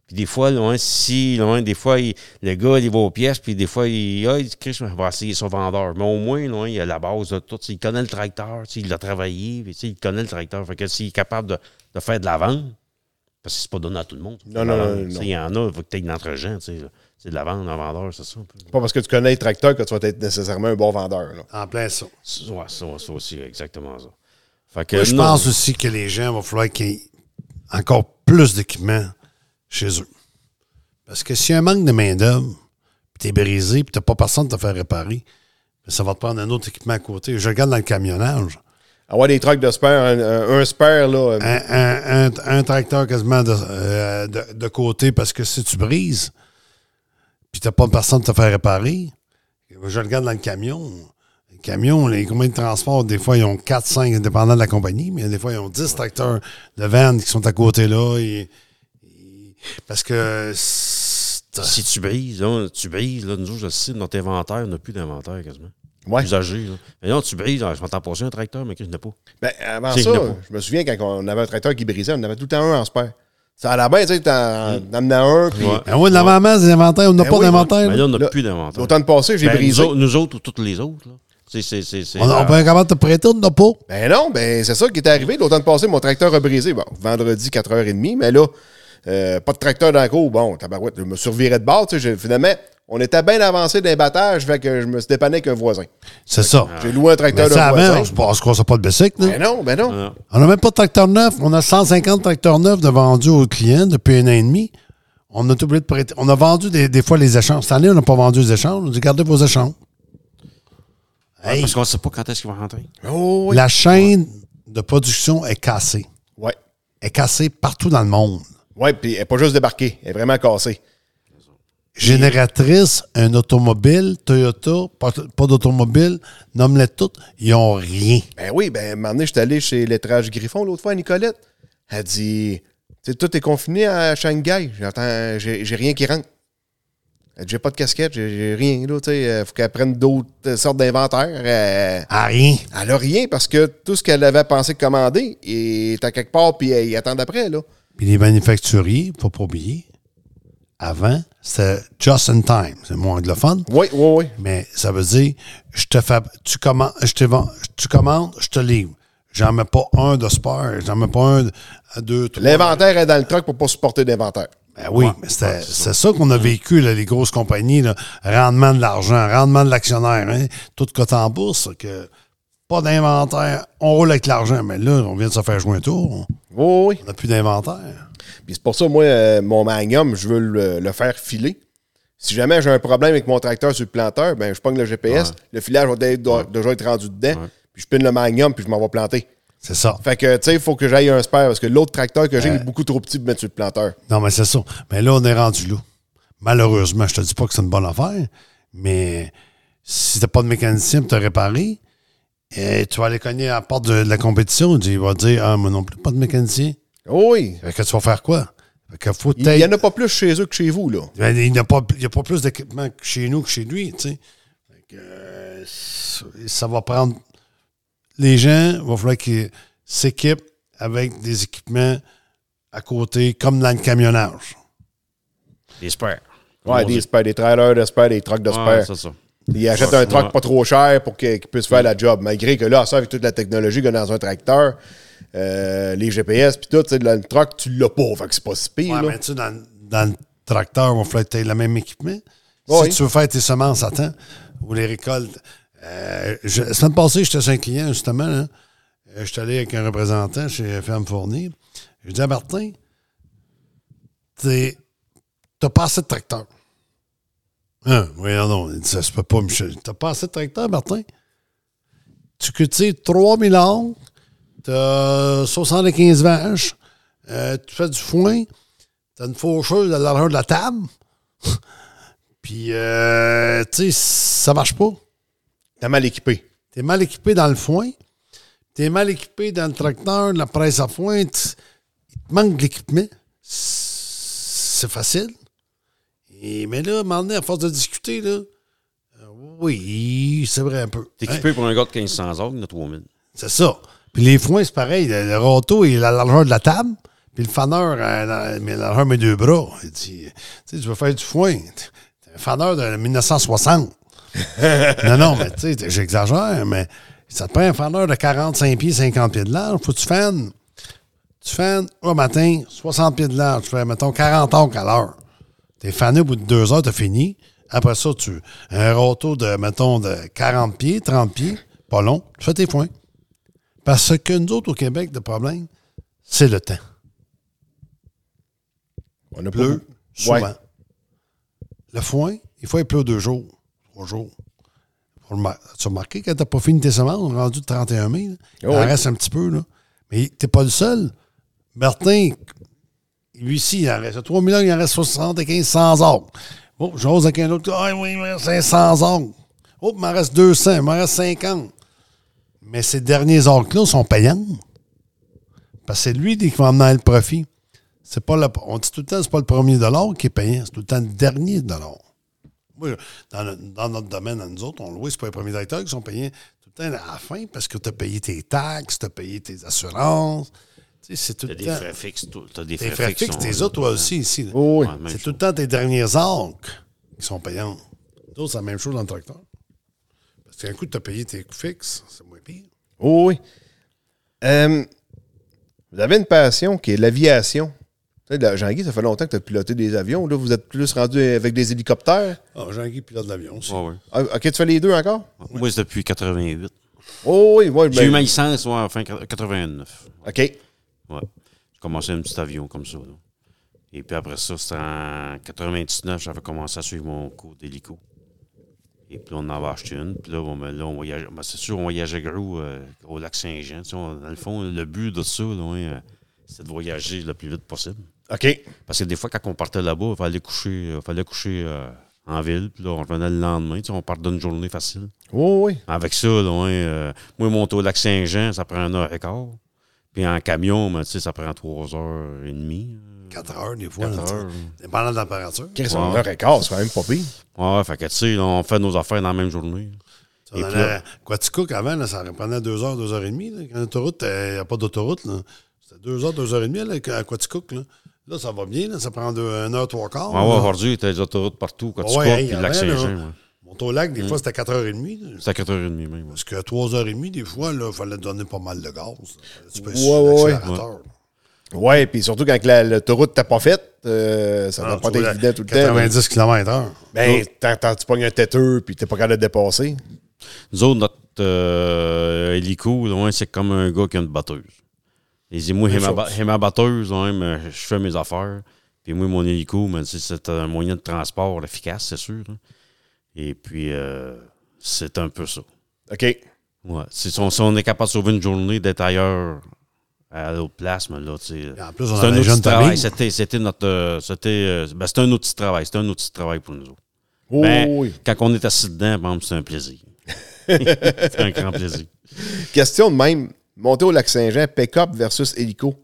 S2: Puis des fois, loin, si, loin, des fois, il- le gars, il va aux pièces, puis des fois, il, ah, il dit, Chris, va essayer son vendeur. Mais au moins, loin, il a la base de tout. Tu sais, Il connaît le tracteur, tu sais, il l'a travaillé, puis, tu sais, il connaît le tracteur. Fait que s'il est capable de, de faire de la vente, parce que c'est pas donné à tout le monde.
S5: Non, non, non, non,
S2: Tu sais, Il y en a, il faut que tu aies entre gens, tu sais. là. C'est de la vente, un vendeur, c'est ça. un peu.
S5: C'est pas parce que tu connais le tracteur que tu vas être nécessairement un bon vendeur. là.
S1: En plein ça.
S2: Ouais, ça, ça aussi, exactement ça. Fait que,
S1: je
S2: non.
S1: pense aussi que les gens, il va falloir qu'ils aient encore plus d'équipements chez eux. Parce que s'il y a un manque de main-d'œuvre, puis t'es brisé, puis t'as pas personne de te faire réparer, ben, ça va te prendre un autre équipement à côté. Je regarde dans le camionnage.
S5: Avoir des trucks de spare, un, un- un spare, là. euh,
S1: Un, un- un- un tracteur quasiment de, euh, de- de côté parce que si tu brises, puis t'as pas personne de te faire réparer, je regarde dans le camion. Le camion, les compagnies de transport, des fois, ils ont 4, 5, dépendant de la compagnie, mais des fois, ils ont 10 tracteurs de vannes qui sont à côté là. et- et- parce que c'est-
S2: Si tu brises, là, tu brises, là, nous autres, je le sais, notre inventaire, on n'a plus d'inventaire quasiment.
S5: Ouais.
S2: Usagé, là. Mais non, tu brises, là, je vais t'en passer un tracteur, mais Chris, je n'ai pas.
S5: Ben, avant
S2: C'est
S5: ça,
S2: le pot.
S5: je me souviens quand on avait un tracteur qui brisait, on en avait tout le temps un en spare. Ça allait bien, tu sais, t'en t'en amenais un, puis
S2: Mm. Ouais.
S1: Ben oui, de l'avant-masse, des inventaires, on n'a
S5: Ben
S1: pas
S5: oui,
S1: d'inventaire.
S2: Mais là, on n'a
S5: là,
S2: plus d'inventaire.
S5: l'automne passé, j'ai
S2: Ben,
S5: brisé.
S2: Nous, autres- nous autres ou toutes les autres, là. C'est, c'est, c'est, c'est- euh,
S1: On, on peut comment te prêter, on n'a pas.
S5: Ben non, ben c'est ça qui est arrivé. L'automne passé, mon tracteur a brisé. Bon, vendredi, 4h30, mais là, euh, pas de tracteur dans la cour. Bon, tabarouette, je me survirais de bord, tu sais. j'ai- Finalement, on était bien avancé d'un battage, fait que je me suis dépanné avec un voisin.
S1: C'est ça.
S2: Ah.
S5: J'ai loué un tracteur
S1: Mais
S5: de
S1: ça, avant,
S5: voisin.
S1: on se on se croisait pas de bicycle. là.
S5: Ben non, ben non.
S2: Ah,
S1: On n'a même pas de tracteur neuf. On a 150 tracteurs neufs de vendus aux clients depuis un an et demi. On a tout oublié de prêter. On a vendu des, des fois les échanges. Cette année, on n'a pas vendu les échanges. On a dit gardez vos échanges. Hey,
S2: Parce qu'on ne sait pas quand est-ce qu'il va rentrer.
S5: Oh, oui.
S1: la chaîne de production est cassée.
S5: Ouais.
S1: Elle est cassée partout dans le monde.
S5: Ouais, puis elle n'est pas juste débarquée, elle est vraiment cassée.
S1: Génératrice, un automobile, Toyota, pas, pas d'automobile, nomme-les toutes, ils ont rien.
S5: Ben oui, ben, un moment donné, j'étais allé chez l'étrage Griffon l'autre fois à Nicolette. Elle dit Tu sais, tout est confiné à Shanghai. J'entends, j'ai j'ai rien qui rentre. Elle dit J'ai pas de casquette, j'ai- j'ai rien. Là, tu sais, euh, faut qu'elle prenne d'autres euh, sortes d'inventaires. Euh,
S1: Ah, rien.
S5: elle a rien parce que tout ce qu'elle avait pensé commander est à quelque part, puis elle attend après. Là.
S1: Puis les manufacturiers, faut pas oublier, avant, c'était just in time. C'est moins anglophone.
S5: Oui, oui, oui.
S1: Mais ça veut dire, je te fais, tu commandes, je te vends, tu commandes, je te livre. J'en mets pas un de spare, j'en mets pas un, de- deux, trois.
S5: L'inventaire est dans le truck pour pas supporter d'inventaire.
S1: Ben oui, mais c'était- c'est ça qu'on a vécu, là, les grosses compagnies, là. rendement de l'argent, rendement de l'actionnaire, hein, tout cote en bourse, que pas d'inventaire, on roule avec l'argent, mais là, on vient de se faire jouer un tour,
S5: Oui, oui.
S1: on n'a plus d'inventaire.
S5: Puis c'est pour ça, moi, euh, mon magnum, je veux le, le faire filer. Si jamais j'ai un problème avec mon tracteur sur le planteur, ben je pogne le GPS, le filage va être- doit déjà être rendu dedans, puis je pine le magnum, puis je m'en vais planter.
S1: C'est ça.
S5: Fait que, tu sais, il faut que j'aille un spare, parce que l'autre tracteur que j'ai est beaucoup trop petit pour mettre sur le planteur.
S1: Non, mais c'est ça. Mais là, on est rendu là. Malheureusement, je te dis pas que c'est une bonne affaire, mais si t'as pas de mécanicien pour te réparer, eh, tu vas aller cogner à la porte de, de la compétition. Il va dire Ah, moi non plus, pas de mécanicien.
S5: Oh Oui,
S1: Fait que tu vas faire quoi? Fait que faut
S5: il y en a pas plus chez eux que chez vous, là.
S1: Ben, Il n'y a, pas- il y a pas plus d'équipement que chez nous que chez lui, tu sais. Fait que, euh, ça- ça va prendre. Les gens, il va falloir qu'ils s'équipent avec des équipements à côté, comme dans le camionnage.
S2: Des spares.
S5: Ouais, des spares, des trailers de spares, des trucks de
S2: Ouais,
S5: spares.
S2: c'est ça.
S5: Ils achètent un truck
S2: Ouais.
S5: pas trop cher pour qu'il qu'il puisse faire la job. Malgré que là, ça, avec toute la technologie qu'il y a dans un tracteur, euh, les GPS, puis tout, tu sais, le truck, tu l'as pas. Fait que c'est pas si pire.
S1: Ouais,
S5: là.
S1: mais tu sais, dans, dans le tracteur, on va falloir que tu aies le même équipement.
S5: Oui.
S1: Si tu veux faire tes semences à temps ou les récoltes. Euh, je, la semaine passée, j'étais chez un client, justement. là. Euh, J'étais allé avec un représentant chez Ferme Fournier. Je dis à Martin, t'es- t'as pas assez de tracteur. Hein, oui, non, non. Il dit, ça se peut pas, Michel. T'as pas assez de tracteur, Martin? Tu cultives 3000 ans, t'as 75 vaches, euh, tu fais du foin, t'as une faucheuse à l'arrière de la table. Puis, euh, tu sais, ça marche pas.
S5: T'as mal équipé.
S1: T'es mal équipé dans le foin. T'es mal équipé dans le tracteur, la presse à foin. tu- Il te manque de l'équipement. C'est facile. Et, mais là, à un moment donné, à force de discuter, là, euh, oui, c'est vrai un peu.
S2: T'es
S1: Hein?
S2: équipé pour un gars de 1500 heures, il y en a 3000.
S1: C'est ça. Puis les foins, c'est pareil. Le, le râteau, il a la largeur de la table. Puis le faneur, euh, la, mais la largeur de mes deux bras. Il dit, tu sais, tu veux faire du foin. T'es un faneur de 1960. non, non, mais tu sais, j'exagère, mais ça te prend un faneur de 45 pieds, 50 pieds de large. Faut que tu fanes. Tu fanes au matin, 60 pieds de large. Tu fais, mettons, 40 heures à l'heure. T'es fané au bout de deux heures, t'as fini. Après ça, tu un râteau de, mettons, de 40 pieds, 30 pieds, pas long, tu fais tes foins. Parce que nous autres, au Québec, le problème, c'est le temps.
S5: On a
S1: Pleut,
S5: beaucoup-
S1: souvent.
S5: Ouais.
S1: Le foin, il faut il pleut deux jours, trois jours. Faut remar- Tu as remarqué, quand tu n'as pas fini tes semences, on est rendu le 31 mai, là, il
S5: Oh
S1: en
S5: oui.
S1: reste un petit peu. Là. Mais tu n'es pas le seul. Martin, lui ici, il en reste 3 millions, il en reste 75, 100 arbres. Bon, Oh, j'ose avec un autre, ah oui, il me reste 500 arbres. Oh, il m'en reste 200, il m'en reste 50. Mais ces derniers arbres-là sont payants. Parce que c'est lui qui va emmener le profit. C'est pas le- on dit tout le temps, c'est pas le premier dollar qui est payant, c'est tout le temps le dernier dollar. Moi, dans, le- dans notre domaine, à nous autres, on loue, c'est pas les premiers directeurs qui sont payés tout le temps à la fin parce que tu as payé tes taxes, tu as payé tes assurances. Tu sais, c'est tout
S2: T'as
S1: le
S2: des
S1: temps.
S2: frais fixes, tout- t'as des
S1: Tes
S2: frais,
S1: frais fixes,
S2: sont-
S1: tes autres, toi aussi, ici. là.
S5: Oh oui.
S2: Ouais, même
S1: c'est tout
S2: chose.
S1: le temps tes derniers arcs qui sont payants. D'autres, c'est la même chose dans le tracteur. Parce qu'un coup, tu as payé tes coûts fixes, c'est moins pire.
S5: Oh oui. Euh, vous avez une passion qui est l'aviation. Tu sais, là, Jean-Guy, ça fait longtemps que tu as piloté des avions. Là, vous êtes plus rendu avec des hélicoptères.
S1: Ah, Jean-Guy pilote l'avion aussi.
S2: Ouais, ouais.
S5: Ah, OK, tu fais les deux encore?
S2: Moi, c'est depuis 88.
S5: Oh oui, oui.
S2: J'ai eu ma
S5: Ben,
S2: licence, ouais, en fin 89.
S5: OK.
S2: Ouais. J'ai commencé un petit avion comme ça. là. Et puis après ça, c'était en 99, j'avais commencé à suivre mon cours d'hélico. Et puis là, on en avait acheté une. Puis là, on, là, on voyageait. ben, c'est sûr, on voyageait gros euh, au lac Saint-Jean. Tu sais, on- dans le fond, le but de ça, là, ouais, euh, c'est de voyager le plus vite possible.
S5: OK.
S2: Parce que des fois, quand on partait là-bas, il fallait coucher, euh, fallait coucher euh, en ville. Puis là, on revenait le lendemain. Tu sais, on part d'une journée facile.
S5: Oh oui.
S2: Avec ça, là, ouais, euh, moi, monter au lac Saint-Jean, ça prend un heure et quart. Puis en camion, ben, tu sais, ça prend trois heures et demie.
S1: Quatre heures, des fois.
S2: Quatre
S1: là, tu-
S2: heures.
S1: Dépendant de la température.
S5: Qu'est-ce qu'on a un record? C'est quand même pas pire.
S2: Ouais, fait que, tu sais, là, on fait nos affaires dans la même journée.
S1: Ça
S2: Et
S1: donnait-
S2: puis là-
S1: Quaticook, avant, là, ça prenait deux heures, deux heures et demie. là. Quand l'autoroute, il n'y a pas d'autoroute. là. C'était deux heures, deux heures et demie là, à Quaticook. Là. Là, ça va bien. là. Ça prend deux, une heure, trois quarts.
S2: Ouais, ouais,
S1: là.
S2: aujourd'hui, il y a des autoroutes partout, quand tu
S1: Ouais,
S2: cours,
S1: hey,
S2: puis le lac
S1: avant, là,
S2: Saint-Jean. ouais. Mm.
S1: Mont-au-Lac, des fois, c'était quatre heures et demie. là.
S2: C'est à 4h30 même. ouais.
S1: Parce qu'à trois heures et demie, des fois, il fallait donner pas mal de gaz. là. Tu peux
S5: Ouais,
S1: sur
S5: ouais,
S1: l'accélérateur, là.
S5: Ouais, puis surtout quand la- l'autoroute t'a pas faite, euh, ça
S1: Ah,
S5: va pas
S1: tu
S5: être
S1: roules à
S5: évident tout le temps.
S1: 90 km/h.
S5: Ben, tant, tant tu pognes un têteux, puis t'es pas capable de dépasser.
S2: Nous autres, notre euh, hélico, là, ouais, c'est comme un gars qui a une batteuse. Il dit, moi, j'ai ma, ba- j'ai ma batteuse, ouais, mais je fais mes affaires. Puis moi, mon hélico, mais, tu sais, c'est un moyen de transport efficace, c'est sûr. hein. Et puis, euh, c'est un peu ça.
S5: OK.
S2: Ouais. Si, on, si on est capable de sauver une journée d'être ailleurs à l'autre place, mais là, tu sais.
S1: Et en plus, on avait
S2: c'est un
S1: une
S2: outil
S1: jeune
S2: de travail.
S1: famille.
S2: C'était, c'était notre. euh, c'était, euh, ben, c'était un outil de travail. C'était un outil de travail pour nous autres.
S5: Oh
S2: Ben,
S5: oui.
S2: Quand on est assis dedans, bon, c'est un plaisir. c'est un grand plaisir.
S5: Question de même. Monter au lac Saint-Jean, pick-up versus hélico.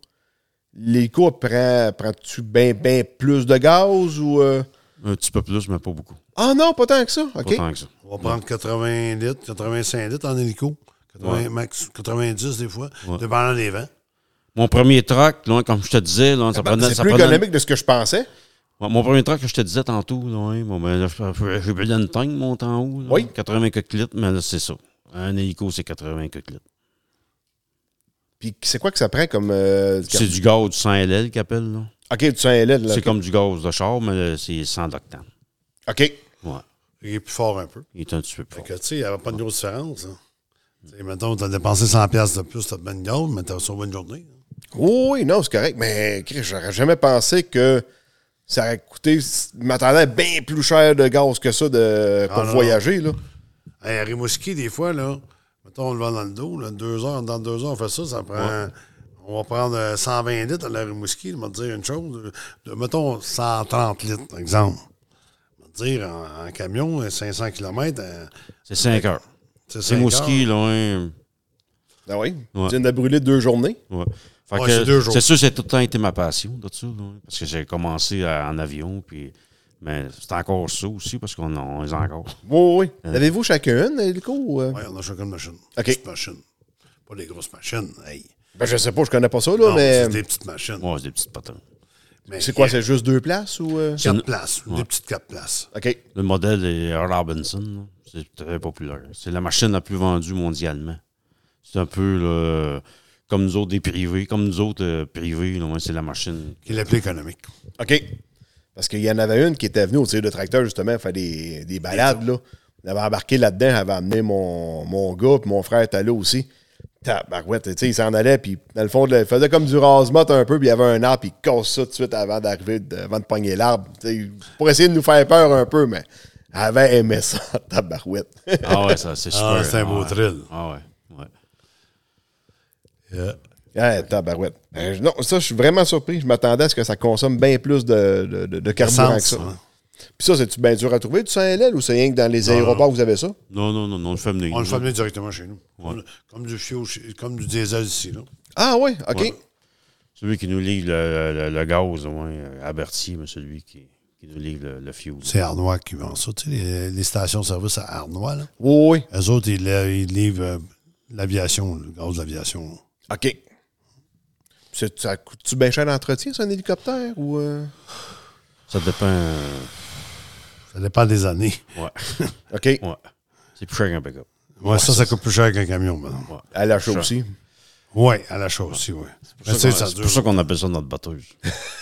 S5: L'hélico prend, prends-tu bien ben plus de gaz ou. euh?
S2: Un petit peu plus, mais pas beaucoup.
S5: Ah non, pas tant que ça.
S2: Pas
S5: OK.
S2: tant que ça.
S1: On va prendre 80 litres, 85 litres en hélico. 80,
S2: Ouais.
S1: max 90 des fois,
S2: Ouais.
S1: dépendant des vents.
S2: Mon premier truck, là, comme je te disais, là, ça
S5: Ben,
S2: prenait.
S5: c'est
S2: ça
S5: plus
S2: prenait-
S5: économique de ce que je pensais.
S2: Ouais, mon premier truck que je te disais tantôt, là, ouais, bon, ben, là, je- j'ai bu une tank, mon temps haut. là.
S5: Oui.
S2: 80 quelques litres, mais là, c'est ça. Un hélico, c'est 80 quelques litres.
S5: Puis c'est quoi que ça prend comme. euh, du
S2: C'est du gaz du 100 LL qu'ils appellent. là.
S5: OK, du 100 LL. là.
S2: C'est comme du gaz de char, mais euh, c'est sans octane.
S5: OK.
S2: Ouais.
S1: Il est plus fort un peu.
S2: Il est un petit peu plus
S1: Fait
S2: fort.
S1: que, tu sais, il n'y avait pas de grosse différence. Hein. Tu sais, mettons, tu as dépensé 100$ piastres de plus, tu as de bonne gold, mais tu as sauvé une journée. hein.
S5: Oui, oui, non, c'est correct, mais Chris, j'aurais jamais pensé que ça aurait coûté. Je m'attendais à bien plus cher de gaz que ça de,
S2: Ah,
S5: pour
S1: non, non.
S5: voyager, là.
S1: Hey, à Rimouski, des fois, là, mettons, on le vend dans le dos, là, deux heures, dans deux heures, on fait ça, ça prend. On va prendre euh, 120 litres à la Rimouski, je vais te dire une chose. euh, de- mettons 130 litres, par exemple. Je vais te dire, en, en camion, euh, 500 km,
S2: C'est 5 heures.
S1: c'est
S2: C'est
S1: 5
S2: Mouski,
S1: heures.
S2: là. hein.
S5: Ah oui?
S2: Ouais.
S5: Tu viens de brûler deux journées.
S2: Ouais. Fait
S1: Ouais,
S2: que
S1: c'est deux jours.
S2: C'est sûr, c'est tout le temps été ma passion là-dessus, là, hein. parce que j'ai commencé à- en avion, puis. Mais c'est encore ça aussi, parce qu'on en- on les a encore.
S5: Oui, oui. Avez-vous chacun une, hélico? ou, euh?
S1: Ouais, on a chacune une machine.
S5: OK.
S1: Petite machine. Pas des grosses machines. Hey.
S5: Ben, je sais pas, je connais pas ça, là,
S1: Non,
S5: mais.
S1: c'est des petites machines.
S2: Ouais, c'est des petites patins.
S1: Mais
S5: C'est quoi, c'est juste deux places ou. euh?
S1: Quatre places. Des petites quatre places.
S5: OK.
S2: Le modèle est Robinson. là. C'est très populaire. C'est la machine la plus vendue mondialement. C'est un peu là, comme nous autres des privés. Comme nous autres euh, privés, là, ouais, c'est la machine.
S1: Qui est plus économique.
S5: OK. Parce qu'il y en avait une qui était venue au tir de tracteur, justement, faire des, des balades, là. On avait embarqué là-dedans, elle avait amené mon, mon gars, puis mon frère était là aussi. Tabarouette, tu sais, il s'en allait, puis dans le fond, il faisait comme du rasement un peu, puis il y avait un arbre, puis il casse ça tout de suite avant d'arriver, de- avant de pogner l'arbre, tu sais, pour essayer de nous faire peur un peu, mais elle avait aimé ça, tabarouette.
S2: Ah ouais, ça, c'est super.
S1: Ah, c'est un beau
S2: ouais.
S1: thrill.
S2: Ah ouais. ouais.
S5: Ah, tabarouette. Euh, non, ça, je suis vraiment surpris. Je m'attendais à ce que ça consomme bien plus de, de, de- de carburant
S1: Essence,
S5: que ça.
S1: ouais.
S5: Puis ça, c'est-tu bien dur à trouver du 100 LL ou c'est rien que dans les aéroports, vous avez ça?
S2: Non, non, non, non, le fait venir.
S1: On le fait venir directement chez nous. Comme du fio, comme du diesel ici. Là.
S5: Ah oui, OK.
S2: Celui qui nous livre le, le- le gaz, ouais, euh, à Berthier, mais celui qui, qui nous livre le, le fuel.
S1: C'est Arnois qui vend ça. Tu sais, les, les stations-service à Arnois, là.
S5: Oui, oui.
S1: Eux autres, ils, la- ils livrent euh, l'aviation, le gaz de l'aviation.
S5: OK. C'est- Ça coûte-tu bien cher d'entretien, ça, un hélicoptère? Ou euh?
S2: Ça dépend. euh,
S1: Ça dépend des années.
S2: Ouais.
S5: OK.
S2: ouais. C'est plus cher qu'un pick-up.
S1: Ouais, ça, ça coûte plus cher qu'un camion, maintenant.
S2: Ouais.
S5: À la chaussée. aussi.
S1: Oui, à la chose aussi, oui. Mais tu sais,
S2: C'est
S1: ça
S2: pour
S1: dure.
S2: ça qu'on appelle ça notre batteuse.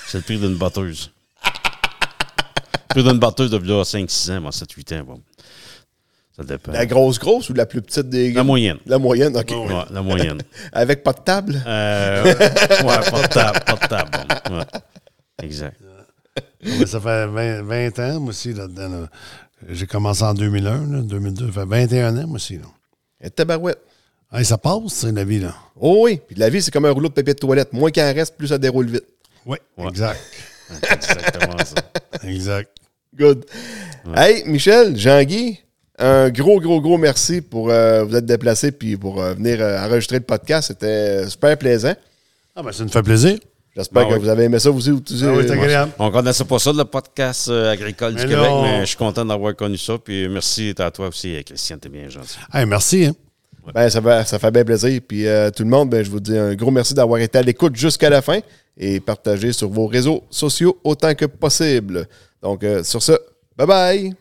S2: C'est le prix d'une batteuse. Le prix d'une batteuse de v'là 5-6 ans, bon, 7-8 ans. Bon. Ça dépend.
S5: La
S2: La, Ah
S5: grosse grosse ou la plus petite des...
S2: moyenne.
S5: La moyenne, OK.
S2: Ouais, la moyenne.
S5: Avec pas de table?
S2: Euh, ouais, pas de table. Pas de table bon. Ouais. Exact.
S1: Ouais, Ça fait 20, 20 ans, moi aussi, là-dedans. là. J'ai commencé en 2001, là, 2002. Ça fait 21 ans, moi aussi. Là.
S5: Et Eh, tabarouette.
S1: Hey, ça passe, c'est la vie, là.
S5: Oh oui. Puis la vie, c'est comme un rouleau de papier de toilette. Moins qu'il en reste, plus ça déroule vite.
S1: Oui, exact.
S2: C'est exactement ça.
S1: exact.
S5: Good. Hey, Michel, Jean-Guy, un gros, gros, gros merci pour euh, vous être déplacé puis pour euh, venir euh, enregistrer le podcast. C'était euh, super plaisant.
S1: Ah, ben, ça nous fait plaisir.
S5: J'espère
S2: Ben
S5: que
S2: oui.
S5: vous avez aimé ça, vous aussi. vous-
S1: Ah oui, c'est
S5: euh,
S1: agréable.
S2: On connaissait pas ça, le podcast euh, agricole
S1: Mais
S2: du Québec,
S1: non.
S2: mais je suis content d'avoir connu ça. Puis merci à toi aussi, euh, Christian, t'es bien gentil.
S1: Hey, merci. Hein.
S5: Ben, ça, fait, ça fait bien plaisir. Puis euh, tout le monde, ben, je vous dis un gros merci d'avoir été à l'écoute jusqu'à la fin et partagez sur vos réseaux sociaux autant que possible. Donc, euh, sur ce, bye bye!